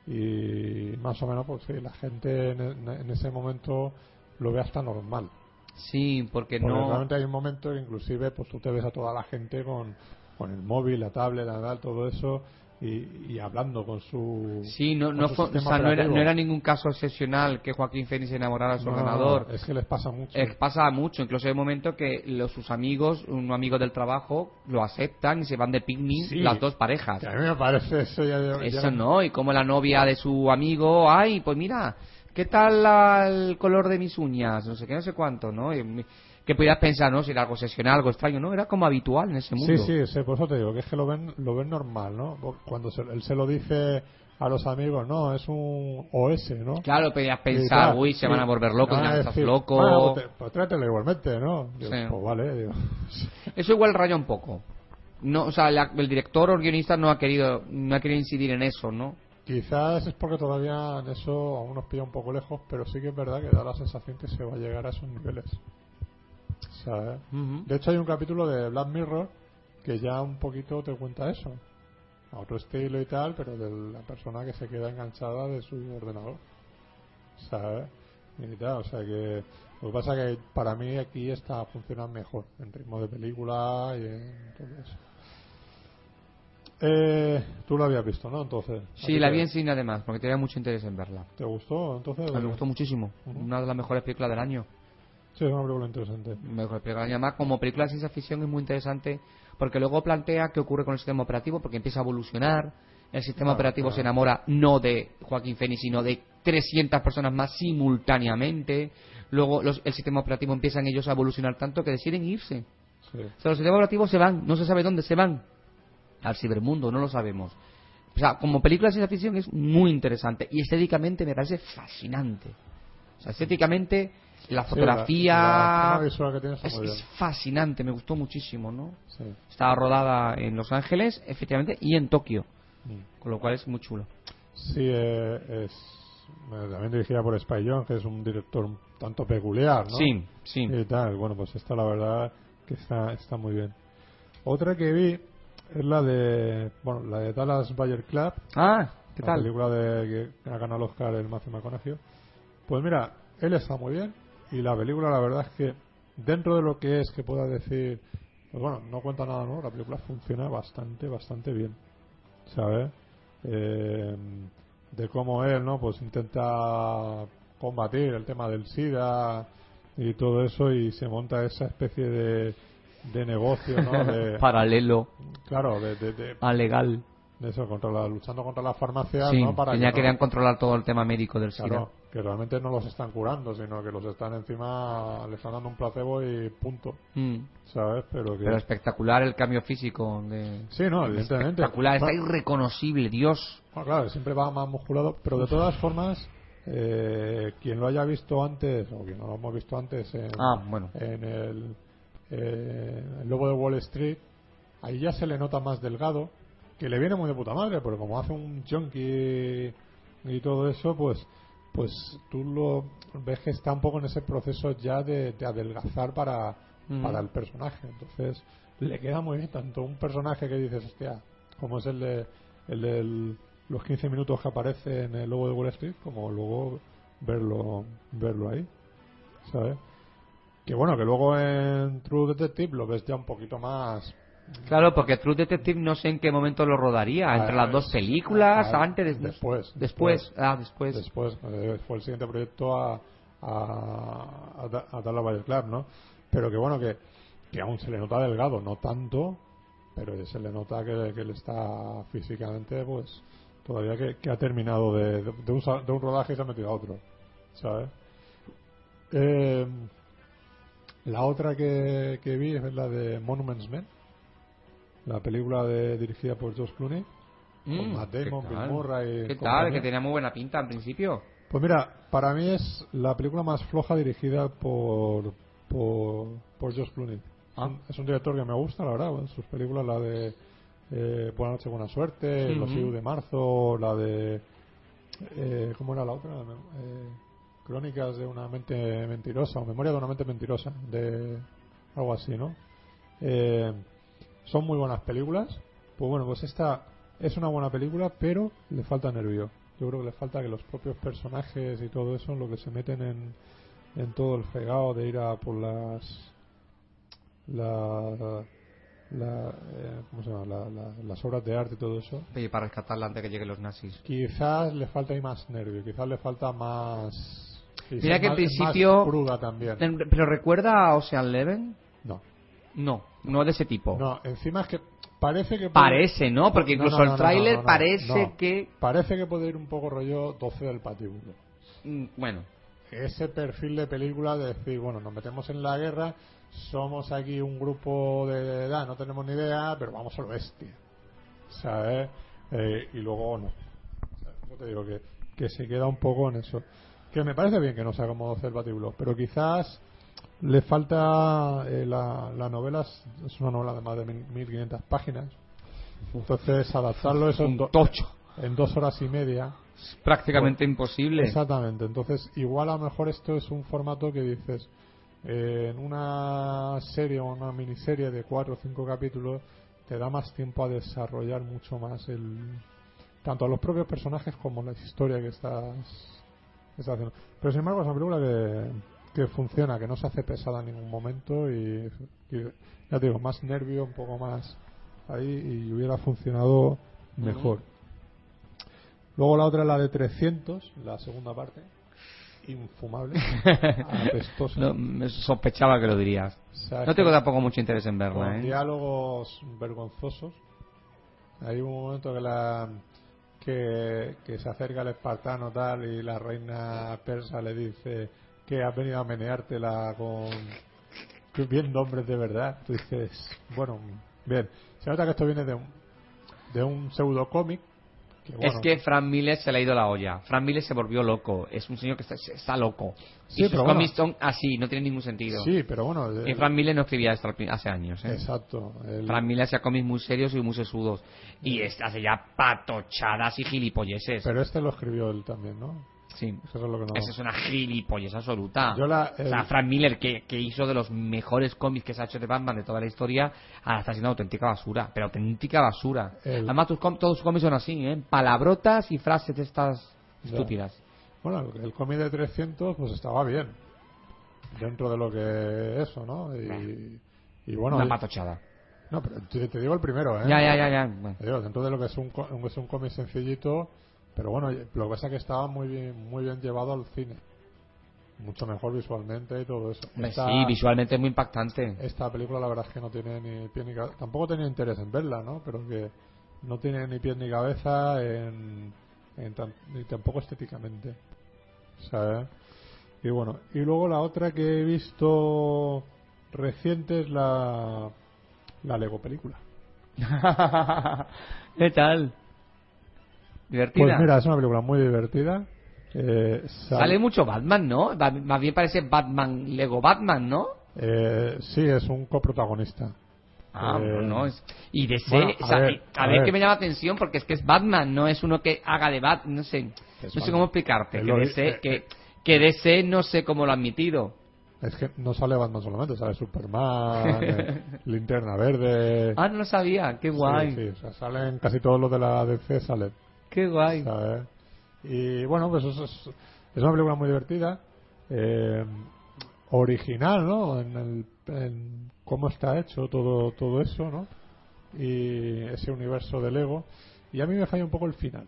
Speaker 3: y más o menos pues sí, la gente en, en- en ese momento lo ve hasta normal.
Speaker 4: Sí, porque
Speaker 3: Porque
Speaker 4: no.
Speaker 3: realmente hay un momento que inclusive pues tú te ves a toda la gente con, con el móvil, la tablet, la tal, todo eso y, y hablando con su
Speaker 4: Sí, no,
Speaker 3: con
Speaker 4: no,
Speaker 3: su
Speaker 4: fue- o
Speaker 3: sistema
Speaker 4: sea, no, era,
Speaker 3: operativo.
Speaker 4: no era ningún caso obsesional que Joaquín Fénix se enamorara de su
Speaker 3: No, no, no,
Speaker 4: ordenador.
Speaker 3: es que les pasa mucho.
Speaker 4: Eh, pasa mucho, incluso hay un momento que los, sus amigos, un amigo del trabajo, lo aceptan y se van de picnic
Speaker 3: Sí.
Speaker 4: las dos parejas.
Speaker 3: Que a mí me parece eso ya. ya-
Speaker 4: Eso
Speaker 3: ya-
Speaker 4: no, y como la novia de su amigo, ay, pues mira, ¿qué tal la- el color de mis uñas? No sé qué, no sé cuánto, ¿no? Y mi- que pudieras pensar, ¿no? Si era algo obsesional, algo extraño, ¿no? Era como habitual en ese
Speaker 3: Sí,
Speaker 4: mundo.
Speaker 3: sí, sí, por eso te digo, que es que lo ven, lo ven normal, ¿no? Cuando se- él se lo dice a los amigos, no, es un OS, ¿no?
Speaker 4: Claro, podías
Speaker 3: Y
Speaker 4: pensar,
Speaker 3: tal,
Speaker 4: uy, se
Speaker 3: sí.
Speaker 4: van a volver locos,
Speaker 3: Van a
Speaker 4: ya estás
Speaker 3: decir,
Speaker 4: loco.
Speaker 3: "Bueno, pues, te- pues trátelo igualmente, ¿no? Digo,
Speaker 4: Sí.
Speaker 3: Pues vale, digo.
Speaker 4: Eso igual raya un poco. No, o sea, la- el director o el guionista no ha querido, no ha querido incidir en eso, ¿no?
Speaker 3: Quizás es porque todavía en eso aún nos pilla un poco lejos, pero sí que es verdad que da la sensación que se va a llegar a esos niveles. ¿Sabes?
Speaker 4: Ujú.
Speaker 3: De hecho, hay un capítulo de Black Mirror que ya un poquito te cuenta eso. A otro estilo y tal, pero de la persona que se queda enganchada de su ordenador. ¿Sabes? Y tal, o sea que. Lo que pasa que para mí aquí está funcionando mejor, en ritmo de película y en todo eso. Eh, Tú lo habías visto, ¿no? Entonces. ¿a ti
Speaker 4: Sí, la
Speaker 3: te-
Speaker 4: vi en cine además, porque tenía mucho interés en verla.
Speaker 3: ¿Te gustó? Entonces.
Speaker 4: Me gustó muchísimo.
Speaker 3: Ujú.
Speaker 4: Una de las mejores películas del año.
Speaker 3: Sí, es una película interesante.
Speaker 4: Mejor película. Además, como película de ciencia ficción es muy interesante porque luego plantea qué ocurre con el sistema operativo porque empieza a evolucionar. El sistema
Speaker 3: Claro,
Speaker 4: operativo
Speaker 3: claro.
Speaker 4: se enamora no de Joaquín Fénix, sino de 300 personas más simultáneamente. Luego los- el sistema operativo empiezan ellos a evolucionar tanto que deciden irse.
Speaker 3: Sí.
Speaker 4: O sea, los sistemas operativos se van, no se sabe dónde se van. Al cibermundo, no lo sabemos. O sea, como película de ciencia ficción es muy interesante y estéticamente me parece fascinante. O sea, estéticamente la
Speaker 3: Sí, la-
Speaker 4: fotografía
Speaker 3: La, forma visual que tiene está
Speaker 4: es,
Speaker 3: muy bien.
Speaker 4: es fascinante, me gustó muchísimo, ¿no?
Speaker 3: Sí.
Speaker 4: Estaba rodada en Los Ángeles, efectivamente, y en Tokio,
Speaker 3: Mm.
Speaker 4: con lo cual es muy chulo.
Speaker 3: Sí, eh, es bueno, también dirigida por Spy Jonze, que es un director un tanto peculiar, ¿no?
Speaker 4: Sí, sí.
Speaker 3: Y tal, bueno, pues esta la verdad que está, está muy bien. Otra que vi es la de, bueno, la de Dallas Bayer Club,
Speaker 4: Ah, ¿qué
Speaker 3: la
Speaker 4: tal?
Speaker 3: película de que ha ganado el Oscar el Matthew McConaughey. Pues mira, él está muy bien y la película la verdad es que dentro de lo que es que pueda decir, pues bueno, no cuenta nada nuevo, la película funciona bastante, bastante bien. ¿sabes? Eh, de cómo él, ¿no? Pues intenta combatir el tema del SIDA y todo eso y se monta esa especie de, de negocio, ¿no? De,
Speaker 4: Paralelo
Speaker 3: claro, de, de, de-
Speaker 4: a legal.
Speaker 3: de eso, contra la- luchando contra las farmacias,
Speaker 4: Sí,
Speaker 3: ¿no? Para
Speaker 4: que ya
Speaker 3: que,
Speaker 4: querían
Speaker 3: no-
Speaker 4: controlar todo el tema médico del SIDA.
Speaker 3: claro, que realmente no los están curando, sino que los están encima, le están dando un placebo y punto,
Speaker 4: Mm.
Speaker 3: ¿sabes? Pero que...
Speaker 4: Pero espectacular el cambio físico. de-
Speaker 3: sí, no, evidentemente.
Speaker 4: Espectacular, está
Speaker 3: Bueno,
Speaker 4: irreconocible, Dios.
Speaker 3: Bueno, claro, siempre va más musculado, pero de todas formas, eh, quien lo haya visto antes, o quien no lo hemos visto antes en,
Speaker 4: Ah, bueno.
Speaker 3: en el, eh, el lobo de Wall Street, ahí ya se le nota más delgado, que le viene muy de puta madre, porque como hace un junkie y todo eso, pues pues tú lo ves que está un poco en ese proceso ya de, de adelgazar para,
Speaker 4: Mm.
Speaker 3: para el personaje. Entonces, le queda muy bien tanto un personaje que dices, hostia, como es el de, el del- los 15 minutos que aparece en el logo de Wall Street, como luego verlo, verlo ahí. ¿Sabes? Que bueno, que luego en True Detective lo ves ya un poquito más.
Speaker 4: Claro, porque True Detective no sé en qué momento lo rodaría, entre
Speaker 3: Ah,
Speaker 4: las dos
Speaker 3: es-
Speaker 4: películas,
Speaker 3: ah,
Speaker 4: antes, des-
Speaker 3: después,
Speaker 4: después.
Speaker 3: después.
Speaker 4: ah, después.
Speaker 3: Después eh, fue el siguiente proyecto a, a, a, Da- a Dallas Buyers Club, ¿no? Pero que bueno, que, que aún se le nota delgado, no tanto, pero se le nota que, que le está físicamente, pues, todavía que, que ha terminado de, de, de un, sa- de un rodaje y se ha metido a otro, ¿sabes? Eh, la otra que, que vi es la de Monuments Men, la película de, dirigida por George Clooney. Con Matt Damon,
Speaker 4: ¿qué
Speaker 3: Bill
Speaker 4: tal?
Speaker 3: Murray y
Speaker 4: Mm. ¿Qué tal?
Speaker 3: compañía.
Speaker 4: Que tenía muy buena pinta al principio.
Speaker 3: Pues mira, para mí es la película más floja dirigida por por, por Josh Clooney.
Speaker 4: Ah.
Speaker 3: Es un director que me gusta, la verdad. bueno, sus películas, la de eh, Buenas noches, buena suerte,
Speaker 4: Ujú.
Speaker 3: Los hijos de marzo, la de eh, ¿cómo era la otra? Eh, Crónicas de una mente mentirosa o Memoria de una mente mentirosa, de algo así, ¿no? Eh, son muy buenas películas. Pues bueno, pues esta es una buena película, pero le falta nervio. Yo creo que le falta que los propios personajes y todo eso, lo que se meten en, en todo el fregado de ir a por las. La, la, eh, ¿cómo se llama? La- la- las obras de arte y todo eso.
Speaker 4: Oye, para rescatarla antes que lleguen los nazis.
Speaker 3: Quizás le falta ahí más nervio, quizás le falta más. quizás
Speaker 4: Mira que en
Speaker 3: más- es más
Speaker 4: principio-
Speaker 3: cruda también.
Speaker 4: ¿Pero recuerda a Ocean Eleven?
Speaker 3: No.
Speaker 4: No, no de ese tipo.
Speaker 3: No, encima es que parece que.
Speaker 4: Parece, ¿no? Porque
Speaker 3: No,
Speaker 4: incluso
Speaker 3: no, no,
Speaker 4: el tráiler
Speaker 3: no, no, no,
Speaker 4: parece
Speaker 3: no.
Speaker 4: que...
Speaker 3: Parece que puede ir un poco rollo 12 del patíbulo.
Speaker 4: mm, Bueno,
Speaker 3: Ese perfil de película de decir, bueno, nos metemos en la guerra, somos aquí un grupo de edad, no tenemos ni idea, pero vamos a lo bestia. ¿Sabes? Eh, y luego no. O sea, Yo te digo que, que se queda un poco en eso. Que me parece bien que no sea como 12 del patíbulo, pero quizás le falta eh, la, la novela, es- es una novela de más de 1500 páginas. Entonces, adaptarlo eso en
Speaker 4: un
Speaker 3: do-
Speaker 4: tocho.
Speaker 3: en dos horas y media
Speaker 4: Es prácticamente imposible.
Speaker 3: Exactamente, entonces igual a lo mejor esto es un formato que dices, eh, en una serie o una miniserie de cuatro o cinco capítulos te da más tiempo a desarrollar mucho más el tanto a los propios personajes como la historia que estás, que estás haciendo. Pero sin embargo es una película que, que funciona, que no se hace pesada en ningún momento y, y ya te digo, más nervio, un poco más ahí y hubiera funcionado mejor. Luego la otra es la de 300, la segunda parte. Infumable. apestosa.
Speaker 4: No, me sospechaba que lo dirías.
Speaker 3: O sea,
Speaker 4: No
Speaker 3: es que-
Speaker 4: tengo tampoco mucho interés
Speaker 3: con
Speaker 4: en verla, ¿eh?
Speaker 3: diálogos vergonzosos. Hay un momento que la que, que se acerca el espartano tal y la reina persa le dice que has venido a meneártela con que bien hombres de verdad. Tú dices, bueno, bien. Se nota que esto viene de un, de un pseudo cómic.
Speaker 4: Es que Frank Miller se le ha ido la olla. Frank Miller se volvió loco. Es un señor que está, está loco.
Speaker 3: Sí,
Speaker 4: y sus
Speaker 3: pero bueno.
Speaker 4: cómics son así, no tiene ningún sentido.
Speaker 3: Sí, pero bueno.
Speaker 4: Y
Speaker 3: el-
Speaker 4: Frank Miller no escribía esto al pri- hace años, ¿eh?
Speaker 3: Exacto. el-
Speaker 4: Frank Miller hacía cómics muy serios y muy sesudos. Y es- hace ya patochadas y gilipolleces.
Speaker 3: pero este lo escribió él también, ¿no?
Speaker 4: sí.
Speaker 3: Eso es lo que no.
Speaker 4: Esa es una gilipollez absoluta.
Speaker 3: Yo la-
Speaker 4: O sea,
Speaker 3: el-
Speaker 4: Frank Miller, que, que hizo de los mejores cómics que se ha hecho de Batman de toda la historia, ahora está siendo auténtica basura. Pero auténtica basura.
Speaker 3: El-
Speaker 4: Además, tus com- todos sus cómics son así, ¿eh? Palabrotas y frases de estas
Speaker 3: Ya.
Speaker 4: estúpidas.
Speaker 3: Bueno, el cómic de 300 pues estaba bien. Dentro de lo que eso, ¿no? Y, y bueno,
Speaker 4: una
Speaker 3: oye-
Speaker 4: patochada.
Speaker 3: no, pero te, te digo el primero, ¿eh?
Speaker 4: Ya, ya, ya, ya. Bueno.
Speaker 3: Te digo, dentro de lo que es un, co- un- es un cómic sencillito, pero bueno, oye, lo que pasa es que estaba muy bien, muy bien llevado al cine. Mucho mejor visualmente y todo eso.
Speaker 4: Hombre,
Speaker 3: Esta-
Speaker 4: Sí, visualmente es muy impactante.
Speaker 3: esta película la verdad es que no tiene ni pie ni cabeza. Tampoco tenía interés en verla, ¿no? Pero que no tiene ni pie ni cabeza en, en tan- ni tampoco estéticamente. ¿Sabes? Y bueno, y luego la otra que he visto reciente es la, la Lego película.
Speaker 4: ¿Qué tal? ¿Divertida?
Speaker 3: Pues mira, es una película muy divertida. Eh, sal-
Speaker 4: Sale mucho Batman, ¿no? Va- Más bien parece Batman, Lego Batman, ¿no?
Speaker 3: Eh, sí, es un coprotagonista.
Speaker 4: Ah,
Speaker 3: Eh,
Speaker 4: bueno, no, es... Y de
Speaker 3: bueno,
Speaker 4: serie...
Speaker 3: a
Speaker 4: o sea,
Speaker 3: ver,
Speaker 4: eh, a
Speaker 3: a
Speaker 4: ver
Speaker 3: ver.
Speaker 4: que me llama la atención porque es que es Batman, no es uno que haga de Batman, no sé,
Speaker 3: Es
Speaker 4: no sé
Speaker 3: Batman.
Speaker 4: cómo explicarte,
Speaker 3: Él
Speaker 4: que
Speaker 3: lo eh,
Speaker 4: DC,
Speaker 3: dice.
Speaker 4: que, que DC no sé cómo lo ha admitido.
Speaker 3: Es que no sale Batman solamente, sale Superman, eh, Linterna Verde.
Speaker 4: Ah, no lo sabía, qué
Speaker 3: Sí,
Speaker 4: guay,
Speaker 3: sí, o sea, salen casi todos los de la DC, salen.
Speaker 4: qué guay.
Speaker 3: ¿sabes? Y bueno, pues eso es, es una película muy divertida, eh, original, ¿no? En, el, en cómo está hecho todo, todo eso, ¿no? Y ese universo de Lego. Y a mí me falla un poco el final.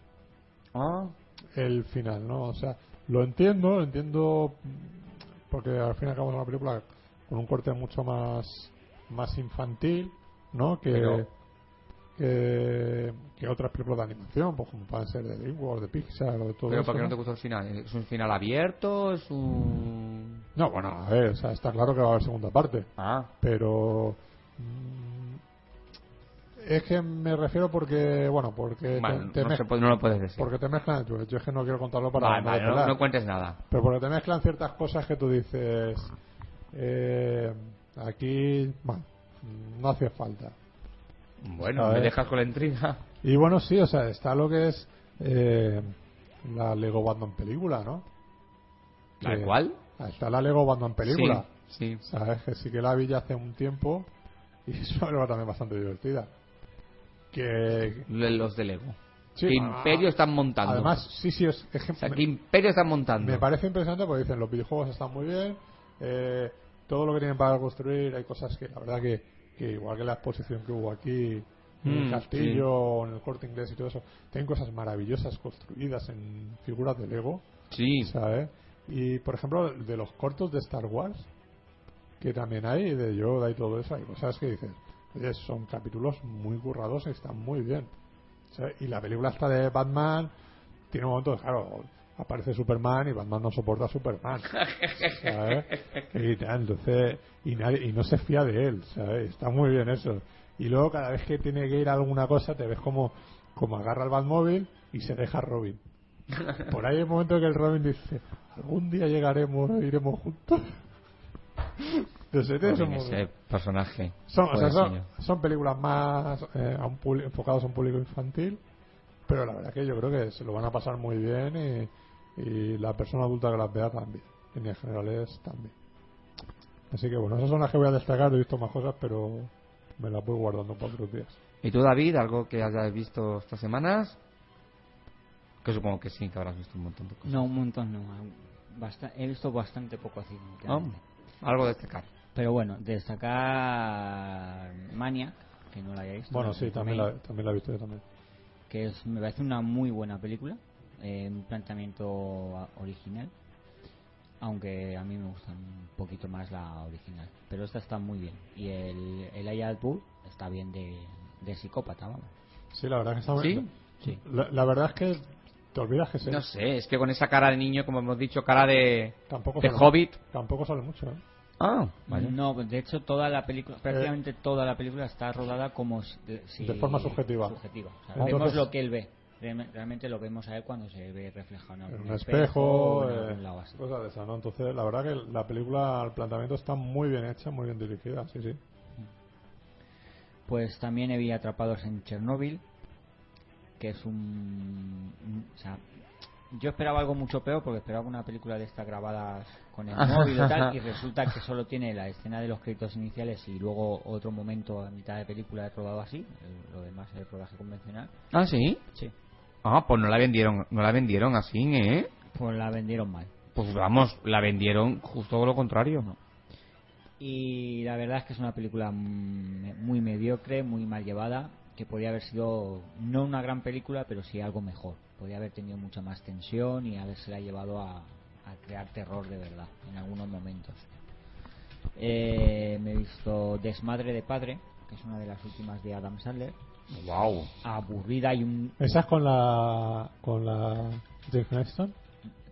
Speaker 4: Ah,
Speaker 3: Pues El final, ¿no? O sea, lo entiendo, lo entiendo mm, porque al fin y al cabo es una película con un corte mucho más, más infantil, ¿no? Que,
Speaker 4: Pero-
Speaker 3: que, que otras películas de animación, pues como pueden ser de DreamWorks, de Pixar o de todo
Speaker 4: pero
Speaker 3: eso,
Speaker 4: ¿por qué no
Speaker 3: ¿no?
Speaker 4: te gustó el final? ¿Es un final abierto? ¿Es un...?
Speaker 3: No, bueno, a ver, o sea, está claro que va a haber segunda parte,
Speaker 4: Ah,
Speaker 3: pero mm, es que me refiero porque, bueno, porque
Speaker 4: Vale,
Speaker 3: Eh, te, te
Speaker 4: no,
Speaker 3: mez-
Speaker 4: se puede- no lo puedes decir.
Speaker 3: porque te mezclan, yo yo es que no quiero contarlo para
Speaker 4: Vale,
Speaker 3: no
Speaker 4: vale, no,
Speaker 3: desvelar.
Speaker 4: no cuentes nada.
Speaker 3: Pero porque te mezclan ciertas cosas que tú dices, eh, aquí, bueno, no hacía falta.
Speaker 4: Bueno,
Speaker 3: A
Speaker 4: me
Speaker 3: ver.
Speaker 4: dejas con la intriga.
Speaker 3: Y bueno, sí, o sea, está lo que es eh, la Lego Batman película, ¿no?
Speaker 4: ¿La
Speaker 3: Que-
Speaker 4: cual?
Speaker 3: Está la Lego Batman película.
Speaker 4: Sí, sí.
Speaker 3: Sabes que sí que la vi ya hace un tiempo y es una película también bastante divertida. Que...
Speaker 4: de Los de Lego.
Speaker 3: sí,
Speaker 4: ¿Qué
Speaker 3: ah,
Speaker 4: imperio están montando?
Speaker 3: Además, sí, sí, es, es que
Speaker 4: O sea,
Speaker 3: me-
Speaker 4: ¿qué imperio están montando?
Speaker 3: Me parece impresionante porque dicen los videojuegos están muy bien, eh, todo lo que tienen para construir, hay cosas que la verdad que, que igual que la exposición que hubo aquí en
Speaker 4: Mm,
Speaker 3: el castillo, o en el corte inglés y todo eso, tienen cosas maravillosas construidas en figuras de Lego,
Speaker 4: Sí,
Speaker 3: ¿sabes? Y por ejemplo, de los cortos de Star Wars, que también hay, de Yoda y todo eso, hay cosas que dices, oye, son capítulos muy currados y están muy bien. ¿sabes? Y la película esta de Batman tiene momentos, claro, aparece Superman y Batman no soporta a Superman. ¿sabes? Y tal, entonces, y, nadie- y no se fía de él, ¿sabes? Está muy bien eso. Y luego cada vez que tiene que ir a alguna cosa, te ves como, como agarra el Batmóvil y se deja a Robin. Por ahí hay un momento que el Robin dice, algún día llegaremos, iremos juntos. Entonces, tienes un
Speaker 4: Robin,
Speaker 3: momento.
Speaker 4: ese personaje.
Speaker 3: Son, o sea,
Speaker 4: Joder,
Speaker 3: son,
Speaker 4: señor.
Speaker 3: son películas más eh, a un público- enfocadas a un público infantil, pero la verdad que yo creo que se lo van a pasar muy bien y, y la persona adulta que las vea también, en líneas generales también. Así que bueno, esas son las que voy a destacar, he visto más cosas, pero me las voy guardando para otros días.
Speaker 4: ¿Y tú, David, algo que hayas visto estas semanas? Que supongo que sí, que habrás visto un montón de cosas.
Speaker 5: No, un montón no. Basta- he visto bastante poco cine.
Speaker 4: Ah,
Speaker 5: últimamente.
Speaker 4: algo destacar.
Speaker 5: Pero bueno, destacar Maniac, que no la había visto.
Speaker 3: Bueno,
Speaker 5: no sé,
Speaker 3: sí, también
Speaker 5: también,
Speaker 3: la, también la he visto yo también.
Speaker 5: Que es, me parece una muy buena película. eh, un planteamiento a- original. Aunque a mí me gusta un poquito más la original. Pero esta está muy bien. Y el, el Ayad está bien de, de psicópata, vamos.
Speaker 3: Sí, la verdad que está
Speaker 4: ¿Sí?
Speaker 5: Sí.
Speaker 3: La, la verdad es que te olvidas que se-
Speaker 4: No sé, es que con esa cara de niño, como hemos dicho, cara de,
Speaker 3: tampoco
Speaker 4: de
Speaker 3: sale-
Speaker 4: hobbit.
Speaker 3: Tampoco sale mucho, ¿eh?
Speaker 4: Ah, vaya.
Speaker 5: No, de hecho toda la película, prácticamente toda la película está rodada como si, de, si-
Speaker 3: De forma subjetiva.
Speaker 5: subjetiva. O sea,
Speaker 3: Entonces-
Speaker 5: vemos lo que él ve. Realme- Realmente lo vemos a él cuando se ve reflejado en
Speaker 3: en
Speaker 5: algún
Speaker 3: un espejo,
Speaker 5: o en
Speaker 3: eh,
Speaker 5: algún lado así.
Speaker 3: cosas de esas, ¿no? Entonces, la verdad que la película, el planteamiento está muy bien hecha, muy bien dirigida, sí, sí.
Speaker 5: Pues también había atrapados en Chernóbil, que es un, un- o sea, yo esperaba algo mucho peor porque esperaba una película de estas grabadas con el móvil o tal y resulta que solo tiene la escena de los créditos iniciales y luego otro momento a mitad de película rodado así, el- lo demás es rodaje convencional.
Speaker 4: Ah, sí.
Speaker 5: Sí.
Speaker 4: Ah, pues no la vendieron, no la vendieron así, ¿eh?
Speaker 5: Pues la vendieron mal.
Speaker 4: Pues vamos, la vendieron justo lo contrario.
Speaker 5: Y la verdad es que es una película mm, muy mediocre, muy mal llevada, que podría haber sido no una gran película, pero sí algo mejor. Podría haber tenido mucha más tensión y habérsela llevado a, a crear terror de verdad en algunos momentos. Eh, me he visto Desmadre de Padre, que es una de las últimas de Adam Sandler.
Speaker 4: Wow.
Speaker 5: Aburrida y un...
Speaker 3: ¿Esa es con la... con la... Jennifer Aniston?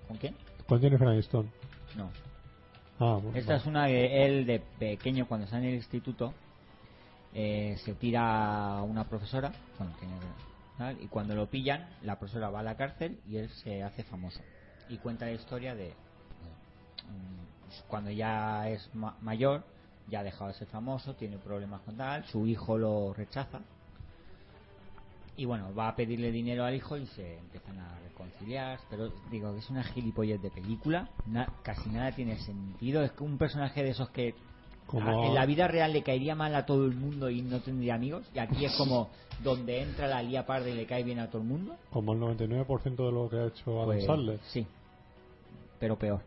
Speaker 5: ¿Con quién?
Speaker 3: Con Jennifer Aniston.
Speaker 5: No,
Speaker 3: Ah, bueno.
Speaker 5: Esta es una de él de pequeño cuando está en el instituto eh, se tira a una profesora bueno, tiene que- tal, y cuando lo pillan la profesora va a la cárcel y él se hace famoso y cuenta la historia de eh, mm, cuando ya es ma- mayor ya ha dejado de ser famoso, tiene problemas con tal, su hijo lo rechaza. Y bueno, va a pedirle dinero al hijo y se empiezan a reconciliar. Pero digo que es una gilipollez de película, na- casi nada tiene sentido. Es que un personaje de esos que
Speaker 3: Como-
Speaker 5: a- en la vida real le caería mal a todo el mundo y no tendría amigos. Y aquí es como donde entra la lía parda y le cae bien a todo el mundo.
Speaker 3: Como el 99% de lo que ha hecho Adam
Speaker 5: Pues,
Speaker 3: Sandler.
Speaker 5: sí, pero peor.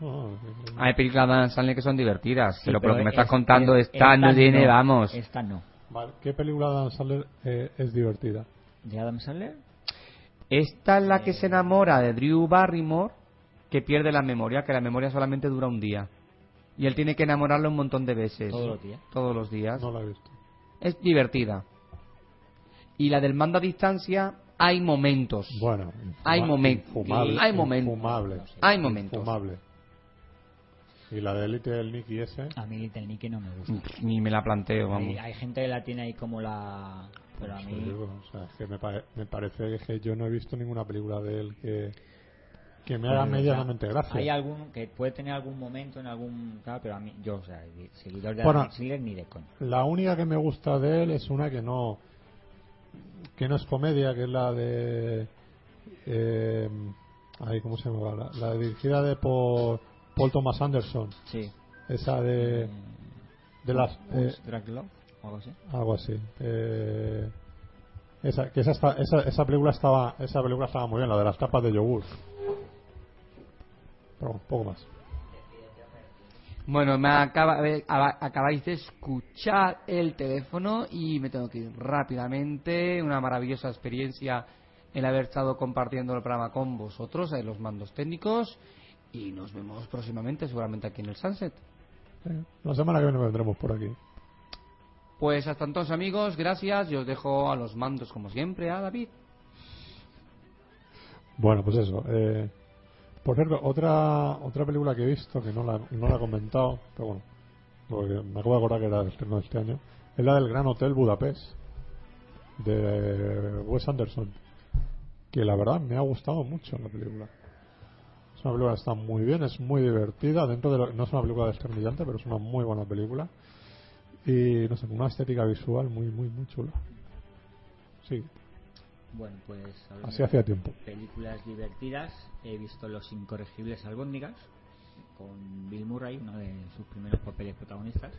Speaker 3: No, no, no.
Speaker 4: Ah, Hay películas de Adam Sandler que son divertidas, pero, por lo que me
Speaker 5: es-
Speaker 4: estás contando,
Speaker 5: es-
Speaker 4: esta no tiene,
Speaker 5: no,
Speaker 4: vamos.
Speaker 5: Esta no.
Speaker 3: Vale, ¿Qué película de Adam Sandler eh, es divertida?
Speaker 5: ¿De Adam Sandler?
Speaker 4: Esta es la que se enamora de Drew Barrymore, que pierde la memoria, que la memoria solamente dura un día. Y él tiene que enamorarla un montón de veces.
Speaker 5: Todos los días.
Speaker 4: Todos los días.
Speaker 3: No la he visto.
Speaker 4: Es divertida. Y la del mando a distancia, hay momentos.
Speaker 3: Bueno,
Speaker 4: Hay
Speaker 3: infuma-
Speaker 4: momen-
Speaker 3: infumable,
Speaker 4: hay momentos.
Speaker 3: infumable,
Speaker 4: Hay momentos.
Speaker 3: infumable. Y la de élite del Nicky S.
Speaker 5: A mí Little Nicky no me gusta.
Speaker 4: Pff, Ni me la planteo, vamos.
Speaker 5: Hay, hay gente que la tiene ahí como la... Pero a
Speaker 3: Pues
Speaker 5: mí...
Speaker 3: digo, o sea, es que me, pare- me parece que yo no he visto ninguna película de él que, que me haga
Speaker 5: Bueno, o sea,
Speaker 3: medianamente gracia.
Speaker 5: Pues Hay algún que puede tener algún momento en algún... Claro, pero a mí... Yo, o sea, de- seguidor de
Speaker 3: Bueno.
Speaker 5: Adam Sandler ni de coña.
Speaker 3: La única que me gusta de él es una que no que no es comedia, que es la de eh, ay, ¿cómo se llamaba? La, la dirigida de por Paul Thomas Anderson,
Speaker 5: Sí.
Speaker 3: esa de
Speaker 5: Mm.
Speaker 3: de las eh,
Speaker 5: Punch Drag Love o algo así.
Speaker 3: algo así. Eh, esa, que esa, está- esa, esa película estaba esa película estaba muy bien, la de las tapas de yogur. Pero un poco más.
Speaker 4: Bueno, me acaba, eh, aba- acabáis de escuchar el teléfono y me tengo que ir rápidamente. Una maravillosa experiencia el haber estado compartiendo el programa con vosotros, en los mandos técnicos. Y nos vemos próximamente, seguramente aquí en el Sunset.
Speaker 3: Eh, la semana que viene vendremos por aquí.
Speaker 4: Pues hasta entonces, amigos, gracias. Yo os dejo a los mandos, como siempre, a David.
Speaker 3: Bueno, pues eso. eh, por cierto, otra otra película que he visto, que no la, no la he comentado, pero bueno, porque me acabo de acordar que era el estreno de este año, es la del Gran Hotel Budapest, de Wes Anderson, que la verdad me ha gustado mucho la película. Es una película que está muy bien, es muy divertida, dentro de lo- no es una película desternillante, pero es una muy buena película. Y no sé, con una estética visual muy, muy, muy chula. Sí,
Speaker 5: Bueno, pues... hablando
Speaker 3: así
Speaker 5: de
Speaker 3: hacía tiempo.
Speaker 5: Películas divertidas. He visto Los Incorregibles Albóndigas con Bill Murray, uno de sus primeros papeles protagonistas.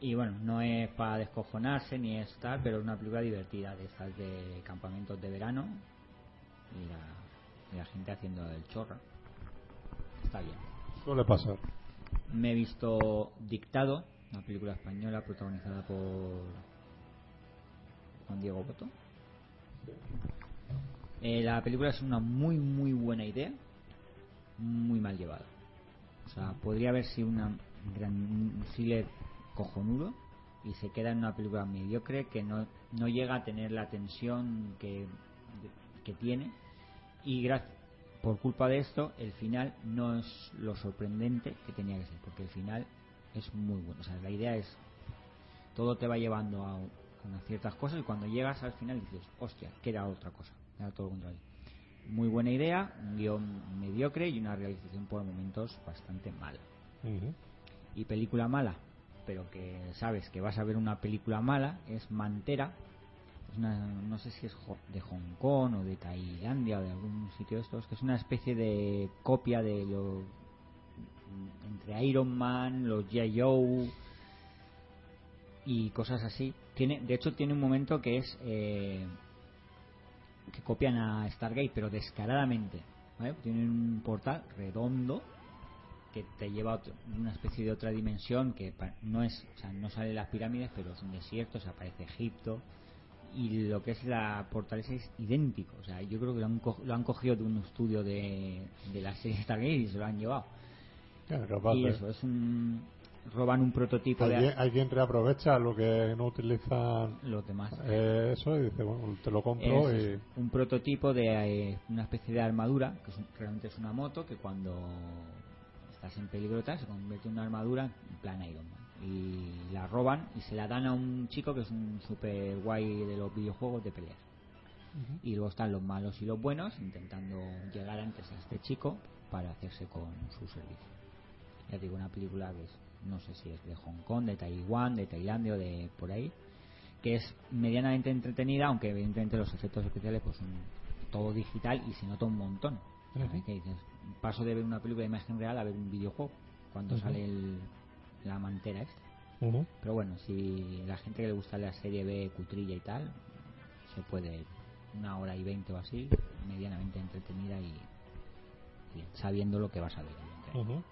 Speaker 5: Y bueno, no es para descojonarse ni es tal, pero es una película divertida de estas de campamentos de verano y la, y la gente haciendo el chorra. Está bien.
Speaker 3: Suele pasar.
Speaker 5: Me he visto Dictado, una película española protagonizada por Juan Diego Boto. Eh, la película es una muy muy buena idea, muy mal llevada. O sea, podría haber sido una gran, un thriller cojonudo y se queda en una película mediocre que no, no llega a tener la tensión que, que tiene y gra- por culpa de esto el final no es lo sorprendente que tenía que ser porque el final es muy bueno o sea la idea es todo te va llevando a, u- a ciertas cosas y cuando llegas al final dices hostia queda otra cosa era todo lo contrario muy buena idea un guión mediocre y una realización por momentos bastante mala
Speaker 3: Ujú.
Speaker 5: y película mala, pero que sabes que vas a ver una película mala, es Mantera. Es una, no sé si es jo- de Hong Kong o de Tailandia o de algún sitio de estos, que es una especie de copia de lo. entre Iron Man, los G.I. Joe y cosas así. Tiene, de hecho, tiene un momento que es. eh, que copian a Stargate, pero descaradamente. ¿vale? Tienen un portal redondo que te lleva a otro- una especie de otra dimensión que pa- no es, o sea, no sale de las pirámides, pero es un desierto, se aparece Egipto y lo que es la fortaleza es idéntico, o sea, yo creo que lo han, co- lo han cogido de un estudio de, de la serie Stargate y se lo han llevado.
Speaker 3: Claro, capaz
Speaker 5: y
Speaker 3: de-
Speaker 5: eso es un roban un prototipo
Speaker 3: Hay,
Speaker 5: de
Speaker 3: quien- hay quien reaprovecha lo que no utilizan
Speaker 5: los demás.
Speaker 3: eh, eso y dice, bueno, te lo compro
Speaker 5: Es
Speaker 3: y...
Speaker 5: un prototipo de eh, una especie de armadura, que es un- realmente es una moto que cuando estás en peligro tal, se convierte en una armadura en plan Iron Man. Y la roban y se la dan a un chico que es un super guay de los videojuegos de peleas. Y luego están los malos y los buenos intentando llegar antes a este chico para hacerse con su servicio. Ya digo, una película que es no sé si es de Hong Kong, de Taiwán, de Tailandia o de por ahí, que es medianamente entretenida, aunque evidentemente los efectos especiales pues son todo digital y se nota un montón.
Speaker 3: Ujú.
Speaker 5: Así que dices, paso de ver una película de imagen real a ver un videojuego cuando
Speaker 3: Ujú.
Speaker 5: sale el- la mantera esta.
Speaker 3: Ujú.
Speaker 5: Pero bueno, si la gente que le gusta la serie B cutrilla y tal, se puede una hora y veinte o así, medianamente entretenida y, y sabiendo lo que vas a ver. evidentemente.
Speaker 3: Ujú.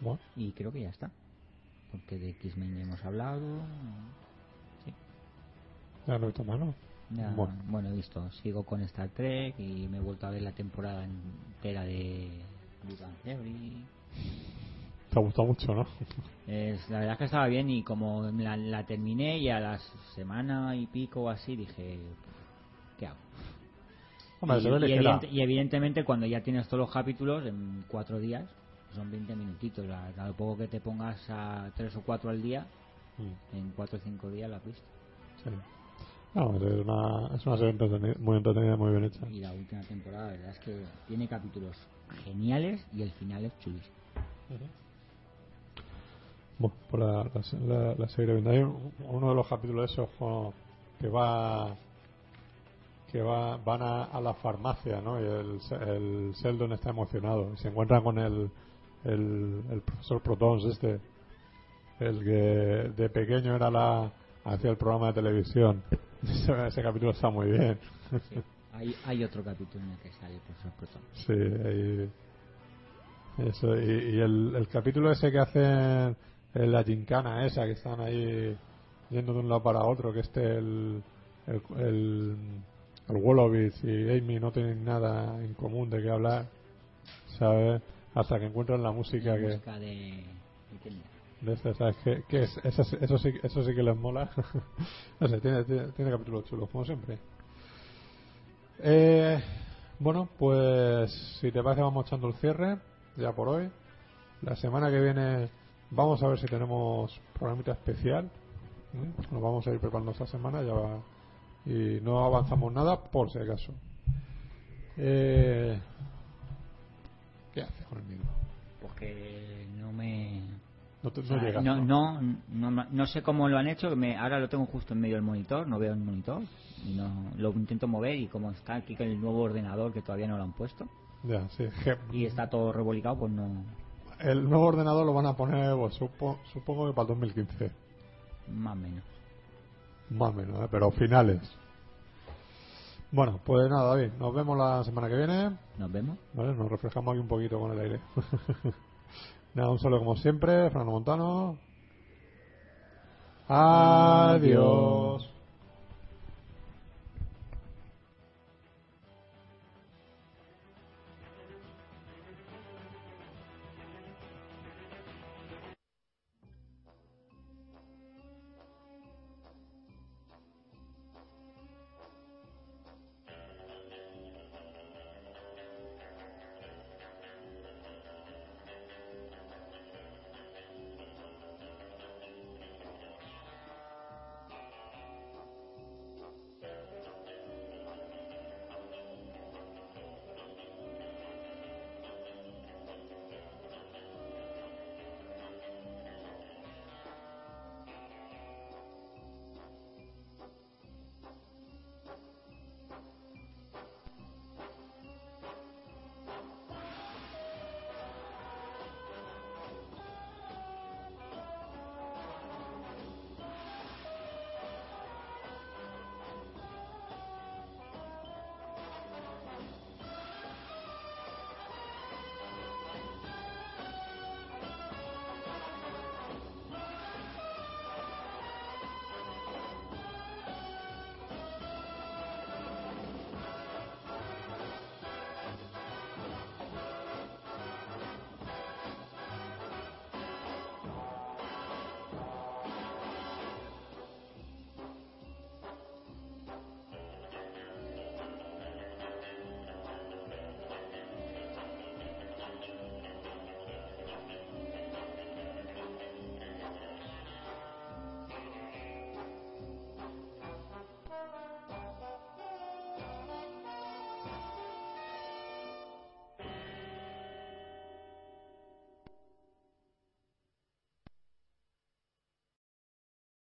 Speaker 3: Bueno,
Speaker 5: Y creo que ya está. Porque de X-Men ya hemos hablado. Sí.
Speaker 3: ya no he visto más, ¿no?
Speaker 5: Ya,
Speaker 3: Bueno.
Speaker 5: bueno. he visto. Sigo con Star Trek y me he vuelto a ver la temporada entera de Big Bang Theory.
Speaker 3: Te ha gustado mucho, ¿no?
Speaker 5: Es- la verdad es que estaba bien y como la, la terminé y a la semana y pico o así dije, ¿qué hago?
Speaker 3: Hombre,
Speaker 5: y,
Speaker 3: se ve
Speaker 5: y
Speaker 3: ligera.
Speaker 5: evidente- y evidentemente cuando ya tienes todos los capítulos en cuatro días, son 20 minutitos, a, a lo poco que te pongas a tres o cuatro al día,
Speaker 3: Mm,
Speaker 5: en cuatro o cinco días lo has visto.
Speaker 3: sí. No, es una, es una serie entretenida- muy entretenida, muy bien hecha.
Speaker 5: Y la última temporada, la verdad es que tiene capítulos geniales y el final es chulísimo.
Speaker 3: Bueno, pues la, la, la- la seguiré viendo. Hay un- uno de los capítulos esos jo, que va que va, van a, a la farmacia, ¿no? Y el, el Sheldon está emocionado y se encuentran con el, el, el profesor Protons este, el que de pequeño era la hacía el programa de televisión. Ese, ese capítulo está muy bien.
Speaker 5: Sí. hay, hay otro capítulo en el que sale el profesor Proton.
Speaker 3: Sí, y, eso, y, y el, el capítulo ese que hacen en la gincana esa, que están ahí yendo de un lado para otro, que este el, el, el, el Wolowitz y Amy no tienen nada en común de qué hablar, ¿sabes? Hasta que encuentran la música
Speaker 5: La
Speaker 3: que...
Speaker 5: música de... ¿de quién era?
Speaker 3: de este, ¿sabes? Que, que es- eso, sí- eso, sí, eso sí que les mola. no sé, tiene, tiene, tiene capítulos chulos, como siempre. Eh, bueno, pues si te parece vamos echando el cierre, ya por hoy. La semana que viene vamos a ver si tenemos programita especial. ¿eh? Nos vamos a ir preparando esta semana ya va- y no avanzamos nada por si acaso. Eh, ¿Qué haces con el micro?
Speaker 5: Porque no me...
Speaker 3: No, te-
Speaker 5: o
Speaker 3: no
Speaker 5: sea,
Speaker 3: llegas.
Speaker 5: Ah, no,
Speaker 3: ¿no?
Speaker 5: no, no, no- no sé cómo lo han hecho, que me, ahora lo tengo justo en medio del monitor, no veo el monitor, y no, lo intento mover y como está aquí con el nuevo ordenador que todavía no lo han puesto
Speaker 3: Ya, sí, es que
Speaker 5: y está todo revolicado, pues no...
Speaker 3: El nuevo ordenador lo van a poner, pues, supo- supongo que para el 2015,
Speaker 5: Más o menos.
Speaker 3: más o menos, ¿eh? pero finales. Bueno, pues nada, David, nos vemos la semana que viene,
Speaker 5: Nos vemos.
Speaker 3: ¿vale? Nos refrescamos aquí un poquito con el aire. nada, un saludo como siempre, Fernando Montano. Adiós.